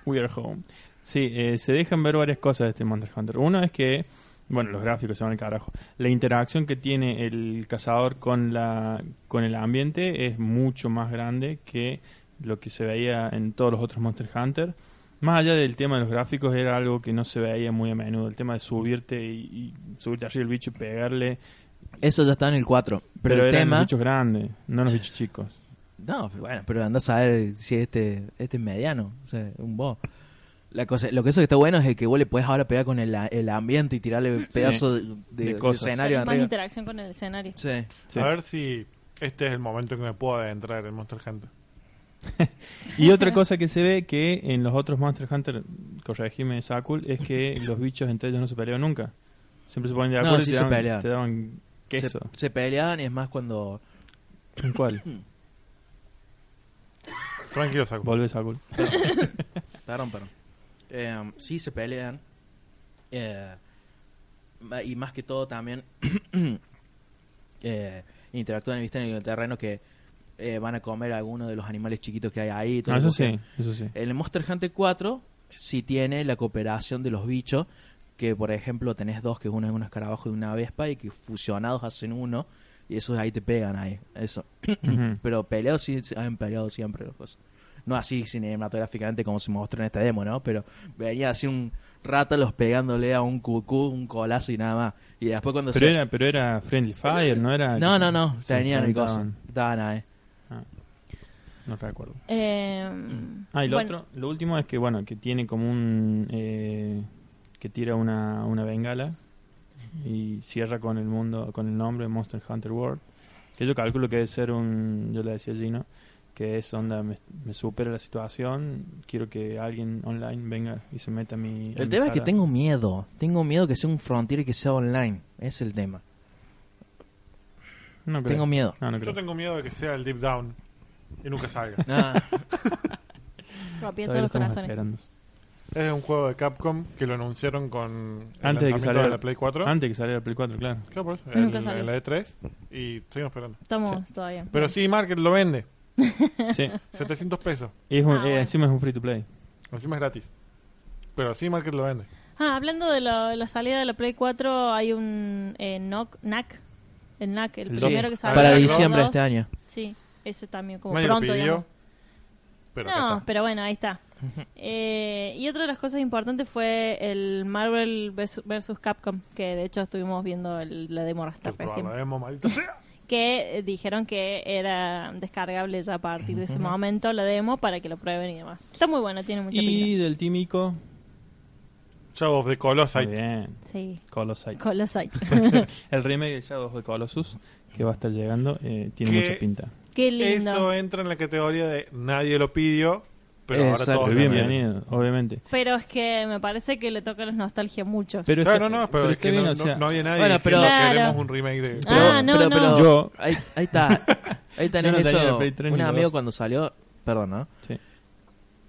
Speaker 2: We are home. Sí, eh, se dejan ver varias cosas de este Monster Hunter. Uno es que, bueno, los gráficos se van al carajo. La interacción que tiene el cazador con la con el ambiente es mucho más grande que lo que se veía en todos los otros Monster Hunter. Más allá del tema de los gráficos, era algo que no se veía muy a menudo. El tema de subirte y, y subirte arriba el bicho y pegarle.
Speaker 3: Eso ya está en el 4. Pero,
Speaker 2: Pero,
Speaker 3: el
Speaker 2: eran los
Speaker 3: tema...
Speaker 2: bichos grandes, no los bichos chicos.
Speaker 3: No, pero bueno, pero andás a ver si este, este es mediano, o sea, un boss. La cosa, lo que eso que está bueno es el que vos le podés ahora pegar con el, a- el ambiente y tirarle pedazos de, de-
Speaker 2: De cosas.
Speaker 3: de escenario
Speaker 4: Tiene más
Speaker 3: arriba.
Speaker 4: interacción con el escenario.
Speaker 3: Sí.
Speaker 2: Sí.
Speaker 1: A ver si este es el momento en que me puedo adentrar en Monster Hunter.
Speaker 2: Y otra cosa que se ve que en los otros Monster Hunter, corregime Sakul, es que los bichos entre ellos no se pelean nunca. Siempre se ponen de
Speaker 3: No,
Speaker 2: acuerdo
Speaker 3: sí
Speaker 2: y te
Speaker 3: se
Speaker 2: daban,
Speaker 3: pelean.
Speaker 2: te daban queso.
Speaker 3: Se, se peleaban y es más cuando
Speaker 2: ¿En cuál?
Speaker 1: Tranquilo, saco.
Speaker 2: Volve Sakul.
Speaker 3: Perdón, perdón. Eh, sí, se pelean. Eh, ma- y más que todo también eh, interactúan ¿viste? en el terreno que eh, van a comer alguno de los animales chiquitos que hay ahí. todo
Speaker 2: No, Ah, eso
Speaker 3: lo que-
Speaker 2: sí, eso sí.
Speaker 3: El Monster Hunter 4 sí tiene la cooperación de los bichos, que por ejemplo tenés dos, que uno es un escarabajo y una vespa, y que fusionados hacen uno, y esos ahí te pegan ahí, eso.
Speaker 2: Ujú.
Speaker 3: Pero peleados sí se han peleado siempre los cosas. No así cinematográficamente como se mostró en esta demo, ¿no? Pero venía así un rátalos pegándole a un cucú, un colazo y nada más. Y después cuando
Speaker 2: Pero
Speaker 3: se...
Speaker 2: era, pero era Friendly Fire, no era.
Speaker 3: No, no, no,
Speaker 2: Se
Speaker 3: tenían el coso.
Speaker 2: enfrentaban.
Speaker 3: Estaban ahí.
Speaker 2: No recuerdo.
Speaker 4: Eh,
Speaker 2: Ah, y lo
Speaker 4: bueno,
Speaker 2: otro, lo último es que, bueno, que tiene como un. eh, que tira una, una bengala y cierra con el mundo, con el nombre Monster Hunter World. Que yo calculo que debe ser un. Yo le decía a Gino, que es onda, me, me supera la situación, quiero que alguien online venga y se meta a mi. a mi
Speaker 3: El tema es que
Speaker 2: sala.
Speaker 3: tengo miedo. Tengo miedo que sea un frontier y que sea online. Es el tema.
Speaker 2: No creo.
Speaker 3: Tengo miedo.
Speaker 2: No, no
Speaker 1: Yo
Speaker 2: creo.
Speaker 1: tengo miedo de que sea el Deep Down y nunca salga.
Speaker 2: Ah,
Speaker 4: rompiendo
Speaker 2: Todavía
Speaker 4: todos
Speaker 2: lo
Speaker 4: los
Speaker 2: estamos
Speaker 4: corazones.
Speaker 2: esperando.
Speaker 1: Es un juego de Capcom que lo anunciaron con el
Speaker 2: Antes de que
Speaker 1: lanzamiento
Speaker 2: saliera-
Speaker 1: la Play 4.
Speaker 2: Antes que saliera el Play 4, claro.
Speaker 1: Claro, por eso,
Speaker 4: Y
Speaker 1: en-
Speaker 4: nunca salió.
Speaker 1: en la E3 y seguimos esperando.
Speaker 4: Estamos todavía.
Speaker 1: Pero sí, Market lo vende.
Speaker 2: Sí.
Speaker 1: 700 pesos.
Speaker 2: Y es un-
Speaker 4: Ah,
Speaker 2: eh,
Speaker 4: bueno.
Speaker 2: encima es un free to play.
Speaker 1: Encima es gratis. Pero sí, Market lo vende.
Speaker 4: Ah, hablando de lo- la salida de la Play 4, hay un eh, knock, knack, el knack, el,
Speaker 2: El dos.
Speaker 4: primero que
Speaker 1: Ah,
Speaker 4: sale.
Speaker 3: Para
Speaker 1: Black
Speaker 3: diciembre de
Speaker 4: Dos.
Speaker 3: este año.
Speaker 4: Sí, ese también, como
Speaker 1: Nadie
Speaker 4: Uh, pronto.
Speaker 1: lo pidió.
Speaker 4: digamos.
Speaker 1: Pero acá
Speaker 4: no,
Speaker 1: está.
Speaker 4: pero bueno, ahí está. Eh, y otra de las cosas importantes fue el Marvel vs. versus Capcom, que de hecho estuvimos viendo el- la demo hasta
Speaker 1: Quiero probar
Speaker 4: recién.
Speaker 1: la demo, maldita sea.
Speaker 4: Que eh, dijeron que era descargable ya a partir de ese momento la demo para que lo prueben y demás. Está muy bueno, tiene mucha
Speaker 2: Y
Speaker 4: pinta.
Speaker 2: del Team Ico.
Speaker 1: Shadow of the
Speaker 2: Muy
Speaker 1: Colossus.
Speaker 2: bien.
Speaker 4: Sí,
Speaker 2: Colosite.
Speaker 4: Colosite.
Speaker 2: el remake de Shadow of the Colossus que va a estar llegando eh, tiene
Speaker 1: Que-
Speaker 2: mucha pinta.
Speaker 4: Qué lindo.
Speaker 1: Eso entra en la categoría de nadie lo pidió, pero ahora
Speaker 3: Exacto.
Speaker 1: todos
Speaker 2: Pero
Speaker 1: lo
Speaker 2: bien,
Speaker 1: piden.
Speaker 2: bienvenido, obviamente.
Speaker 4: Pero es que me parece que le toca la nostalgia mucho.
Speaker 2: Pero
Speaker 1: Claro,
Speaker 2: está-
Speaker 1: no, no, pero, es
Speaker 2: está
Speaker 1: que
Speaker 2: bien,
Speaker 1: no,
Speaker 2: o sea,
Speaker 1: no- no había nadie
Speaker 3: Bueno,
Speaker 1: diciendo
Speaker 4: pero-
Speaker 1: que queremos
Speaker 4: Claro.
Speaker 1: un remake de...
Speaker 4: Ah, no,
Speaker 3: pero,
Speaker 4: no.
Speaker 3: pero-
Speaker 2: Yo-
Speaker 3: Ahí, ahí está. Ahí tenés
Speaker 2: Yo no tenía
Speaker 3: eso.
Speaker 2: Play 3 ni
Speaker 3: Un
Speaker 2: la
Speaker 3: amigo
Speaker 2: dos.
Speaker 3: cuando salió. Perdón, ¿no?
Speaker 2: Sí.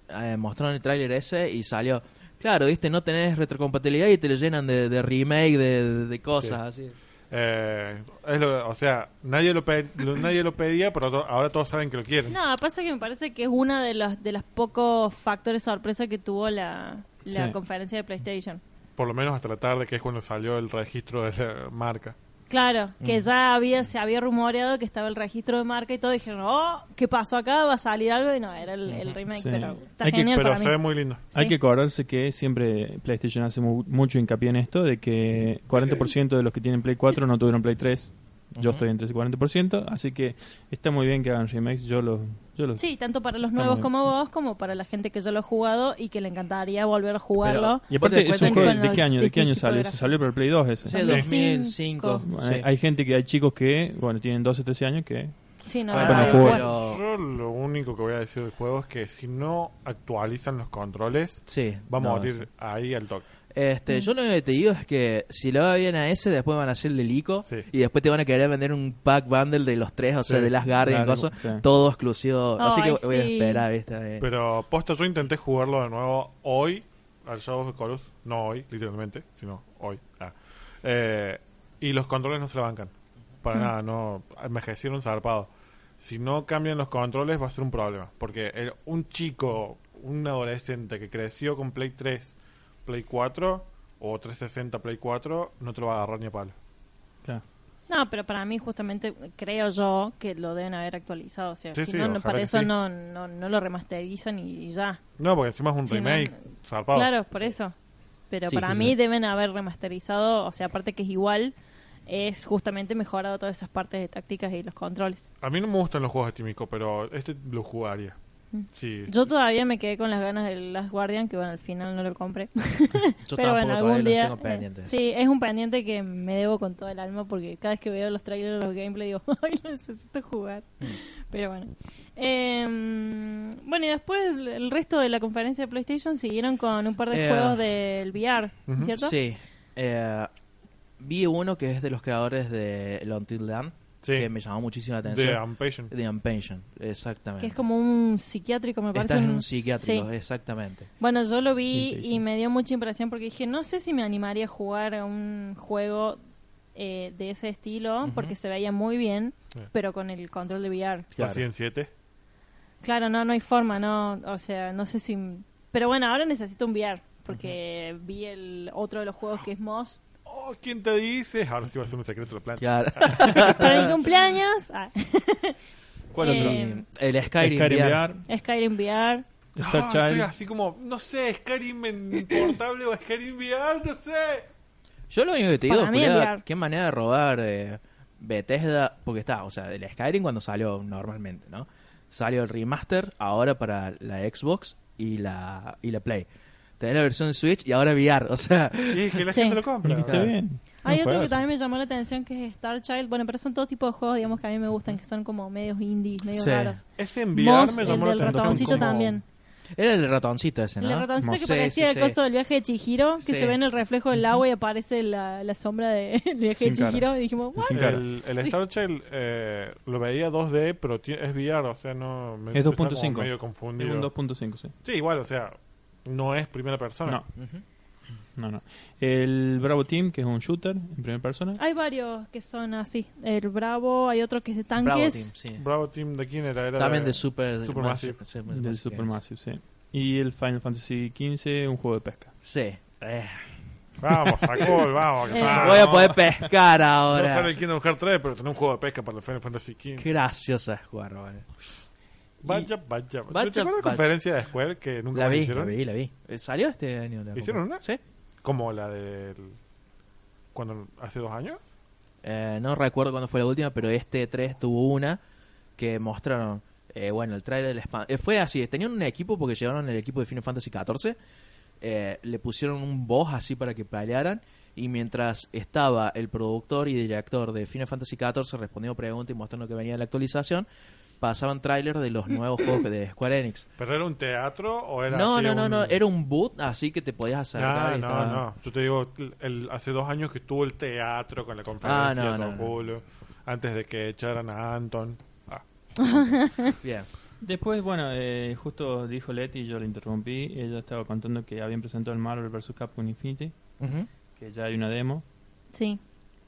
Speaker 3: Eh, mostraron el tráiler ese y salió. Claro, viste, no tenés retrocompatibilidad y te lo llenan de, de remake, de, de cosas así.
Speaker 1: Eh, es lo- o sea, nadie lo, pe- lo- nadie lo pedía, pero to- ahora todos saben que lo quieren.
Speaker 4: No, pasa que me parece que es uno de los de los pocos factores sorpresa que tuvo la, la
Speaker 2: Sí.
Speaker 4: conferencia de PlayStation.
Speaker 1: Por lo menos hasta la tarde, que es cuando salió el registro de la marca.
Speaker 4: Claro, que
Speaker 1: Mm.
Speaker 4: ya había se había rumoreado que estaba el registro de marca y todo, y dijeron, oh, ¿qué pasó acá? ¿Va a salir algo? Y no, era el, el remake,
Speaker 2: Sí.
Speaker 4: pero está
Speaker 2: Hay que-
Speaker 4: genial
Speaker 1: Pero
Speaker 4: para
Speaker 1: se
Speaker 4: mí.
Speaker 1: ve muy lindo.
Speaker 2: Hay
Speaker 4: Sí.
Speaker 2: que acordarse que siempre PlayStation hace mu- mucho hincapié en esto de que 40% de los que tienen Play 4 no tuvieron Play 3. Yo estoy entre ese 40%, así que está muy bien que hagan remakes. Yo los yo los
Speaker 4: Sí, tanto para los
Speaker 2: Está
Speaker 4: nuevos
Speaker 2: muy
Speaker 4: como vos, como para la gente que ya lo ha jugado y que le encantaría volver a jugarlo.
Speaker 2: Y
Speaker 3: Vos
Speaker 2: aparte
Speaker 3: te
Speaker 2: es un
Speaker 3: cuentan
Speaker 2: juego
Speaker 4: con
Speaker 2: de qué
Speaker 4: los
Speaker 2: año, de qué año
Speaker 4: distintos
Speaker 2: salió, se
Speaker 4: tipos de
Speaker 2: salió para el Play 2 ese.
Speaker 3: Sí,
Speaker 4: Sí.
Speaker 3: 2005.
Speaker 2: Bueno,
Speaker 3: sí.
Speaker 2: hay, hay gente que hay chicos que, bueno, tienen 12, 13 años que
Speaker 4: sí, no,
Speaker 2: Ah,
Speaker 4: la
Speaker 2: bueno,
Speaker 4: verdad,
Speaker 2: juego.
Speaker 4: bueno.
Speaker 3: Pero-
Speaker 1: Yo lo único que voy a decir del juego es que si no actualizan los controles,
Speaker 3: Sí,
Speaker 1: vamos
Speaker 3: no,
Speaker 1: a morir
Speaker 3: sí.
Speaker 1: ahí al toque.
Speaker 3: Este, Yo lo único que te digo es que si lo va bien a ese, después van a hacer el del ICO
Speaker 1: Sí.
Speaker 3: y después te van a querer vender un pack bundle de los tres, o sea,
Speaker 2: Sí,
Speaker 3: de las
Speaker 2: claro,
Speaker 3: Guardian y cosas,
Speaker 2: sí.
Speaker 3: todo exclusivo. Así que
Speaker 4: Ay,
Speaker 3: voy a
Speaker 4: sí.
Speaker 3: esperar, ¿viste?
Speaker 1: Pero posta, yo intenté jugarlo de nuevo hoy, al Shadow of the Colossus, no hoy, literalmente, sino hoy. Ah. Eh, y los controles no se la bancan. Para nada, no envejecieron zarpado. Si no cambian los controles va a ser un problema, porque el- un chico, un adolescente que creció con Play 3, Play 4 o 360 Play 4 no te lo va a agarrar ni a palo.
Speaker 2: claro.
Speaker 4: No, pero para mí justamente creo yo que lo deben haber actualizado. O sea,
Speaker 1: Sí,
Speaker 4: si
Speaker 1: sí,
Speaker 4: no, no,
Speaker 1: ojalá
Speaker 4: para
Speaker 1: que
Speaker 4: eso
Speaker 1: sí.
Speaker 4: no, no, no lo remasterizan y, y ya.
Speaker 1: No, porque encima es un
Speaker 4: Sí, no,
Speaker 1: remake
Speaker 4: no.
Speaker 1: zarpado.
Speaker 4: Claro, por eso. Pero
Speaker 3: Sí,
Speaker 4: para
Speaker 3: sí,
Speaker 4: mí
Speaker 3: sí.
Speaker 4: deben haber remasterizado, o sea, aparte que es igual, es justamente mejorado todas esas partes de tácticas y los controles.
Speaker 1: A mí no me gustan los juegos de Timico, pero este lo jugaría. Sí.
Speaker 4: Mm. Yo todavía me quedé con las ganas de Last Guardian, que bueno, al final no lo compré.
Speaker 3: Yo
Speaker 4: Pero bueno,
Speaker 3: tampoco
Speaker 4: algún
Speaker 3: todavía
Speaker 4: día...
Speaker 3: los tengo pendientes.
Speaker 4: eh, sí, es un pendiente que me debo con todo el alma, porque cada vez que veo los trailers de los gameplay digo, ay, lo necesito jugar.
Speaker 3: Mm.
Speaker 4: Pero bueno. Eh, bueno, y después el resto de la conferencia de PlayStation siguieron con un par de
Speaker 3: Eh,
Speaker 4: juegos del VR,
Speaker 1: Ujú.
Speaker 4: ¿cierto?
Speaker 3: Sí. Eh, vi uno que es de los creadores de El Until Dawn,
Speaker 1: Sí.
Speaker 3: que me llamó muchísimo la
Speaker 1: De
Speaker 3: atención.
Speaker 1: Unpatient.
Speaker 3: The Unpension, exactamente.
Speaker 4: Que es como un psiquiátrico, me parece.
Speaker 3: Estás en
Speaker 4: un-
Speaker 3: un psiquiátrico,
Speaker 4: Sí.
Speaker 3: exactamente.
Speaker 4: Bueno, yo lo vi
Speaker 2: Inpatient.
Speaker 4: y me dio mucha impresión porque dije, no sé si me animaría a jugar a un juego eh, de ese estilo
Speaker 3: Ujú.
Speaker 4: porque se veía muy bien,
Speaker 1: Claro.
Speaker 4: pero con el control de VR.
Speaker 1: La
Speaker 3: Claro.
Speaker 1: 107.
Speaker 4: Claro, no, no hay forma, no, o sea, no sé si... Pero bueno, ahora necesito un VR porque vi el otro de los juegos que es Moss.
Speaker 1: Oh, ¿quién te dice? Ahora sí va a ser un secreto la plancha.
Speaker 3: Claro.
Speaker 4: Para mi cumpleaños, ah,
Speaker 2: ¿Cuál
Speaker 4: Eh,
Speaker 3: El Skyrim. VR.
Speaker 4: Skyrim VR.
Speaker 2: VR, Star
Speaker 1: Ah, estoy
Speaker 2: Child.
Speaker 1: así como, no sé, Skyrim en portable o Skyrim VR, no sé.
Speaker 3: Yo lo único que te
Speaker 4: Para
Speaker 3: digo,
Speaker 4: mí el
Speaker 3: culiao,
Speaker 4: VR.
Speaker 3: qué manera de robar eh, Bethesda, porque está, o sea, el Skyrim cuando salió normalmente, ¿no? Salió el remaster, ahora para la Xbox y la, y la Play. Tenés la versión de Switch y ahora VR, o sea,
Speaker 1: Y es que la
Speaker 4: Sí.
Speaker 1: gente lo compra.
Speaker 2: Está bien.
Speaker 4: Hay
Speaker 2: Un
Speaker 4: otro que
Speaker 2: juegazo.
Speaker 4: también me llamó la atención que es Star Child. Bueno, pero son todo tipo de juegos, digamos, que a mí me gustan, que son como medios indies, medios
Speaker 3: Sí.
Speaker 4: raros.
Speaker 1: Ese en VR
Speaker 4: Moss,
Speaker 1: me
Speaker 4: el
Speaker 1: llamó
Speaker 4: del
Speaker 1: la atención.
Speaker 4: ratoncito
Speaker 1: como-
Speaker 4: también.
Speaker 3: era el ratoncito ese,
Speaker 4: El
Speaker 3: ¿no?
Speaker 4: del ratoncito que
Speaker 3: Sí,
Speaker 4: parecía
Speaker 3: sí,
Speaker 4: el
Speaker 3: sí.
Speaker 4: coso del viaje de Chihiro, que
Speaker 3: Sí.
Speaker 4: se ve en el reflejo del agua y aparece la, la sombra del viaje
Speaker 2: Sin
Speaker 4: de
Speaker 2: cara.
Speaker 4: Chihiro. Y dijimos, ¿what?
Speaker 2: Sin cara.
Speaker 1: El, el Star Child eh, lo veía 2D, pero ti- es VR, o sea, no... Me,
Speaker 2: Es
Speaker 1: yo estaba
Speaker 2: 2.5.
Speaker 1: como medio
Speaker 2: Es
Speaker 1: confundido.
Speaker 2: un 2.5, sí.
Speaker 1: Sí, igual, o sea, no es primera persona.
Speaker 2: No,
Speaker 3: Ujú.
Speaker 2: no, no. El Bravo Team, que es un shooter en primera persona.
Speaker 4: Hay varios que son así. El Bravo, hay otro que es de
Speaker 3: Bravo Team,
Speaker 4: tanques.
Speaker 3: sí.
Speaker 1: Bravo Team, ¿de quién era? Era
Speaker 3: También
Speaker 1: de-
Speaker 3: de Super...
Speaker 1: Supermassive.
Speaker 3: sí,
Speaker 2: Del Supermassive, sí. Y el Final Fantasy XV, un juego de pesca.
Speaker 3: Sí. Eh,
Speaker 1: Vamos, Sacol, vamos. que
Speaker 4: Eh.
Speaker 1: vamos.
Speaker 3: Voy a poder pescar
Speaker 1: Ah. No
Speaker 3: ahora.
Speaker 1: sale el Kingdom Hearts 3, pero tener un juego de pesca para el Final Fantasy
Speaker 3: Qué
Speaker 1: XV.
Speaker 3: gracioso es jugar, vale.
Speaker 1: Vaya, vaya.
Speaker 3: Vaya,
Speaker 1: ¿Te acuerdas
Speaker 3: vaya.
Speaker 1: la conferencia de Square que nunca
Speaker 3: La
Speaker 1: más
Speaker 3: vi, la
Speaker 1: hicieron?
Speaker 3: vi, la vi. Eh, ¿Salió este año? la
Speaker 1: ¿Hicieron
Speaker 3: compra?
Speaker 1: una?
Speaker 3: Sí.
Speaker 1: Como la del... Cuando, ¿Hace dos años?
Speaker 3: Eh, no recuerdo cuándo fue la última, pero este 3 tuvo una que mostraron, eh, bueno, el trailer del expan- eh, fue así, tenían un equipo porque llevaron el equipo de Final Fantasy XIV, eh, le pusieron un boss así para que pelearan y mientras estaba el productor y director de Final Fantasy XIV respondiendo preguntas y mostrando que venía la actualización, pasaban trailers de los nuevos juegos de Square Enix.
Speaker 1: ¿Pero era un teatro o era
Speaker 3: No,
Speaker 1: así
Speaker 3: no, no,
Speaker 1: un-
Speaker 3: no, era un boot así que te podías acercar
Speaker 1: Ah,
Speaker 3: y
Speaker 1: no,
Speaker 3: estaba-
Speaker 1: no. Yo te digo, el- hace dos años que estuvo el teatro con la conferencia
Speaker 3: Ah, no,
Speaker 1: todo
Speaker 3: no, no.
Speaker 1: culo, antes de que echaran a Anton. Ah,
Speaker 3: Bien.
Speaker 2: Después, bueno, eh, justo dijo Leti y yo la interrumpí. Ella estaba contando que habían presentado el Marvel vs. Capcom Infinity,
Speaker 3: Ujú.
Speaker 2: que ya hay una demo.
Speaker 4: Sí.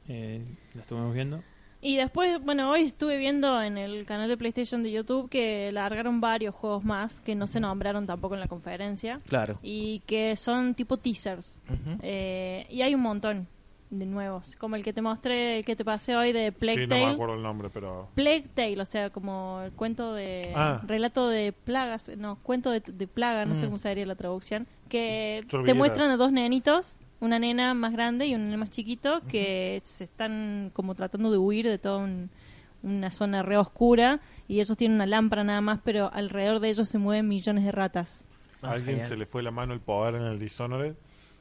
Speaker 2: Eh, la estuvimos viendo.
Speaker 4: Y después, bueno, hoy estuve viendo en el canal de PlayStation de YouTube que largaron varios juegos más que no se nombraron tampoco en la conferencia
Speaker 3: Claro.
Speaker 4: y que son tipo teasers.
Speaker 3: Ujú.
Speaker 4: Eh, y hay un montón de nuevos, como el que te mostré, el que te pasé hoy de Plague
Speaker 1: sí, no me
Speaker 4: Tale.
Speaker 1: acuerdo el nombre, pero...
Speaker 4: Plague Tale, o sea, como el cuento de...
Speaker 1: Ah.
Speaker 4: Relato de plagas, no, cuento de, de plaga, no sé
Speaker 3: Mm.
Speaker 4: cómo sería la traducción, que
Speaker 1: Yo lo vi
Speaker 4: te
Speaker 1: era-
Speaker 4: muestran a dos nenitos, una nena más grande y un nene más chiquito, que se están como tratando de huir de toda un- una zona re oscura y ellos tienen una lámpara nada más, pero alrededor de ellos se mueven millones de ratas.
Speaker 1: ¿A alguien
Speaker 3: Ah, genial.
Speaker 1: se le fue la mano el poder en el Dishonored?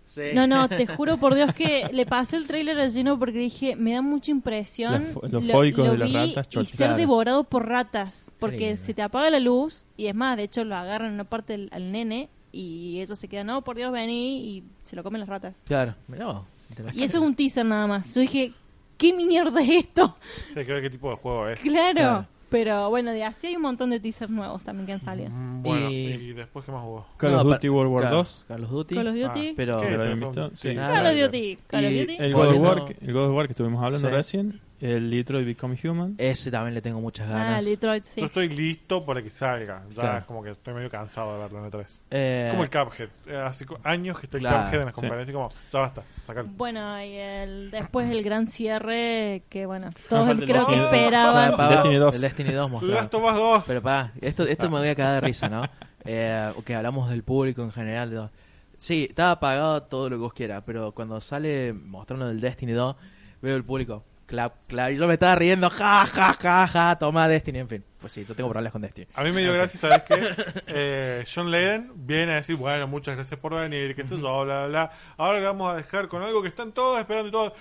Speaker 3: Sí.
Speaker 4: No, no, te juro por Dios que le pasé el tráiler a Gino porque dije, me da mucha
Speaker 2: La
Speaker 4: impresión
Speaker 2: fo- los fóbicos de las ratas,
Speaker 4: y
Speaker 2: chorcha.
Speaker 4: ser
Speaker 2: Claro.
Speaker 4: devorado por ratas, porque
Speaker 3: Increíble.
Speaker 4: se te apaga la luz y es más, de hecho lo agarran en una parte al, al nene y ellos se quedan, no, por Dios, vení y se lo comen las ratas.
Speaker 3: Claro. Mirá vos,
Speaker 4: Y
Speaker 3: interesante.
Speaker 4: eso es un teaser nada más. Yo dije, ¿qué mierda es esto?
Speaker 1: Sí, hay que ver qué tipo de juego es.
Speaker 4: Claro.
Speaker 3: Claro.
Speaker 4: Pero bueno, de así hay un montón de teasers nuevos también que han salido.
Speaker 1: Mm, Bueno,
Speaker 3: Y-
Speaker 1: y... después qué más jugó?
Speaker 2: Call of
Speaker 3: No,
Speaker 2: Duty
Speaker 3: pa-
Speaker 2: World War
Speaker 3: claro,
Speaker 2: 2.
Speaker 3: Call of Duty.
Speaker 4: Call of Duty.
Speaker 1: Ah,
Speaker 3: Mm. pero-
Speaker 1: ¿qué?
Speaker 2: Pero
Speaker 1: Pero
Speaker 2: visto,
Speaker 1: fue-
Speaker 2: sí.
Speaker 1: sí,
Speaker 3: Nada.
Speaker 4: Call of
Speaker 1: trailer.
Speaker 4: Duty, Call of
Speaker 3: Y-
Speaker 4: Duty.
Speaker 2: El God, of
Speaker 3: Volviendo-
Speaker 2: War, que- el God of War que estuvimos hablando
Speaker 3: Sí.
Speaker 2: recién. El Detroit Become Human.
Speaker 3: Ese también le tengo muchas
Speaker 4: Ah,
Speaker 3: ganas.
Speaker 4: Detroit, sí.
Speaker 1: Yo estoy listo para que salga. Ya
Speaker 3: Claro.
Speaker 1: es como que estoy medio cansado de verlo en el 3.
Speaker 3: Eh,
Speaker 1: Como el Cuphead. Eh, Hace co- años que está el
Speaker 3: Claro,
Speaker 1: Cuphead en las
Speaker 2: sí.
Speaker 1: conferencias y como, ya basta, sacalo.
Speaker 4: Bueno, y el, después el gran cierre, que bueno,
Speaker 2: No,
Speaker 4: todos
Speaker 2: falta el
Speaker 4: creo que
Speaker 2: Destiny dos.
Speaker 3: pará,
Speaker 4: esperaban.
Speaker 3: pará,
Speaker 2: Destiny 2.
Speaker 3: El Destiny 2 mostró.
Speaker 1: Last of Us 2.
Speaker 3: Pero pa, esto,
Speaker 1: Ah.
Speaker 3: esto me voy a cagar de risa, ¿no? Eh, que hablamos del público en general. de- Sí, estaba apagado todo lo que vos quieras, pero cuando sale mostrando el Destiny 2, veo el público. Clap, clap. Y yo me estaba riendo. Ja, ja, ja, ja. Toma Destiny. En fin, pues sí, yo tengo problemas con Destiny.
Speaker 1: A mí me dio gracia, ¿sabes qué? Eh, John Layden viene a decir, bueno, muchas gracias por venir, qué sé yo, bla, bla, bla. Ahora le vamos a dejar con algo que están todos esperando y todos.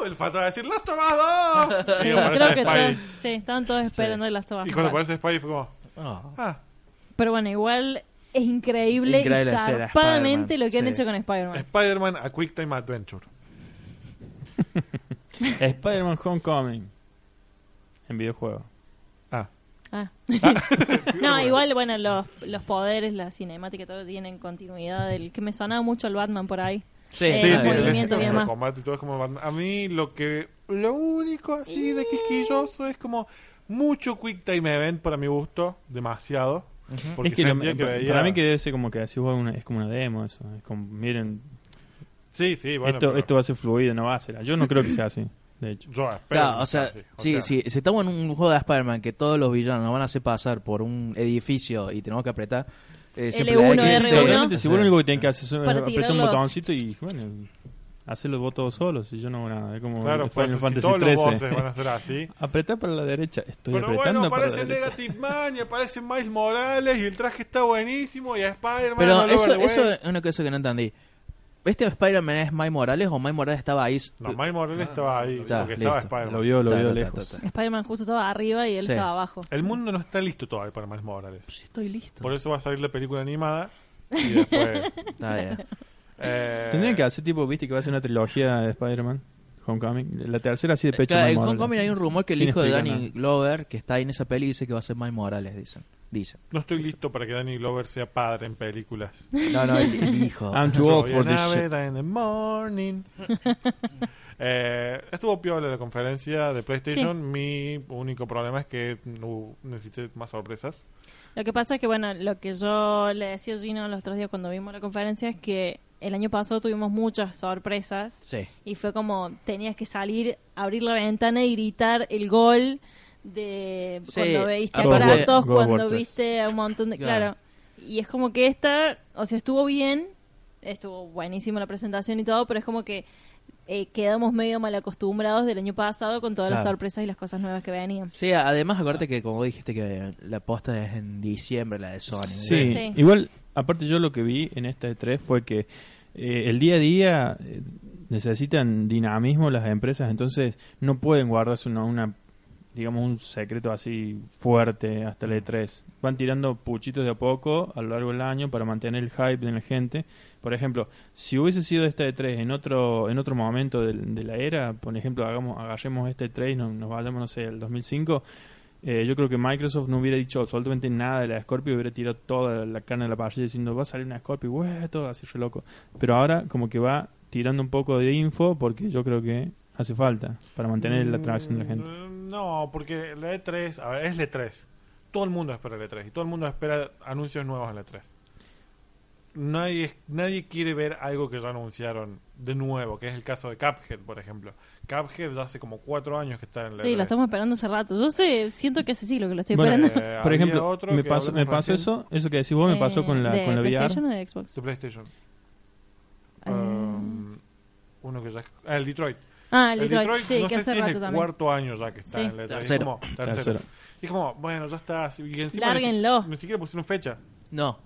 Speaker 1: ¡Uh! El fatal va a decir, ¡Las tomas dos!
Speaker 4: Sí,
Speaker 1: y aparece
Speaker 4: creo que
Speaker 1: Spidey.
Speaker 4: todos, sí, estaban todos esperando el Last of Us.
Speaker 1: Y cuando aparece Spidey fue como,
Speaker 3: Oh.
Speaker 1: ¡Ah!
Speaker 4: Pero bueno, igual es increíble,
Speaker 3: Increíble
Speaker 4: y
Speaker 3: la escena,
Speaker 4: zarpadamente
Speaker 3: Spider-Man,
Speaker 4: lo que han
Speaker 3: sí.
Speaker 4: hecho con
Speaker 1: Eh.
Speaker 4: Spider-Man.
Speaker 1: Spider-Man a Quick Time Adventure.
Speaker 2: Spider-Man Homecoming. En videojuego.
Speaker 1: Ah.
Speaker 4: Ah. no, igual, bueno, los, los poderes, la cinemática, todo tienen continuidad. El que me sonaba mucho el Batman por ahí.
Speaker 3: Sí,
Speaker 4: eh,
Speaker 1: sí,
Speaker 3: ah,
Speaker 1: sí,
Speaker 3: bien.
Speaker 1: el
Speaker 4: movimiento y
Speaker 1: estilo de
Speaker 4: demás.
Speaker 1: combate y todo es como band- A mí lo que lo único así de quisquilloso es como mucho quick time event para mi gusto, demasiado. Porque
Speaker 2: Es que lo-
Speaker 1: sentía que
Speaker 2: pa-
Speaker 1: veía-
Speaker 2: para mí que debe ser como que así vos una- es como una demo eso. Es como, miren,
Speaker 1: Sí, sí, bueno.
Speaker 2: esto,
Speaker 1: pero
Speaker 2: esto va a ser fluido, no va a ser. Yo no creo que sea así, de hecho.
Speaker 1: Yo espero
Speaker 3: Claro,
Speaker 1: que
Speaker 3: o sea,
Speaker 1: sea así. ah, O
Speaker 3: sí,
Speaker 1: sea,
Speaker 3: sí, si estamos en un juego de Spider-Man que todos los villanos nos van a hacer pasar por un edificio y tenemos que apretar. eh, siempre
Speaker 4: L1,
Speaker 3: la X,
Speaker 4: R1.
Speaker 3: sí.
Speaker 2: Realmente, si vos lo único que tenés que hacer es
Speaker 4: Para
Speaker 2: apretar
Speaker 4: tirar
Speaker 2: un
Speaker 4: los-
Speaker 2: botoncito y, bueno, hacerlo vos todos solos. Y yo no hago nada. Es como
Speaker 1: Claro,
Speaker 2: el
Speaker 1: pues,
Speaker 2: Final
Speaker 1: si
Speaker 2: Fantasy
Speaker 1: todos los bosses van
Speaker 2: XIII.
Speaker 1: a ser así.
Speaker 2: Apretar para la derecha. Estoy
Speaker 1: Pero bueno,
Speaker 2: apretando para la
Speaker 1: aparece
Speaker 2: derecha.
Speaker 1: Negative Man y aparece Miles Morales y el traje está buenísimo y a Spider-Man.
Speaker 3: Pero
Speaker 1: no lo
Speaker 3: eso,
Speaker 1: vale,
Speaker 3: eso
Speaker 1: güey.
Speaker 3: es una cosa que no entendí. ¿Este Spider-Man es Mike Morales o Mike Morales estaba ahí?
Speaker 1: No, Miles Morales estaba ahí
Speaker 3: Está,
Speaker 1: porque estaba
Speaker 3: listo.
Speaker 1: Spider-Man.
Speaker 2: Ah, Lo vio, lo
Speaker 3: Ta,
Speaker 2: vio
Speaker 3: ta, ta,
Speaker 2: lejos.
Speaker 3: ta, ta.
Speaker 4: Spider-Man justo estaba arriba y él
Speaker 3: Sí.
Speaker 4: estaba abajo.
Speaker 1: El mundo no está listo todavía para Miles Morales.
Speaker 3: Pues estoy listo.
Speaker 1: Por eso va a salir la película animada y después...
Speaker 3: Está bien.
Speaker 1: eh,
Speaker 2: Tendrían que hacer tipo, viste, que va a ser una trilogía de Spider-Man. Homecoming. La tercera así de pecho.
Speaker 3: Claro,
Speaker 2: Miles
Speaker 3: en
Speaker 2: Morales.
Speaker 3: Homecoming hay un rumor que el
Speaker 2: Sin
Speaker 3: hijo de
Speaker 2: explicar
Speaker 3: Danny Glover, que está ahí en esa peli, dice que va a ser Mike Morales, dicen. Dicen.
Speaker 1: No estoy listo para que Danny Glover sea padre en películas.
Speaker 3: No, no, el, el hijo.
Speaker 2: nada. I'm too old
Speaker 1: Soy
Speaker 2: for
Speaker 1: an
Speaker 2: this shit.
Speaker 1: Aveda in the morning. Eh, estuvo piola la conferencia de PlayStation. Mi único problema es que no- necesité más sorpresas.
Speaker 4: Lo que pasa es que, bueno, lo que yo le decía a Gino los otros días cuando vimos la conferencia es que el año pasado tuvimos muchas sorpresas
Speaker 3: Sí.
Speaker 4: y fue como tenías que salir, abrir la ventana y gritar el gol de
Speaker 3: Sí.
Speaker 4: cuando veiste a
Speaker 3: Aparte-
Speaker 4: Kratos,
Speaker 2: Go
Speaker 4: cuando
Speaker 2: Vortex.
Speaker 4: viste a un montón de...
Speaker 3: Claro.
Speaker 4: Claro. Y es como que esta, o sea, estuvo bien, estuvo buenísima la presentación y todo, pero es como que eh, quedamos medio mal acostumbrados del año pasado con todas las
Speaker 3: Claro.
Speaker 4: sorpresas y las cosas nuevas que venían.
Speaker 3: Sí, además acuérdate que como dijiste que la posta es en diciembre, la de Sony.
Speaker 2: Sí.
Speaker 4: Sí.
Speaker 2: igual, aparte yo lo que vi en esta E3 fue que eh, el día a día eh, necesitan dinamismo las empresas, entonces no pueden guardarse una, una, digamos, un secreto así fuerte hasta la E3. Van tirando puchitos de a poco a lo largo del año para mantener el hype de la gente. Por ejemplo, si hubiese sido esta E3 en otro, en otro momento del- de, la era, por ejemplo, hagamos, agarremos este E3 y nos, nos vayamos, no sé, al 2005, eh, yo creo que Microsoft no hubiera dicho absolutamente nada de la Scorpio, hubiera tirado toda la carne de la parrilla diciendo va a salir una Scorpio, güey, todo así re loco. Pero ahora como que va tirando un poco de info porque yo creo que hace falta para mantener la atracción de la gente.
Speaker 1: Mm, No, porque la E3, a ver, es la E3. Todo el mundo espera la E3 y todo el mundo espera anuncios nuevos en la E3. Nadie, nadie quiere ver algo que ya anunciaron de nuevo, que es el caso de Cuphead, por ejemplo. Cuphead ya hace como cuatro años que está en la E
Speaker 4: Sí,
Speaker 1: E3.
Speaker 4: lo estamos esperando hace rato. Yo sé, siento que hace siglo que lo estoy
Speaker 2: Bueno,
Speaker 4: esperando.
Speaker 1: Eh,
Speaker 2: Por
Speaker 1: había
Speaker 2: ejemplo,
Speaker 1: otro
Speaker 2: me
Speaker 1: que
Speaker 2: pasó, me
Speaker 1: hablamos
Speaker 2: pasó
Speaker 1: recién,
Speaker 2: eso, eso que decís vos, me pasó con la,
Speaker 4: Eh, de
Speaker 2: con la VR.
Speaker 4: PlayStation o de Xbox?
Speaker 1: De PlayStation.
Speaker 4: Eh,
Speaker 1: Um, uno que ya. Ah, el Detroit.
Speaker 4: ah, el Detroit, sí,
Speaker 1: no
Speaker 4: que
Speaker 1: sé si
Speaker 4: hace
Speaker 1: es
Speaker 4: rato
Speaker 1: el
Speaker 4: también.
Speaker 1: cuarto año ya que está
Speaker 4: Sí.
Speaker 1: en la E3.
Speaker 3: Tercero.
Speaker 1: Y como, tercero.
Speaker 2: Tercero.
Speaker 1: Y como, bueno, ya está. así- Y encima
Speaker 4: Lárguenlo.
Speaker 1: Ni, si- ni siquiera pusieron fecha.
Speaker 3: No,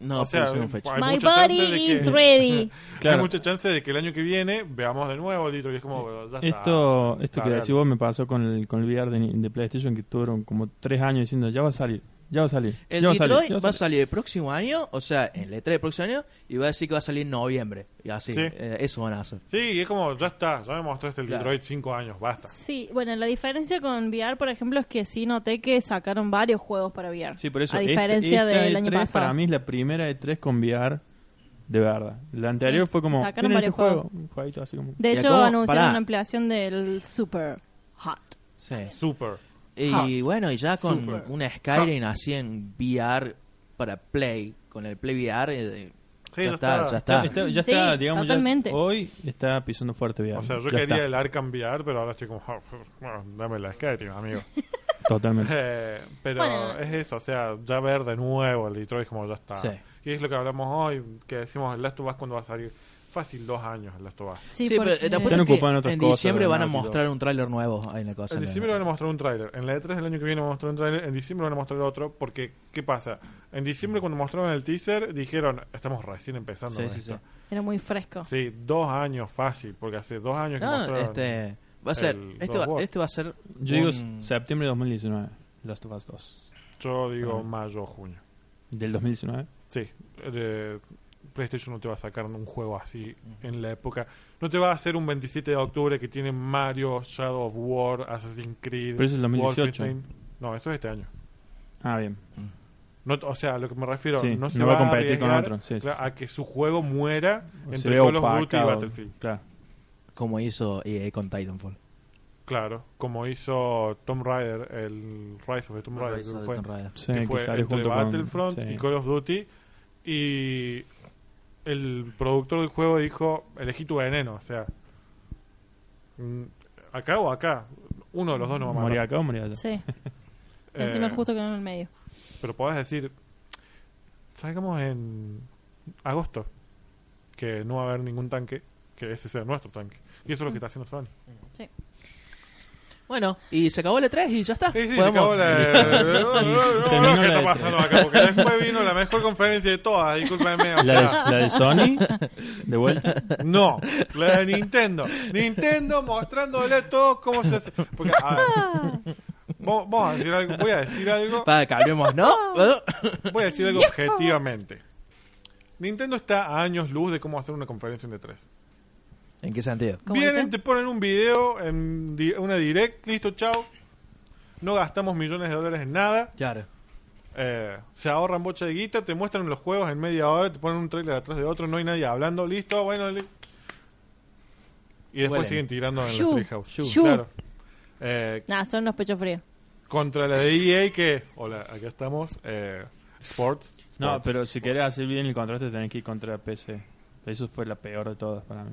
Speaker 3: no,
Speaker 1: O sea,
Speaker 3: pusieron fecha.
Speaker 1: hay
Speaker 4: My
Speaker 1: mucha chance de
Speaker 4: body
Speaker 1: que-
Speaker 4: is ready.
Speaker 2: Claro.
Speaker 1: Hay mucha chance de que el año que viene veamos de nuevo el Detroit. Y es como, ya está.
Speaker 2: Esto, esto que
Speaker 1: Claro.
Speaker 2: decís vos me pasó con el, con el VR de, de PlayStation que tuvieron como tres años diciendo ya va a salir, ya va a salir.
Speaker 3: El
Speaker 2: ya va a salir,
Speaker 3: Detroit
Speaker 2: ya
Speaker 3: va a salir el próximo año, o sea, en el E3 del próximo año, y va a decir que va a salir en noviembre. Y así,
Speaker 1: Sí.
Speaker 3: eh, eso van a hacer.
Speaker 1: Sí, es como, ya está. Ya me mostraste el
Speaker 3: Claro.
Speaker 1: Detroit cinco años, basta.
Speaker 4: Sí, bueno, la diferencia con VR, por ejemplo, es que sí noté que sacaron varios juegos para VR.
Speaker 2: Sí, por eso.
Speaker 4: A
Speaker 2: esta-
Speaker 4: diferencia
Speaker 2: esta
Speaker 4: del año
Speaker 2: E3
Speaker 4: pasado.
Speaker 2: Para mí es la primera E3 con VR de verdad. La anterior
Speaker 4: Sí,
Speaker 2: fue como.
Speaker 4: sacaron
Speaker 2: "Miren este
Speaker 4: varios juegos".
Speaker 2: juego, Un jueguito así como.
Speaker 4: De
Speaker 3: ¿Y a
Speaker 4: hecho,
Speaker 3: cómo?
Speaker 4: anunciaron
Speaker 3: Pará.
Speaker 4: una ampliación del Super Hot.
Speaker 3: Sí.
Speaker 1: Super.
Speaker 3: Y
Speaker 4: Hot.
Speaker 3: bueno, y ya con
Speaker 1: Super.
Speaker 3: una Skyrim
Speaker 1: Ah.
Speaker 3: así en VR para Play, con el Play VR, eh,
Speaker 1: Sí,
Speaker 3: ya,
Speaker 1: ya
Speaker 3: está,
Speaker 1: está.
Speaker 3: ya está.
Speaker 2: ya
Speaker 4: Sí,
Speaker 2: está, digamos. ya-
Speaker 4: totalmente.
Speaker 2: hoy está pisando fuerte VR.
Speaker 1: O sea, yo
Speaker 2: Ya
Speaker 1: quería
Speaker 2: está,
Speaker 1: el Arkham VR, pero ahora estoy como, "Ah, bueno, dame la Skyrim, amigo.
Speaker 2: Totalmente.
Speaker 1: Eh, pero
Speaker 4: Bueno.
Speaker 1: es eso, o sea, ya ver de nuevo el Detroit como ya está.
Speaker 3: Sí.
Speaker 1: Y es lo que hablamos hoy, que decimos el Last of Us cuando va a salir. Fácil, dos años el Last of Us.
Speaker 3: Sí,
Speaker 4: Sí,
Speaker 3: pero
Speaker 4: porque-
Speaker 3: eh, te apuesto
Speaker 2: Están
Speaker 3: que
Speaker 2: ocupados en otras
Speaker 3: en
Speaker 2: cosas,
Speaker 3: diciembre van a
Speaker 2: Leonardo.
Speaker 3: mostrar un tráiler nuevo ahí en la cosa.
Speaker 1: En
Speaker 3: ¿no?
Speaker 1: diciembre van a mostrar un tráiler, en la E3 del año que viene van a mostrar un tráiler, en diciembre van a mostrar otro, porque, ¿qué pasa? En diciembre cuando mostraron el teaser dijeron, estamos recién empezando
Speaker 3: Sí,
Speaker 1: con
Speaker 3: sí,
Speaker 1: esto.
Speaker 4: era muy fresco.
Speaker 1: Sí, dos años fácil, porque hace dos años que
Speaker 3: No,
Speaker 1: mostraron...
Speaker 3: este, va a ser,
Speaker 1: el
Speaker 3: este,
Speaker 1: God of
Speaker 3: va,
Speaker 1: War.
Speaker 3: este va a ser
Speaker 2: Yo digo
Speaker 3: un-
Speaker 2: septiembre de 2019. Last of Us 2.
Speaker 1: Yo digo
Speaker 2: Ah.
Speaker 1: mayo o junio.
Speaker 2: Del 2019.
Speaker 1: Sí, eh, PlayStation no te va a sacar un juego así en la época. No te va a hacer un 27 de octubre que tiene Mario, Shadow of War, Assassin's Creed.
Speaker 2: Pero eso es el 2018.
Speaker 1: Wolfenstein. No, eso es este año.
Speaker 2: Ah, bien.
Speaker 1: No, o sea, lo que me refiero,
Speaker 2: Sí,
Speaker 1: no se
Speaker 2: no
Speaker 1: va
Speaker 2: va a competir con
Speaker 1: arriesgar,
Speaker 2: otro, sí, sí,
Speaker 1: claro,
Speaker 2: sí.
Speaker 1: a que su juego muera
Speaker 2: se
Speaker 1: entre
Speaker 2: ve
Speaker 1: Call of Duty y
Speaker 2: opacado.
Speaker 1: Battlefield.
Speaker 2: Claro.
Speaker 3: Como hizo EA con Titanfall.
Speaker 1: Claro, como hizo Tomb Raider, el Rise of the Tomb Raider,
Speaker 3: Rise
Speaker 1: creo que
Speaker 3: of the
Speaker 1: fue,
Speaker 3: Tomb Raider.
Speaker 2: Sí,
Speaker 1: que fue
Speaker 2: sale
Speaker 1: entre
Speaker 2: junto con-
Speaker 1: Battlefront
Speaker 2: sí.
Speaker 1: y Call of Duty. Y el productor del juego dijo, elegí tu veneno, o sea, mm, acá o acá, uno de los dos no va a matar.
Speaker 2: Moría acá o moría allá.
Speaker 4: Sí.
Speaker 1: Eh,
Speaker 4: Encima es justo que no en el medio.
Speaker 1: Pero podés decir, salgamos en agosto, que no va a haber ningún tanque, que ese sea nuestro tanque. Y eso es lo que está haciendo Sony.
Speaker 3: Bueno, y se acabó el E3 y ya está.
Speaker 1: Sí, sí, se
Speaker 3: Podemos-
Speaker 1: acabó la...
Speaker 2: Terminó
Speaker 1: ¿Qué
Speaker 2: la
Speaker 1: está
Speaker 2: de
Speaker 1: pasando acá? Porque después vino la mejor conferencia de todas, discúlpenme. o
Speaker 2: La de,
Speaker 1: sea,
Speaker 2: la de Sony, de vuelta.
Speaker 1: No, la de Nintendo. Nintendo mostrándole a todos cómo se hace. Porque, a ver,
Speaker 4: Ah,
Speaker 1: vamos vamos a decir algo, voy a decir algo,
Speaker 3: Va, cambiemos, ¿no?
Speaker 1: voy a decir algo objetivamente. Nintendo está a años luz de cómo hacer una conferencia de tres.
Speaker 3: ¿En qué sentido?
Speaker 4: ¿Cómo
Speaker 1: Vienen, te
Speaker 4: dice?
Speaker 1: ponen un video, en di- una direct, listo, chao. No gastamos millones de dólares en nada.
Speaker 3: Claro.
Speaker 1: Eh, se ahorran bocha de guita, te muestran los juegos en media hora, te ponen un trailer atrás de otro, no hay nadie hablando, listo, bueno. li- Y después
Speaker 3: Huelen.
Speaker 1: siguen tirando en
Speaker 4: Shoo,
Speaker 1: los Treehouse.
Speaker 4: shoo.
Speaker 1: Claro. Eh,
Speaker 4: Nah, son los pechos fríos.
Speaker 1: contra la de EA que... Hola, acá estamos. Eh, sports.
Speaker 2: No,
Speaker 1: Sports.
Speaker 2: pero si querés hacer bien el contraste, tenés que ir contra PC. Eso fue la peor de todas para mí.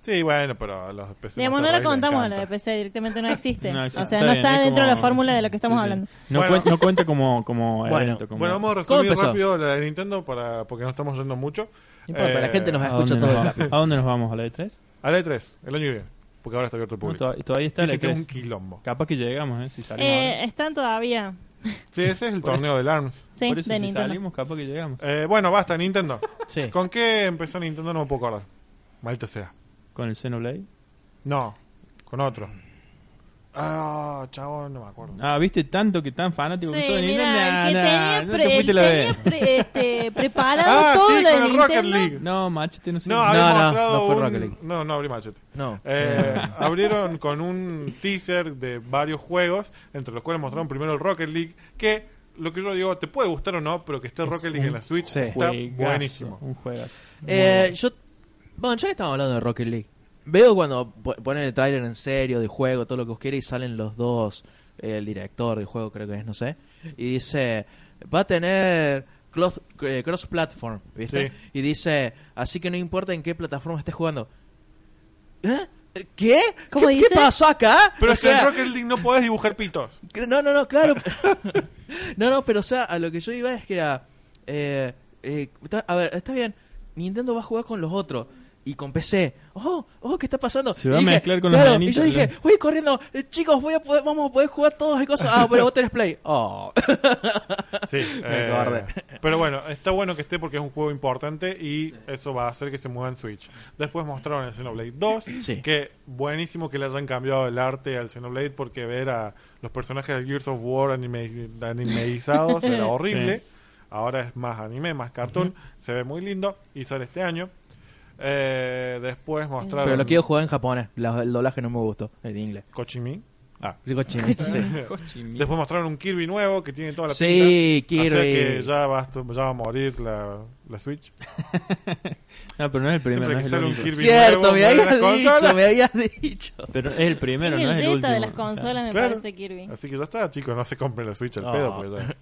Speaker 1: Sí, bueno, pero a los PC...
Speaker 4: Digamos,
Speaker 1: Master
Speaker 4: no la
Speaker 1: Race les
Speaker 4: contamos a la
Speaker 1: encanta.
Speaker 4: de PC, directamente no existe.
Speaker 2: No,
Speaker 4: o sea, no
Speaker 2: bien,
Speaker 4: está
Speaker 2: es
Speaker 4: dentro de la
Speaker 2: como-
Speaker 4: fórmula de lo que estamos
Speaker 2: sí, sí.
Speaker 4: hablando.
Speaker 2: No,
Speaker 1: Bueno.
Speaker 2: cuen- no cuenta como, como
Speaker 3: Bueno.
Speaker 2: evento. Como
Speaker 1: Bueno, vamos a
Speaker 3: ¿Cómo
Speaker 1: resumir
Speaker 3: empezó?
Speaker 1: rápido la de Nintendo para, porque no estamos yendo mucho.
Speaker 3: No importa,
Speaker 1: Eh,
Speaker 3: la gente nos
Speaker 2: ¿A,
Speaker 3: va a
Speaker 2: dónde nos
Speaker 3: escuchar todo el
Speaker 2: va-
Speaker 3: rato.
Speaker 2: ¿A dónde nos vamos? ¿A la E3?
Speaker 1: A la de 3, el año que viene. Porque ahora está abierto al
Speaker 2: No,
Speaker 1: público.
Speaker 2: to- todavía está la E
Speaker 1: Dice que es un
Speaker 2: E3.
Speaker 1: quilombo.
Speaker 2: Capaz que llegamos, ¿eh? Si salimos.
Speaker 4: Eh,
Speaker 2: ahora.
Speaker 4: están todavía.
Speaker 1: Sí, ese es el
Speaker 2: Por eso-
Speaker 1: torneo del ARMS.
Speaker 4: Sí,
Speaker 2: Por eso,
Speaker 4: de
Speaker 2: si
Speaker 4: Nintendo.
Speaker 2: salimos, capaz que llegamos.
Speaker 1: Eh, bueno, basta, Nintendo.
Speaker 3: Sí.
Speaker 1: ¿Con qué empezó Nintendo? No me puedo acordar. Maldita sea.
Speaker 2: Con el Xenoblade.
Speaker 1: No, con otro. Ah, chavo, no me acuerdo.
Speaker 2: Ah, viste tanto que tan fanático que
Speaker 4: Sí,
Speaker 2: soy de Nintendo.
Speaker 4: mira, el que
Speaker 2: Nah,
Speaker 4: tenía,
Speaker 2: nah, no
Speaker 4: pre-
Speaker 2: te
Speaker 4: el
Speaker 2: fuiste la
Speaker 4: tenía
Speaker 2: vez.
Speaker 4: pre- este, preparado
Speaker 1: ah,
Speaker 4: todo
Speaker 1: sí,
Speaker 4: lo de
Speaker 1: con el Rocket
Speaker 4: Nintendo.
Speaker 1: League.
Speaker 2: No, machete, no sé.
Speaker 1: No,
Speaker 3: No,
Speaker 1: había
Speaker 3: no,
Speaker 1: mostrado
Speaker 3: no fue
Speaker 1: un-
Speaker 3: Rocket League.
Speaker 1: No, no abrí machete.
Speaker 3: No.
Speaker 1: Eh, abrieron con un teaser de varios juegos, entre los cuales mostraron primero el Rocket League, que lo que yo digo, te puede gustar o no, pero que esté
Speaker 2: Es
Speaker 1: Rocket League en
Speaker 2: un
Speaker 1: la Switch
Speaker 3: sí.
Speaker 1: está
Speaker 2: Juegazo,
Speaker 1: buenísimo.
Speaker 2: Un juegazo.
Speaker 3: Eh, yo, bueno, ya que estamos hablando de Rocket League, veo cuando po- ponen el tráiler en serio de juego, todo lo que os quiere, y salen los dos, eh, el director del juego creo que es, no sé, y dice, va a tener cross, eh, cross platform, ¿viste?
Speaker 1: Sí.
Speaker 3: Y dice, así que no importa en qué plataforma estés jugando. ¿Eh? ¿Qué?
Speaker 4: ¿Cómo
Speaker 3: ¿Qué,
Speaker 4: dice?
Speaker 3: qué pasó acá?
Speaker 1: Pero
Speaker 3: O
Speaker 1: si en
Speaker 3: sea,
Speaker 1: Rocket League no podés dibujar pitos.
Speaker 3: Cre- No, no, no, claro.
Speaker 2: Ah.
Speaker 3: no, no, pero o sea, a lo que yo iba es que a. eh, eh, está- a ver, está bien. Nintendo va a jugar con los otros. Y con PC. ¡Oh! ¡Oh! ¿Qué está pasando?
Speaker 2: Se va a
Speaker 3: Y
Speaker 2: mezclar con los
Speaker 3: claro,
Speaker 2: nenitos,
Speaker 3: Y yo dije,
Speaker 2: claro.
Speaker 3: voy corriendo. eh, chicos, voy a poder- vamos a poder jugar todos y cosas. Ah, pero vos tenés play. ¡Oh!
Speaker 1: Sí, eh,
Speaker 3: acordé.
Speaker 1: pero bueno, está bueno que esté porque es un juego importante y eso va a hacer que se mueva en Switch. Después mostraron el Xenoblade 2,
Speaker 3: Sí.
Speaker 1: que buenísimo que le hayan cambiado el arte al Xenoblade porque ver a los personajes de Gears of War anime, animeizados era horrible. Ahora es más anime, más cartoon, se ve muy lindo y sale este año. Eh, después mostraron
Speaker 3: Pero lo quiero jugar en japonés. La- el doblaje no me gustó. El inglés.
Speaker 1: Kochimi.
Speaker 3: Digo chino. Sí.
Speaker 1: Después mostraron un Kirby nuevo que tiene toda la
Speaker 3: Sí,
Speaker 1: pinta. O sea que
Speaker 3: Kirby.
Speaker 1: ya va, a- ya va a morir la, la Switch.
Speaker 2: No, Ah, pero no es el
Speaker 1: Siempre
Speaker 2: primero, no
Speaker 1: que
Speaker 2: es el
Speaker 1: sale un
Speaker 2: único.
Speaker 1: Kirby
Speaker 3: Cierto,
Speaker 1: nuevo,
Speaker 3: me
Speaker 1: mueve
Speaker 3: habías
Speaker 1: las
Speaker 3: dicho,
Speaker 1: consolas.
Speaker 3: me habías dicho.
Speaker 2: Pero es el primero,
Speaker 4: Es
Speaker 2: no
Speaker 4: el
Speaker 2: es el
Speaker 4: Jetta
Speaker 2: último.
Speaker 4: de las consolas, me
Speaker 1: Claro.
Speaker 4: parece, Kirby.
Speaker 1: Así que ya está, chicos, no se compren la Switch al
Speaker 3: Ah.
Speaker 1: pedo. Porque ya-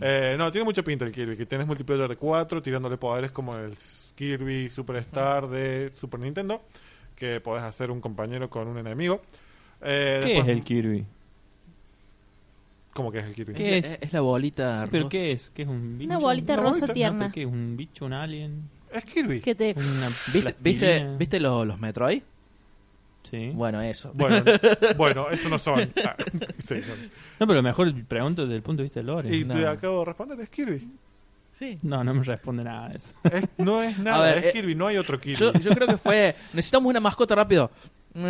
Speaker 1: Eh, no, tiene mucha pinta el Kirby, que tenés multiplayer de 4 tirándole poderes como el Kirby Superstar de Super Nintendo, que podés hacer un compañero con un enemigo. Eh,
Speaker 2: ¿Qué
Speaker 1: después-
Speaker 2: es el Kirby?
Speaker 1: ¿Cómo que es el Kirby?
Speaker 2: ¿Qué? es?
Speaker 3: Es la bolita.
Speaker 1: Ah,
Speaker 2: Sí, ¿Pero
Speaker 3: rosa.
Speaker 2: qué es? ¿Qué es un bicho?
Speaker 4: Una bolita
Speaker 1: Una
Speaker 4: rosa
Speaker 1: bolita, no,
Speaker 4: tierna.
Speaker 2: ¿Pero ¿Qué es un bicho, un alien?
Speaker 1: Es Kirby.
Speaker 4: Que te...
Speaker 2: Una
Speaker 3: ¿Viste, viste,
Speaker 2: plastilina?
Speaker 3: ¿viste los, los Metroid?
Speaker 2: Sí.
Speaker 3: Bueno, eso.
Speaker 1: Bueno, bueno, eso no son. Ah, sí, no.
Speaker 2: No, pero mejor pregunto desde el punto de vista de Lore.
Speaker 1: Y te
Speaker 3: No.
Speaker 1: acabo de responder, es Kirby.
Speaker 3: Sí.
Speaker 2: No, no me responde nada de eso.
Speaker 1: Es- no es nada,
Speaker 3: A ver,
Speaker 1: es
Speaker 3: eh,
Speaker 1: Kirby, no hay otro Kirby.
Speaker 3: Yo, yo creo que fue. Necesitamos una mascota rápido. Mm.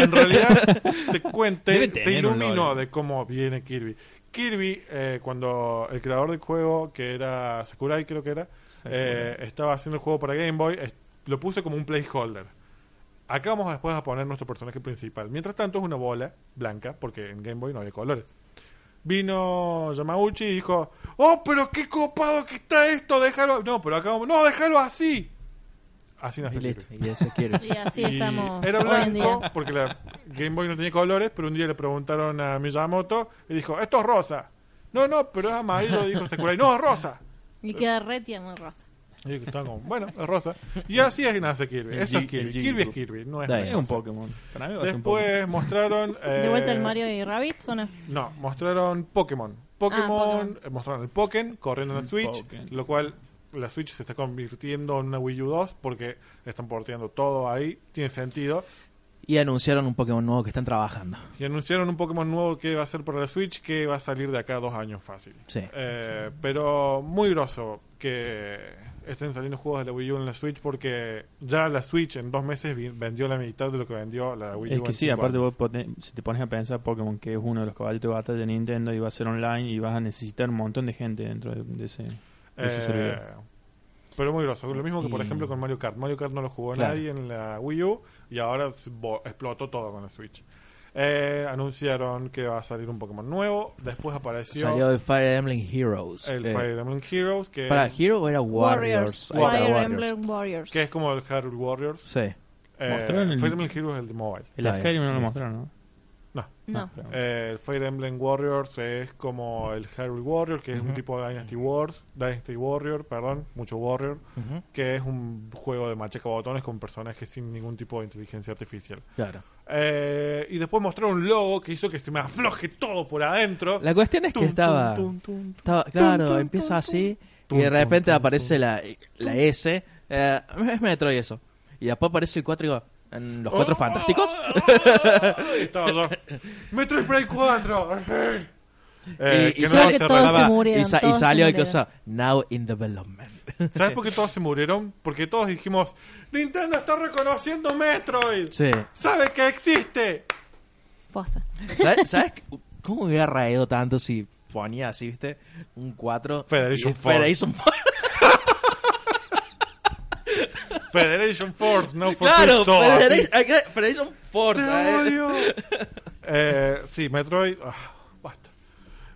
Speaker 1: En realidad, te cuente,
Speaker 2: Debe
Speaker 1: te
Speaker 2: tener un
Speaker 1: ilumino
Speaker 2: lore.
Speaker 1: de cómo viene Kirby. Kirby, eh, cuando el creador del juego, que era Sakurai, creo que era, eh, estaba haciendo el juego para Game Boy, es- lo puse como un placeholder. Acá vamos después a poner nuestro personaje principal. Mientras tanto, es una bola blanca, porque en Game Boy no había colores. vino Yamauchi y dijo, oh, pero qué copado que está esto, déjalo, no, pero acá, vamos- no, déjalo así. Así nació el
Speaker 3: Listo,
Speaker 1: Kirby.
Speaker 3: y eso quiero.
Speaker 4: Y así
Speaker 1: Y
Speaker 4: estamos.
Speaker 1: Era
Speaker 4: hoy en
Speaker 1: blanco,
Speaker 4: día.
Speaker 1: porque la Game Boy no tenía colores, pero un día le preguntaron a Miyamoto y dijo, esto es rosa. No, no, pero es amarillo, dijo Sakurai, no, es rosa.
Speaker 4: Y queda re tierno rosa.
Speaker 1: Y estaban como, bueno, es rosa. Y así es que nace Kirby.
Speaker 2: El
Speaker 1: Eso
Speaker 2: G-
Speaker 1: es Kirby.
Speaker 2: el G
Speaker 1: Kirby es
Speaker 2: Group.
Speaker 1: Kirby, no es
Speaker 3: Da,
Speaker 1: otra
Speaker 2: Es un
Speaker 1: cosa.
Speaker 2: Pokémon. Para mí va a ser un Pokémon.
Speaker 1: Después mostraron...
Speaker 4: De vuelta el
Speaker 1: eh,
Speaker 4: Mario y Rabbit, ¿o no?
Speaker 1: No, mostraron Pokémon. Pokémon,
Speaker 4: Ah, Pokémon.
Speaker 1: eh, mostraron el Pokémon corriendo en la Switch,
Speaker 2: Mm, Pokémon.
Speaker 1: lo cual la Switch se está convirtiendo en una Wii U 2 porque están porteando todo ahí, tiene sentido.
Speaker 3: Y anunciaron un Pokémon nuevo que están trabajando.
Speaker 1: Y anunciaron un Pokémon nuevo que va a ser para la Switch que va a salir de acá a dos años fácil.
Speaker 3: Sí.
Speaker 1: Eh, pero muy groso que estén saliendo juegos de la Wii U en la Switch porque ya la Switch en dos meses vi- vendió la mitad de lo que vendió la Wii U.
Speaker 2: Es que
Speaker 1: en
Speaker 2: sí,
Speaker 1: cinco
Speaker 2: aparte
Speaker 1: años.
Speaker 2: vos poten- si te pones a pensar Pokémon, que es uno de los caballitos de batalla de Nintendo y va a ser online y vas a necesitar un montón de gente dentro de, de ese, de ese
Speaker 1: Eh,
Speaker 2: servidor.
Speaker 1: pero muy grosso. Lo mismo que, por
Speaker 3: Y-
Speaker 1: ejemplo, con Mario Kart. Mario Kart no lo jugó
Speaker 3: Claro.
Speaker 1: nadie en la Wii U y ahora s- bo- explotó todo con la Switch. Eh, anunciaron que va a salir un Pokémon nuevo. Después apareció
Speaker 3: Salió de Fire Emblem Heroes.
Speaker 1: el
Speaker 3: Eh,
Speaker 1: Fire Emblem Heroes, que,
Speaker 3: ¿Para Hero o era Warriors? Ahí está,
Speaker 4: Fire
Speaker 3: Warriors.
Speaker 4: Emblem Warriors.
Speaker 1: que es como el Hyrule Warriors.
Speaker 3: Sí.
Speaker 1: Eh,
Speaker 2: Mostraron el-
Speaker 1: Fire Emblem Heroes es el de mobile.
Speaker 2: El
Speaker 3: Está bien.
Speaker 2: Skyrim no lo mostraron, ¿no? Ah,
Speaker 4: No.
Speaker 2: Pero-
Speaker 1: Eh, el Fire Emblem Warriors es como el Hyrule Warriors, que es un
Speaker 3: Ujú.
Speaker 1: tipo de Dynasty Wars, Dynasty Warrior, perdón, mucho Warrior.
Speaker 3: Ujú,
Speaker 1: que es un juego de machaca botones con personajes sin ningún tipo de inteligencia artificial.
Speaker 3: Claro.
Speaker 1: Eh, y después mostraron un logo que hizo que se me afloje todo por adentro.
Speaker 3: La cuestión es
Speaker 1: Tum,
Speaker 3: que estaba.
Speaker 1: tum, tum, tum.
Speaker 3: estaba claro,
Speaker 1: tum, tum,
Speaker 3: empieza así
Speaker 1: tum,
Speaker 3: y de
Speaker 1: tum,
Speaker 3: repente
Speaker 1: tum,
Speaker 3: aparece la, la S. eh, es Metro y eso. Y después aparece el 4 y digo, "Mm, los cuatro
Speaker 1: Oh,
Speaker 3: fantásticos.
Speaker 1: oh, oh, oh, y estaba yo. Metroid Prime 4. Eh,
Speaker 3: y
Speaker 1: que no
Speaker 4: sale
Speaker 1: se
Speaker 4: que todo
Speaker 1: arreglaba.
Speaker 4: se murieron,
Speaker 3: y, sa- y
Speaker 4: todos se
Speaker 3: salió el
Speaker 4: murieron.
Speaker 3: cosa. Now in development.
Speaker 1: ¿Sabes por qué todos se murieron? Porque todos dijimos, Nintendo está reconociendo Metroid.
Speaker 3: Sí.
Speaker 1: Sabe que existe.
Speaker 4: Posta.
Speaker 3: ¿Sabes, sabes qué- cómo hubiera reído tanto si ponía así, viste? Un 4.
Speaker 1: Federation Force.
Speaker 3: Federation Force.
Speaker 1: Federation Force, no for Peace,
Speaker 3: Claro,
Speaker 1: todo así.
Speaker 3: Federation, acá- Federation Force. ¿sabes?
Speaker 1: ¡Te odio! eh, sí, Metroid. ah, basta.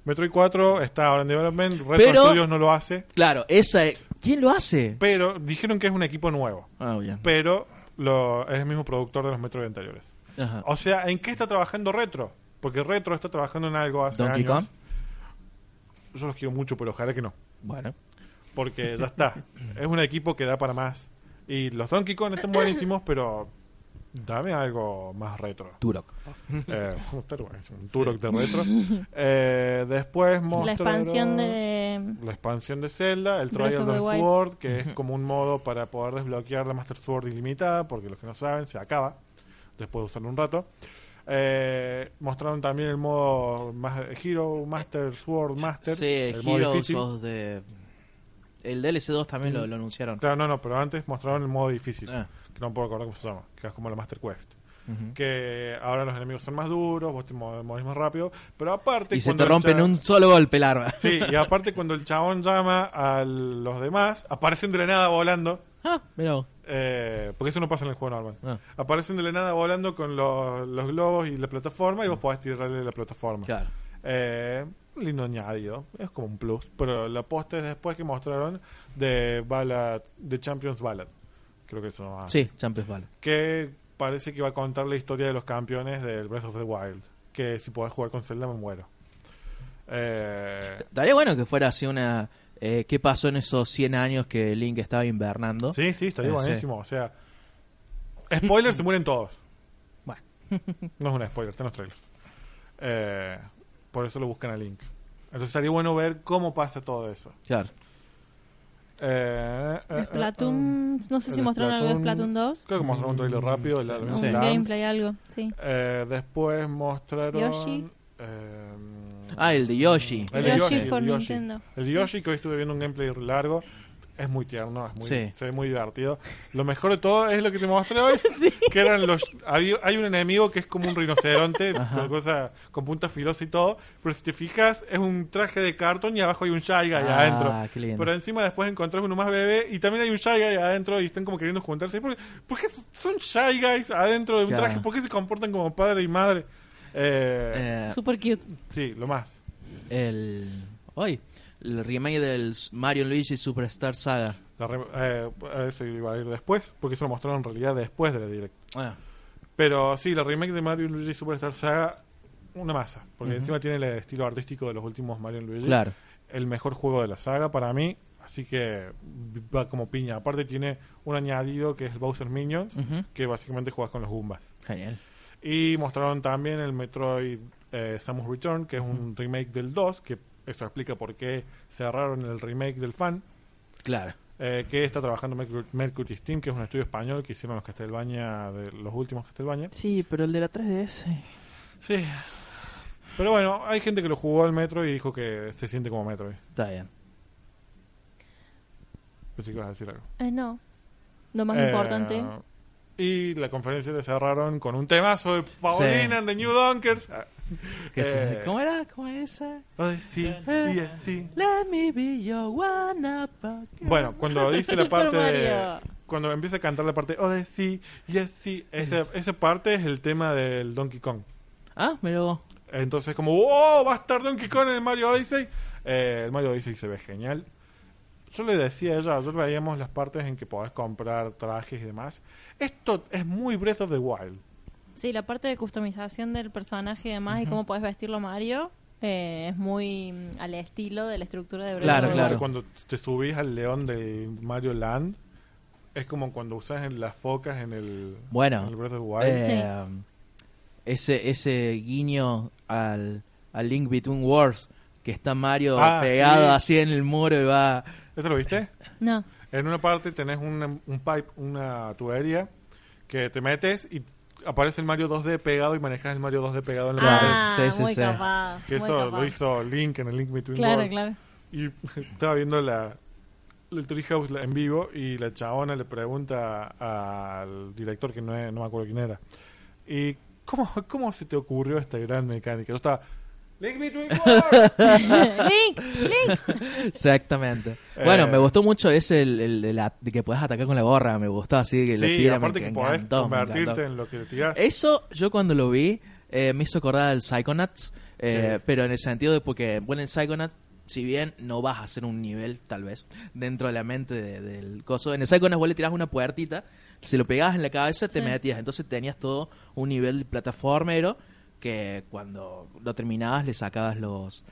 Speaker 1: Metroid 4 está ahora en development. Retro
Speaker 3: Pero-
Speaker 1: Studios no lo hace.
Speaker 3: Claro, esa es- ¿Quién lo hace?
Speaker 1: Pero dijeron que es un equipo nuevo.
Speaker 3: Ah, bien.
Speaker 1: Pero lo, es el mismo productor de los Metroid anteriores.
Speaker 3: Ajá.
Speaker 1: O sea, ¿en qué está trabajando Retro? Porque Retro está trabajando en algo hace
Speaker 3: Donkey
Speaker 1: años.
Speaker 3: Kong.
Speaker 1: Yo los quiero mucho, pero ojalá que no.
Speaker 3: Bueno.
Speaker 1: Porque ya está. es un equipo que da para más. Y los Donkey Kong están buenísimos, pero dame algo más retro.
Speaker 3: Turok.
Speaker 1: Eh, está buenísimo, un Turok de retro. Eh, después mostraron
Speaker 4: La expansión de.
Speaker 1: la expansión de Zelda, el
Speaker 4: Breath
Speaker 1: Trial
Speaker 4: of the
Speaker 1: of
Speaker 4: Wild.
Speaker 1: Sword, que es como un modo para poder desbloquear la Master Sword ilimitada, porque los que no saben, se acaba después de usarlo un rato. Eh, mostraron también el modo más, Hero, Master Sword, Master.
Speaker 3: Sí,
Speaker 1: el modo
Speaker 3: Heroes
Speaker 1: difícil.
Speaker 3: of the- El DLC 2 también lo, lo anunciaron.
Speaker 1: Claro, no, no, pero antes mostraron el modo difícil,
Speaker 3: Ah.
Speaker 1: que no puedo acordar cómo se llama, que es como la Master Quest.
Speaker 3: Ujú.
Speaker 1: Que ahora los enemigos son más duros, vos te mo- movés más rápido, pero aparte.
Speaker 3: Y se
Speaker 1: cuando
Speaker 3: te
Speaker 1: el
Speaker 3: rompe en
Speaker 1: cha-
Speaker 3: un solo golpe la arma.
Speaker 1: Sí, y aparte cuando el chabón llama a los demás, aparecen de la nada volando.
Speaker 3: Ah, mira vos.
Speaker 1: eh, porque eso no pasa en el juego normal.
Speaker 3: Ah,
Speaker 1: Aparecen de la nada volando con los, los globos y la plataforma y vos podés tirarle la plataforma.
Speaker 3: claro.
Speaker 1: Eh, un lindo añadido, es como un plus. Pero la posta es después que mostraron de Ballad, de Champions Ballad. Creo que eso no va.
Speaker 3: Sí, Champions Valley.
Speaker 1: Que parece que va a contar la historia de los campeones del Breath of the Wild. Que si podés jugar con Zelda me muero. Eh,
Speaker 3: Estaría bueno que fuera así una... eh, ¿Qué pasó en esos 100 años que Link estaba invernando?
Speaker 1: Sí, sí, estaría
Speaker 3: Eh, sí.
Speaker 1: buenísimo. O sea, spoiler se mueren todos.
Speaker 3: Bueno.
Speaker 1: no es un spoiler, están los trailers. Eh, por eso lo buscan a Link. Entonces estaría bueno ver cómo pasa todo eso.
Speaker 3: Claro.
Speaker 1: Eh, eh, eh, eh,
Speaker 4: Splatoon. No sé si
Speaker 1: el
Speaker 4: mostraron algo de
Speaker 1: Splatoon-
Speaker 4: Splatoon 2.
Speaker 1: Creo que mostraron un trailer rápido. el- el-
Speaker 4: Un
Speaker 2: Sí.
Speaker 1: el-
Speaker 4: gameplay, algo. Sí.
Speaker 1: Eh, después mostraron.
Speaker 4: Yoshi.
Speaker 1: eh,
Speaker 3: Ah, el de Yoshi.
Speaker 1: El de
Speaker 4: Yoshi
Speaker 1: Yoshi, el
Speaker 4: for
Speaker 1: de Yoshi.
Speaker 4: Nintendo.
Speaker 1: El de Yoshi, que hoy estuve viendo un gameplay largo, es muy tierno, es muy,
Speaker 3: Sí.
Speaker 1: se ve muy divertido. Lo mejor de todo es lo que te mostré hoy, que eran los... había- hay un enemigo que es como un rinoceronte, con, cosa, con punta filosa y todo, pero si te fijas, es un traje de cartón y abajo hay un Shy Guy
Speaker 3: Ah,
Speaker 1: adentro.
Speaker 3: qué lindo.
Speaker 1: Pero encima después encontrás uno más bebé y también hay un Shy Guy adentro y están como queriendo juntarse. ¿Por, por qué son Shy Guys adentro de un
Speaker 3: Claro.
Speaker 1: traje? ¿Por qué se comportan como padre y madre? Eh,
Speaker 3: Eh,
Speaker 4: Super cute.
Speaker 1: Sí, lo más.
Speaker 3: el hoy el remake del Mario Luigi Superstar Saga.
Speaker 1: La re- eh, eso iba a ir después, porque eso lo mostraron en realidad después de la Direct.
Speaker 3: Ah,
Speaker 1: Pero sí, la remake de Mario Luigi Superstar Saga, una masa. Porque
Speaker 3: Ujú.
Speaker 1: encima tiene el estilo artístico de los últimos Mario Luigi.
Speaker 3: claro.
Speaker 1: El mejor juego de la saga para mí. Así que va como piña. Aparte tiene un añadido que es el Bowser Minions,
Speaker 3: Ujú.
Speaker 1: que básicamente juegas con los Goombas.
Speaker 3: Genial.
Speaker 1: Y mostraron también el Metroid eh, Samus Return, que es un remake del 2, que eso explica por qué cerraron el remake del fan.
Speaker 3: Claro.
Speaker 1: eh, que está trabajando Mercury, Mercury Steam, que es un estudio español que hicieron los Castlevania, de los últimos Castlevania.
Speaker 6: Sí, pero el de la 3DS.
Speaker 1: Sí. Pero bueno, hay gente que lo jugó al Metro y dijo que se siente como Metroid.
Speaker 3: Está bien.
Speaker 1: Pensé que ibas a decir algo.
Speaker 4: Eh, no. Lo más
Speaker 1: Eh,
Speaker 4: importante.
Speaker 1: Y la conferencia la cerraron con un temazo de
Speaker 3: Sí.
Speaker 1: Paulina and the New Dunkers. Ah,
Speaker 3: ¿Qué se-
Speaker 1: Eh.
Speaker 3: ¿Cómo era? ¿Cómo es esa?
Speaker 1: ay, sí,
Speaker 3: Eh.
Speaker 1: y así.
Speaker 3: Let me be your one
Speaker 1: Bueno, cuando dice la
Speaker 4: Super
Speaker 1: parte de,
Speaker 4: Mario.
Speaker 1: cuando empieza a cantar la parte oh de sí, yes sí, esa, esa parte es el tema del Donkey Kong.
Speaker 3: Ah, mira vos.
Speaker 1: Entonces como, "Oh, va a estar Donkey Kong en el Mario Odyssey." Eh, el Mario Odyssey se ve genial. Yo le decía a ella, yo veíamos las partes en que podés comprar trajes y demás. Esto es muy Breath of the Wild.
Speaker 4: Sí, la parte de customización del personaje y demás y cómo podés vestirlo Mario eh, es muy mm, al estilo de la estructura de Breath
Speaker 3: Claro,
Speaker 4: of the
Speaker 3: claro.
Speaker 4: Wild.
Speaker 1: Cuando te subís al león de Mario Land, es como cuando usas en las focas en el,
Speaker 3: Bueno,
Speaker 1: en el Breath of the Wild.
Speaker 3: Eh, ese, ese guiño al, al Link Between Wars, que está Mario
Speaker 1: Ah,
Speaker 3: pegado
Speaker 1: sí.
Speaker 3: así en el muro y va...
Speaker 1: ¿Eso lo viste?
Speaker 4: No.
Speaker 1: En una parte tenés una- un pipe, una tubería, que te metes y aparece el Mario 2D pegado y manejas el Mario 2D pegado en la
Speaker 3: Claro.
Speaker 1: pared.
Speaker 4: Ah,
Speaker 3: Sí, sí,
Speaker 4: muy
Speaker 3: sí.
Speaker 4: capaz.
Speaker 1: Que
Speaker 4: muy
Speaker 1: eso
Speaker 4: capaz.
Speaker 1: lo hizo Link en el Link Between
Speaker 4: Claro,
Speaker 1: Worlds.
Speaker 4: claro.
Speaker 1: Y estaba viendo la el Treehouse en vivo y la chabona le pregunta al director, que no, es- no me acuerdo quién era, y ¿cómo, ¿cómo se te ocurrió esta gran mecánica? Yo estaba... Link Between Worlds.
Speaker 4: Link, Link.
Speaker 3: Exactamente.
Speaker 1: Eh.
Speaker 3: Bueno, me gustó mucho ese el, el de, la- de que puedes atacar con la gorra, me gustó así. Que la
Speaker 1: sí,
Speaker 3: tira, me
Speaker 1: aparte que podés
Speaker 3: encantó, me encantó.
Speaker 1: convertirte en lo que le tirás.
Speaker 3: Eso yo cuando lo vi eh, me hizo acordar al Psychonauts, eh,
Speaker 1: Sí.
Speaker 3: pero en el sentido de porque, bueno, en Psychonauts, si bien no vas a hacer un nivel, tal vez, dentro de la mente de- del coso, en el Psychonauts vos le tirás una puertita, si lo pegabas en la cabeza te
Speaker 4: Sí.
Speaker 3: metías, entonces tenías todo un nivel plataformero que cuando lo terminabas le sacabas los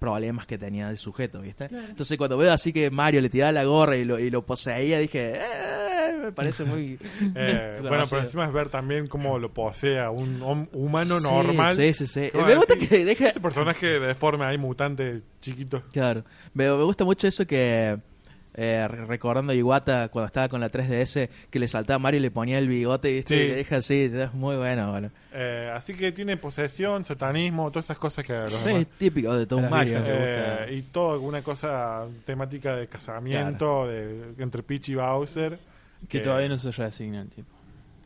Speaker 3: problemas que tenía el sujeto, ¿viste? Entonces cuando veo así que Mario le tiraba la gorra y lo, y lo poseía, dije, "Eh, me parece muy...
Speaker 1: Eh, bueno,
Speaker 3: demasiado".
Speaker 1: pero encima es ver también cómo lo posea un hom- humano
Speaker 3: Sí,
Speaker 1: normal.
Speaker 3: Sí, sí, sí.
Speaker 1: Como
Speaker 3: me gusta
Speaker 1: decir,
Speaker 3: que deja.
Speaker 1: Ese personaje deforme ahí, mutante, chiquito.
Speaker 3: Claro. Me, me gusta mucho eso que. eh, re- recordando a Iwata cuando estaba con la 3DS, que le saltaba a Mario y le ponía el bigote ¿viste?
Speaker 1: Sí.
Speaker 3: y le deja así. Es muy bueno, bueno.
Speaker 1: Eh, así que tiene posesión, satanismo, todas esas cosas que a los
Speaker 3: Sí,
Speaker 1: demás.
Speaker 3: es típico de todo un Mario.
Speaker 1: Eh, y toda alguna cosa temática de casamiento de, entre Peach y Bauser.
Speaker 2: Que todavía no se reasigna el tipo.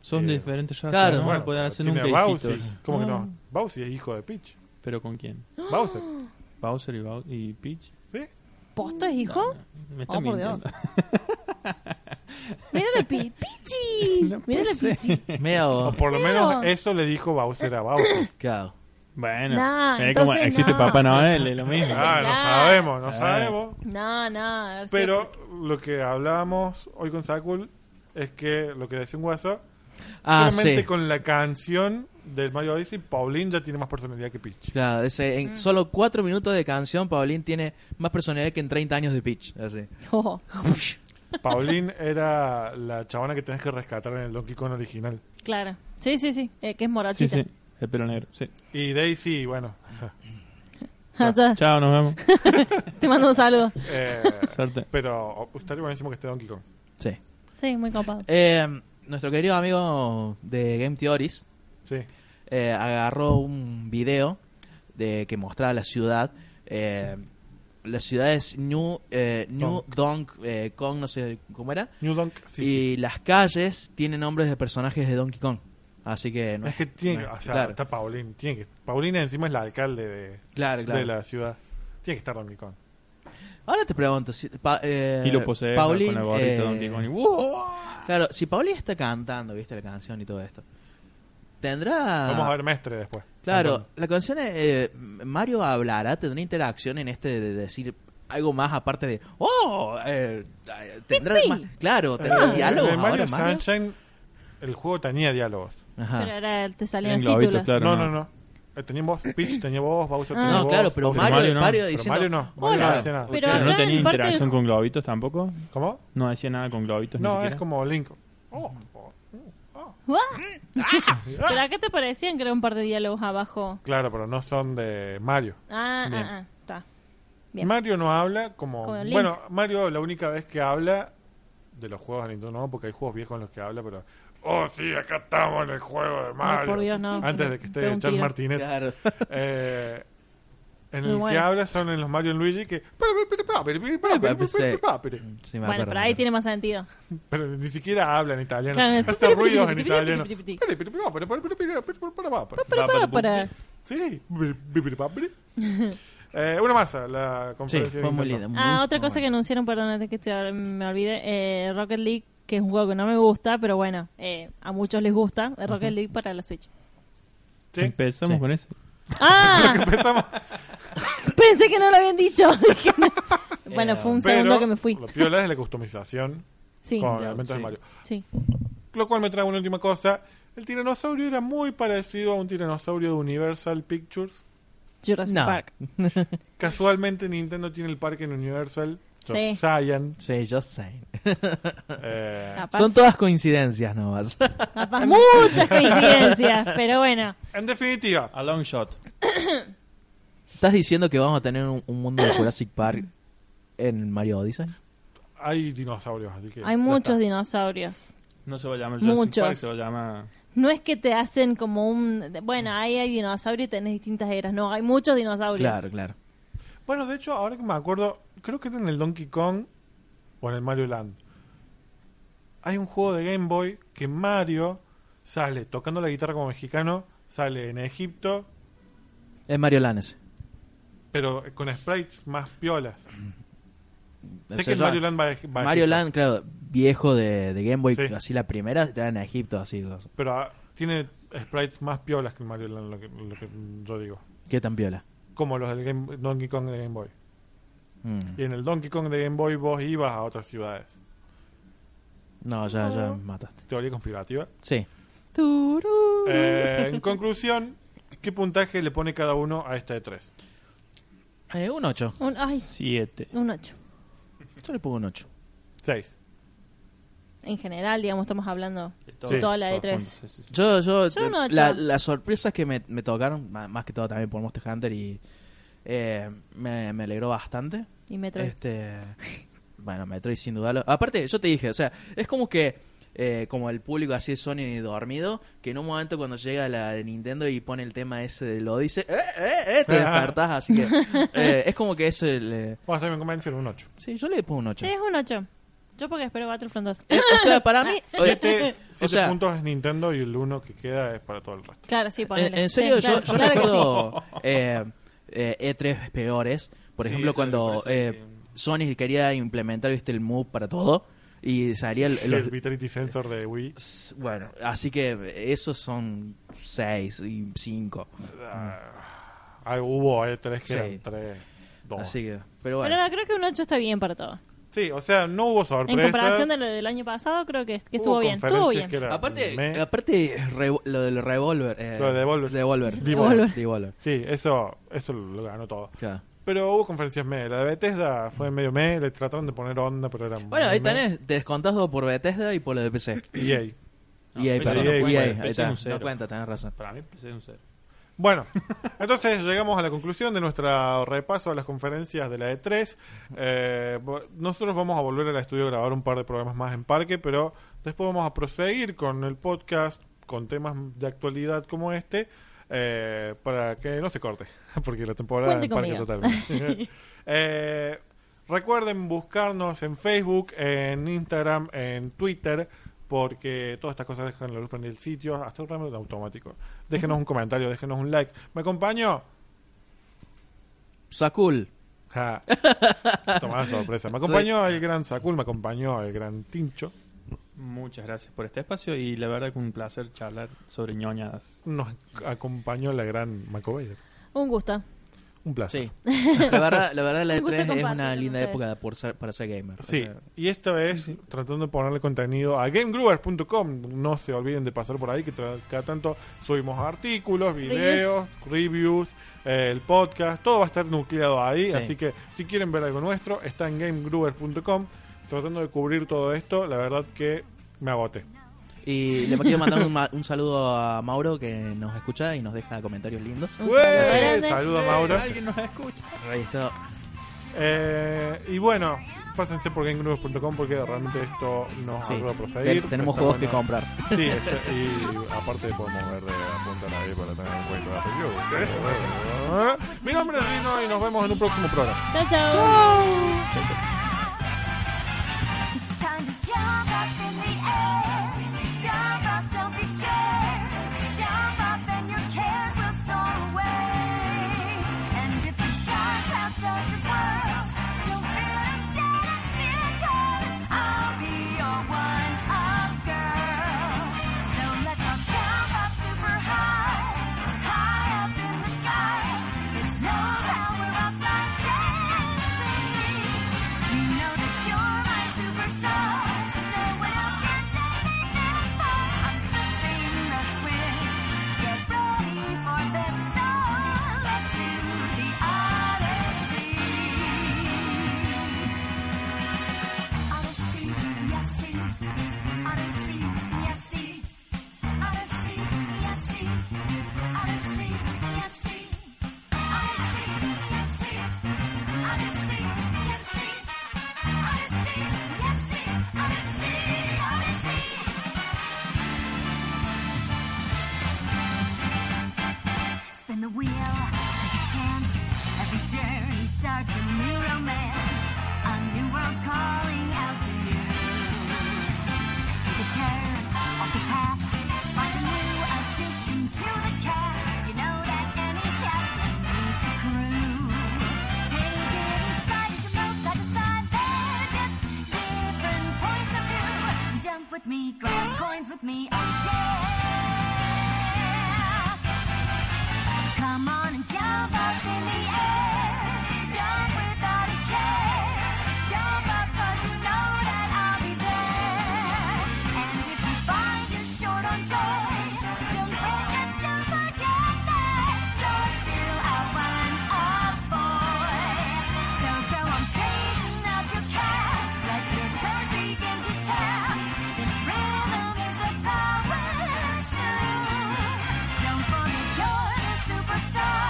Speaker 2: Son de
Speaker 1: Eh,
Speaker 2: diferentes razas,
Speaker 3: claro.
Speaker 2: no,
Speaker 1: Bueno,
Speaker 2: no pueden hacer
Speaker 1: tiene
Speaker 2: nunca
Speaker 1: a
Speaker 2: hijitos.
Speaker 1: Bowsy. ¿Cómo que no?
Speaker 2: Ah.
Speaker 1: Bowsy es hijo de Peach.
Speaker 2: ¿Pero con quién?
Speaker 3: Ah.
Speaker 1: Bowser.
Speaker 2: ¿Bowser y, Bau- y Peach?
Speaker 1: ¿Sí?
Speaker 4: ¿Posta es hijo?
Speaker 2: Me están
Speaker 4: Oh, por Dios.
Speaker 2: mintiendo.
Speaker 4: Mira la pi Pichi. Mira la Pichi.
Speaker 3: Mira
Speaker 1: O
Speaker 3: vos.
Speaker 1: eh, por lo
Speaker 4: Pero-
Speaker 1: menos eso le dijo Bowser a Bowser.
Speaker 3: Claro.
Speaker 2: Bueno,
Speaker 4: Nah,
Speaker 2: es como
Speaker 4: entonces
Speaker 2: existe
Speaker 4: no.
Speaker 2: Papá Noel, es lo mismo.
Speaker 1: Ah, no
Speaker 4: Claro.
Speaker 1: sabemos, no
Speaker 2: Ah.
Speaker 1: sabemos.
Speaker 4: No, no. a ver si-
Speaker 1: Pero lo que hablábamos hoy con Sakul es que lo que decía un guaso,
Speaker 3: Ah,
Speaker 1: solamente
Speaker 3: sí.
Speaker 1: con la canción del Mario Odyssey, Pauline ya tiene más personalidad que Peach.
Speaker 3: Claro, ese-
Speaker 1: Mm.
Speaker 3: en solo 4 minutos de canción, Paulín tiene más personalidad que en 30 años de Peach. Así.
Speaker 4: Oh,
Speaker 1: Pauline era la chavana que tenés que rescatar en el Donkey Kong original.
Speaker 4: claro. Sí, sí, sí. eh, que es
Speaker 2: Sí,
Speaker 4: morachita.
Speaker 2: sí, el pelo negro, sí.
Speaker 1: Y Daisy, bueno,
Speaker 4: Ah, ya,
Speaker 2: Chao, nos vemos.
Speaker 4: Te mando un saludo.
Speaker 1: eh,
Speaker 2: Suerte.
Speaker 1: pero estaría buenísimo que esté Donkey Kong.
Speaker 3: Sí.
Speaker 4: Sí, muy copado.
Speaker 3: Eh, nuestro querido amigo de Game Theories,
Speaker 1: Sí.
Speaker 3: eh, agarró un video de que mostraba la ciudad. eh, la ciudad es New, eh, New Donk, eh, Kong, no sé cómo era.
Speaker 1: New Donk sí.
Speaker 3: Y las calles tienen nombres de personajes de Donkey Kong. Así que no
Speaker 1: es que tiene,
Speaker 3: no
Speaker 1: o
Speaker 3: es-
Speaker 1: sea,
Speaker 3: claro,
Speaker 1: está Pauline, tiene que Pauline encima es la alcalde de,
Speaker 3: claro, claro.
Speaker 1: de la ciudad. Tiene que estar Donkey Kong.
Speaker 3: Ahora te pregunto si pa- eh,
Speaker 2: Y lo posee
Speaker 3: Pauline,
Speaker 2: con la gorrita
Speaker 3: eh,
Speaker 2: Donkey Kong y, ¡wow!
Speaker 3: Claro, si Paulín está cantando, viste la canción y todo esto. tendrá.
Speaker 1: Vamos a ver Mestre después.
Speaker 3: Ah. Claro,
Speaker 1: Perdón.
Speaker 3: la canción es, eh, Mario hablará, tendrá interacción en este de decir algo más aparte de oh eh, eh, tendrá
Speaker 4: It's me.
Speaker 3: más- claro
Speaker 4: Ah.
Speaker 3: tendrá
Speaker 1: Eh,
Speaker 3: diálogos
Speaker 1: de Mario
Speaker 3: ahora Mario
Speaker 1: Sunshine, el juego tenía diálogos.
Speaker 3: Ajá.
Speaker 4: Pero ahora te salían
Speaker 2: En
Speaker 4: los
Speaker 2: globito,
Speaker 4: títulos.
Speaker 2: claro.
Speaker 1: no,
Speaker 2: no.
Speaker 1: no, no. Eh, Tenía voz, Peach tenía voz, Bowser
Speaker 4: Ah.
Speaker 1: tenía
Speaker 3: no
Speaker 1: voz.
Speaker 3: claro pero
Speaker 1: Bowser-
Speaker 3: Mario
Speaker 2: Mario no.
Speaker 3: Mario
Speaker 2: Pero
Speaker 3: diciendo
Speaker 1: Mario no, Mario no
Speaker 3: hola.
Speaker 1: decía nada.
Speaker 4: Pero
Speaker 2: Pero
Speaker 4: acá
Speaker 2: no tenía
Speaker 4: en parte-
Speaker 2: interacción con globitos tampoco.
Speaker 1: ¿Cómo?
Speaker 2: No decía nada con globitos ni
Speaker 1: No,
Speaker 2: siquiera.
Speaker 1: es como Link. Oh, oh.
Speaker 4: Pero acá te parecían que era un par de diálogos abajo.
Speaker 1: Claro, pero no son de Mario.
Speaker 4: Ah,
Speaker 1: Bien.
Speaker 4: ah, ah, está. Bien.
Speaker 1: Mario no habla como...
Speaker 4: Como Link.
Speaker 1: bueno, Mario la única vez que habla de los juegos de Nintendo, no, porque hay juegos viejos en los que habla, pero... Oh, sí, acá estamos en el juego de Mario.
Speaker 4: por Dios, no.
Speaker 1: Antes de que
Speaker 4: Pega
Speaker 1: esté
Speaker 4: un
Speaker 1: Chan
Speaker 4: tiro.
Speaker 1: Martinet.
Speaker 3: claro
Speaker 1: Eh, en
Speaker 4: Muy
Speaker 1: el que
Speaker 4: bueno.
Speaker 1: habla son en los Mario y Luigi que...
Speaker 4: pues,
Speaker 3: Sí, me
Speaker 4: Bueno,
Speaker 3: acuerdo.
Speaker 4: pero ahí tiene más sentido.
Speaker 1: Pero ni siquiera habla en italiano.
Speaker 4: Claro.
Speaker 1: Hace ruidos en italiano.
Speaker 4: Pero para, para.
Speaker 1: Sí. Eh, una masa, la
Speaker 3: sí
Speaker 1: conferencia. de
Speaker 3: fue muy
Speaker 1: Nintendo.
Speaker 3: lindo muy-
Speaker 4: Ah, otra
Speaker 3: muy
Speaker 4: cosa que
Speaker 3: bueno.
Speaker 4: anunciaron, perdón, antes que te- me olvide, eh, Rocket League, que es un juego que no me gusta, pero bueno, eh, a muchos les gusta, eh, Rocket League para la Switch.
Speaker 1: Sí.
Speaker 2: Empezamos
Speaker 3: Sí.
Speaker 2: con eso.
Speaker 4: ¡Ah!
Speaker 1: Empezamos.
Speaker 4: Pensé que no lo habían dicho. Dije,
Speaker 3: Eh,
Speaker 4: no. bueno, fue un segundo
Speaker 1: Pero
Speaker 4: que me fui.
Speaker 1: Lo piola es la customización
Speaker 4: Sí,
Speaker 1: con
Speaker 2: Claro,
Speaker 1: elementos de
Speaker 2: sí.
Speaker 1: Mario.
Speaker 4: sí.
Speaker 1: Lo cual me trae una última cosa. El tiranosaurio era muy parecido a un tiranosaurio de Universal Pictures.
Speaker 4: Jurassic
Speaker 3: No.
Speaker 4: Park.
Speaker 1: Casualmente Nintendo tiene el parque en Universal.
Speaker 4: Sí.
Speaker 1: Saiyan.
Speaker 3: sí yo sé
Speaker 1: eh,
Speaker 4: Capaz,
Speaker 3: son todas coincidencias nomás
Speaker 4: capaz muchas coincidencias, pero bueno.
Speaker 1: en definitiva,
Speaker 2: A long shot.
Speaker 3: estás diciendo que vamos a tener un, un mundo de Jurassic Park en Mario Odyssey
Speaker 1: hay dinosaurios, así que...
Speaker 4: Hay
Speaker 1: ya
Speaker 4: muchos
Speaker 1: está.
Speaker 4: dinosaurios.
Speaker 2: No se va a llamar Jurassic
Speaker 4: Muchos.
Speaker 2: Park, se va a llamar...
Speaker 4: No es que te hacen como un... Bueno, ahí hay dinosaurios y tenés distintas eras. No, hay muchos dinosaurios.
Speaker 3: claro claro
Speaker 1: Bueno, de hecho, ahora que me acuerdo, creo que era en el Donkey Kong o en el Mario Land. Hay un juego de Game Boy que Mario sale tocando la guitarra como mexicano, sale en Egipto,
Speaker 3: es Mario Lanes
Speaker 1: pero con sprites más piolas.
Speaker 3: O
Speaker 1: sé
Speaker 3: sea,
Speaker 1: que el
Speaker 3: yo-
Speaker 1: Mario Land va, a Eg- va a
Speaker 3: Mario
Speaker 1: Egipto,
Speaker 3: Land, claro, viejo de, de Game Boy,
Speaker 1: Sí.
Speaker 3: así la primera estaba en Egipto, así. o sea,
Speaker 1: Pero ah, tiene sprites más piolas que el Mario Land, lo que, lo que yo digo.
Speaker 3: ¿Qué tan piola?
Speaker 1: Como los del Game- Donkey Kong de Game Boy.
Speaker 3: Mm.
Speaker 1: Y en el Donkey Kong de Game Boy vos ibas a otras ciudades.
Speaker 3: No, ya, ya me mataste.
Speaker 1: Teoría conspirativa.
Speaker 3: Sí.
Speaker 1: Eh, en conclusión, ¿qué puntaje le pone cada uno a esta de tres?
Speaker 3: Eh, un 8.
Speaker 4: Un, ay,
Speaker 2: Siete.
Speaker 4: un 8.
Speaker 3: Yo le pongo un 8.
Speaker 1: Seis.
Speaker 4: En general, digamos, estamos hablando.
Speaker 1: Sí,
Speaker 4: toda la de
Speaker 2: todos
Speaker 4: tres.
Speaker 2: juntos, sí, sí, sí.
Speaker 3: Yo, yo,
Speaker 4: Yo un
Speaker 3: eh,
Speaker 4: ocho.
Speaker 3: la- las sorpresas que me, me tocaron, ma- más que todo también por Monster Hunter, y eh, me, me alegró bastante.
Speaker 4: Y Metroid.
Speaker 3: Este, bueno, Metroid sin duda. lo- aparte, yo te dije, o sea, es como que, eh, como el público así es Sony dormido, que en un momento cuando llega la de Nintendo y pone el tema ese del Odyssey, ¡eh, eh, eh! Te despertás, así que eh, es como que es el... eh,
Speaker 1: Vamos a hacer convención un 8.
Speaker 3: sí, yo le pongo un 8.
Speaker 4: Sí, es un 8. Yo porque espero Battlefront 2.
Speaker 3: Eh, o sea, para mí... oye, eh,
Speaker 1: Siete, siete
Speaker 3: o sea,
Speaker 1: puntos es Nintendo y el uno que queda es para todo el resto.
Speaker 4: Claro, sí,
Speaker 3: en,
Speaker 4: ponele.
Speaker 3: en serio,
Speaker 4: Sí, claro,
Speaker 3: yo, yo
Speaker 4: claro que
Speaker 3: recuerdo eh, eh, E3 peores. Por
Speaker 2: Sí,
Speaker 3: ejemplo,
Speaker 2: eso me
Speaker 3: cuando
Speaker 2: parece
Speaker 3: eh,
Speaker 2: que-
Speaker 3: Sony quería implementar ¿viste, el move para todo y salía el-
Speaker 1: El,
Speaker 3: eh, los,
Speaker 1: Vitality Sensor de Wii.
Speaker 3: S- Bueno, así que esos son 6 y 5.
Speaker 1: Ah, hubo eh, tres que
Speaker 3: Sí.
Speaker 1: eran tres. dos.
Speaker 3: Así que, pero
Speaker 4: Pero
Speaker 3: bueno.
Speaker 4: no, creo que un 8 está bien para todo.
Speaker 1: Sí, o sea, no hubo sorpresas.
Speaker 4: En comparación de lo del año pasado, creo que, que estuvo
Speaker 1: Hubo
Speaker 4: bien. Estuvo
Speaker 1: conferencias
Speaker 4: bien.
Speaker 1: que eran
Speaker 3: aparte, eh,
Speaker 1: me-
Speaker 3: aparte revo- lo del revólver. eh,
Speaker 1: Lo de Devolver.
Speaker 3: Devolver.
Speaker 1: Devolver.
Speaker 3: Devolver,
Speaker 1: Sí, eso, eso lo ganó todo.
Speaker 3: claro.
Speaker 1: Pero hubo conferencias me. La de Bethesda fue medio me. Le trataron de poner onda, pero eran.
Speaker 3: Bueno, ahí
Speaker 1: me.
Speaker 3: tenés, te descontás dos por Bethesda y por lo de PC.
Speaker 1: EA.
Speaker 2: No,
Speaker 3: y ahí,
Speaker 2: PC
Speaker 3: perdón,
Speaker 1: no
Speaker 3: EA,
Speaker 1: cuenta,
Speaker 3: ahí
Speaker 2: PC
Speaker 3: está.
Speaker 2: un cero.
Speaker 3: No cuenta, tenés razón.
Speaker 2: Para mí PC es un cero.
Speaker 1: Bueno, entonces llegamos a la conclusión de nuestro repaso a las conferencias de la E E3. Eh, vo- nosotros vamos a volver al estudio a grabar un par de programas más en parque, pero después vamos a proseguir con el podcast, con temas de actualidad como este, eh, para que no se corte, porque la temporada
Speaker 4: Cuente
Speaker 1: en parque ya
Speaker 4: conmigo.
Speaker 1: termina. Eh, recuerden buscarnos en Facebook, en Instagram, en Twitter. Porque todas estas cosas dejan la luz prendida del sitio, hasta un remoto automático. Déjenos un comentario, déjenos un like. ¿Me acompañó?
Speaker 3: Sakul.
Speaker 1: Ja. Tomá la sorpresa. Me acompañó el gran Sakul, me acompañó el gran Tincho.
Speaker 2: Muchas gracias por este espacio y la verdad que un placer charlar sobre ñoñadas.
Speaker 1: Nos acompañó la gran Macobayer.
Speaker 4: Un gusto.
Speaker 1: Un placer.
Speaker 3: Sí. La verdad, la, verdad, la
Speaker 4: Un gusto
Speaker 3: E3 es
Speaker 4: compartir
Speaker 3: una
Speaker 4: con
Speaker 3: linda
Speaker 4: ustedes.
Speaker 3: época por ser- para ser gamer. O
Speaker 1: Sí,
Speaker 3: sea,
Speaker 1: y esta vez tratando de ponerle contenido a gamegrowers.com. No se olviden de pasar por ahí, que tra- cada tanto subimos artículos, videos, reviews, eh, el podcast, todo va a estar nucleado ahí.
Speaker 3: Sí.
Speaker 1: Así que si quieren ver algo nuestro, está en gamegrowers.com. Tratando de cubrir todo esto, la verdad que me agoté.
Speaker 3: y le quiero mandar un, ma- un saludo a Mauro que nos escucha y nos deja comentarios lindos.
Speaker 4: Un
Speaker 1: ¡Ué!
Speaker 4: saludo grande.
Speaker 1: Saludos, Mauro.
Speaker 2: Alguien nos escucha.
Speaker 3: Ahí está.
Speaker 1: Eh, y bueno, pásense por gamegrowers.com porque realmente esto nos
Speaker 3: Sí.
Speaker 1: ayuda a
Speaker 3: Ten-
Speaker 1: proseguir.
Speaker 3: tenemos
Speaker 1: Está
Speaker 3: juegos que
Speaker 1: bueno.
Speaker 3: comprar.
Speaker 1: Sí, este- y aparte podemos ver de apuntar ahí para tener en cuenta la review. eh, Mi nombre es Rino y nos vemos en un próximo programa.
Speaker 4: Chao, chao.
Speaker 7: It's time to jump up in the air. Jump up, don't be scared. Jump up and your cares will soar away. And if the dark cloud surges swirls, don't feel a shed of tears. I'll be your one-up girl. So let's all jump up super high, high up in the sky. There's no power up like dancing. You know that you're my superstar. No one else can take me this far. I'm flipping the switch. Get ready for this song. Let's do the Odyssey. Odyssey, yes, see. Odyssey, yes, see. Odyssey, yes, see. Odyssey, yes, see. Odyssey, yes, see. Odyssey, yes, see. Odyssey, yes, see. Odyssey, Odyssey. spin the wheel, take a chance. Every journey starts a new romance. A new world's calling out to you. Take a turn off the path. Find a new addition to the cast. You know that any captain needs a crew. Take it in stride to know side to side. They're just different points of view. Jump with me, grab coins with me, oh yeah. Come on and jump up in the air. Jump without a care. Jump up 'cause you know that I'll be there. And if you find you're short on joy, don't break us, don't forget that you're still a one-up boy. So go on, straighten up your cap. Let your toes begin to tap. This rhythm is a power shoe. Don't forget you're the superstar.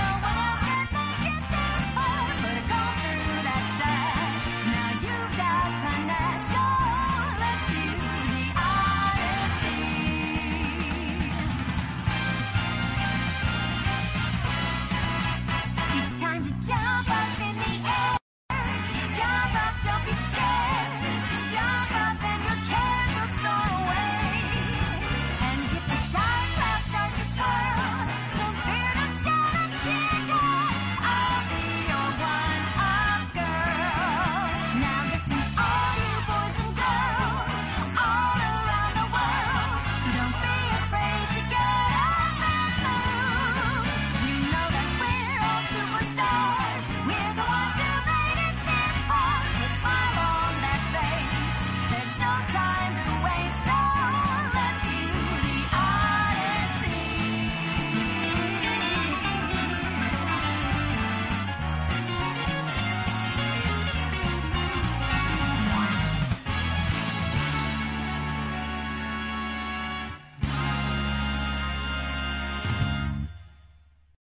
Speaker 7: No one else can make it this far. Put a goal through that dash. Now you got panache. Oh, let's do the Odyssey. It's time to jump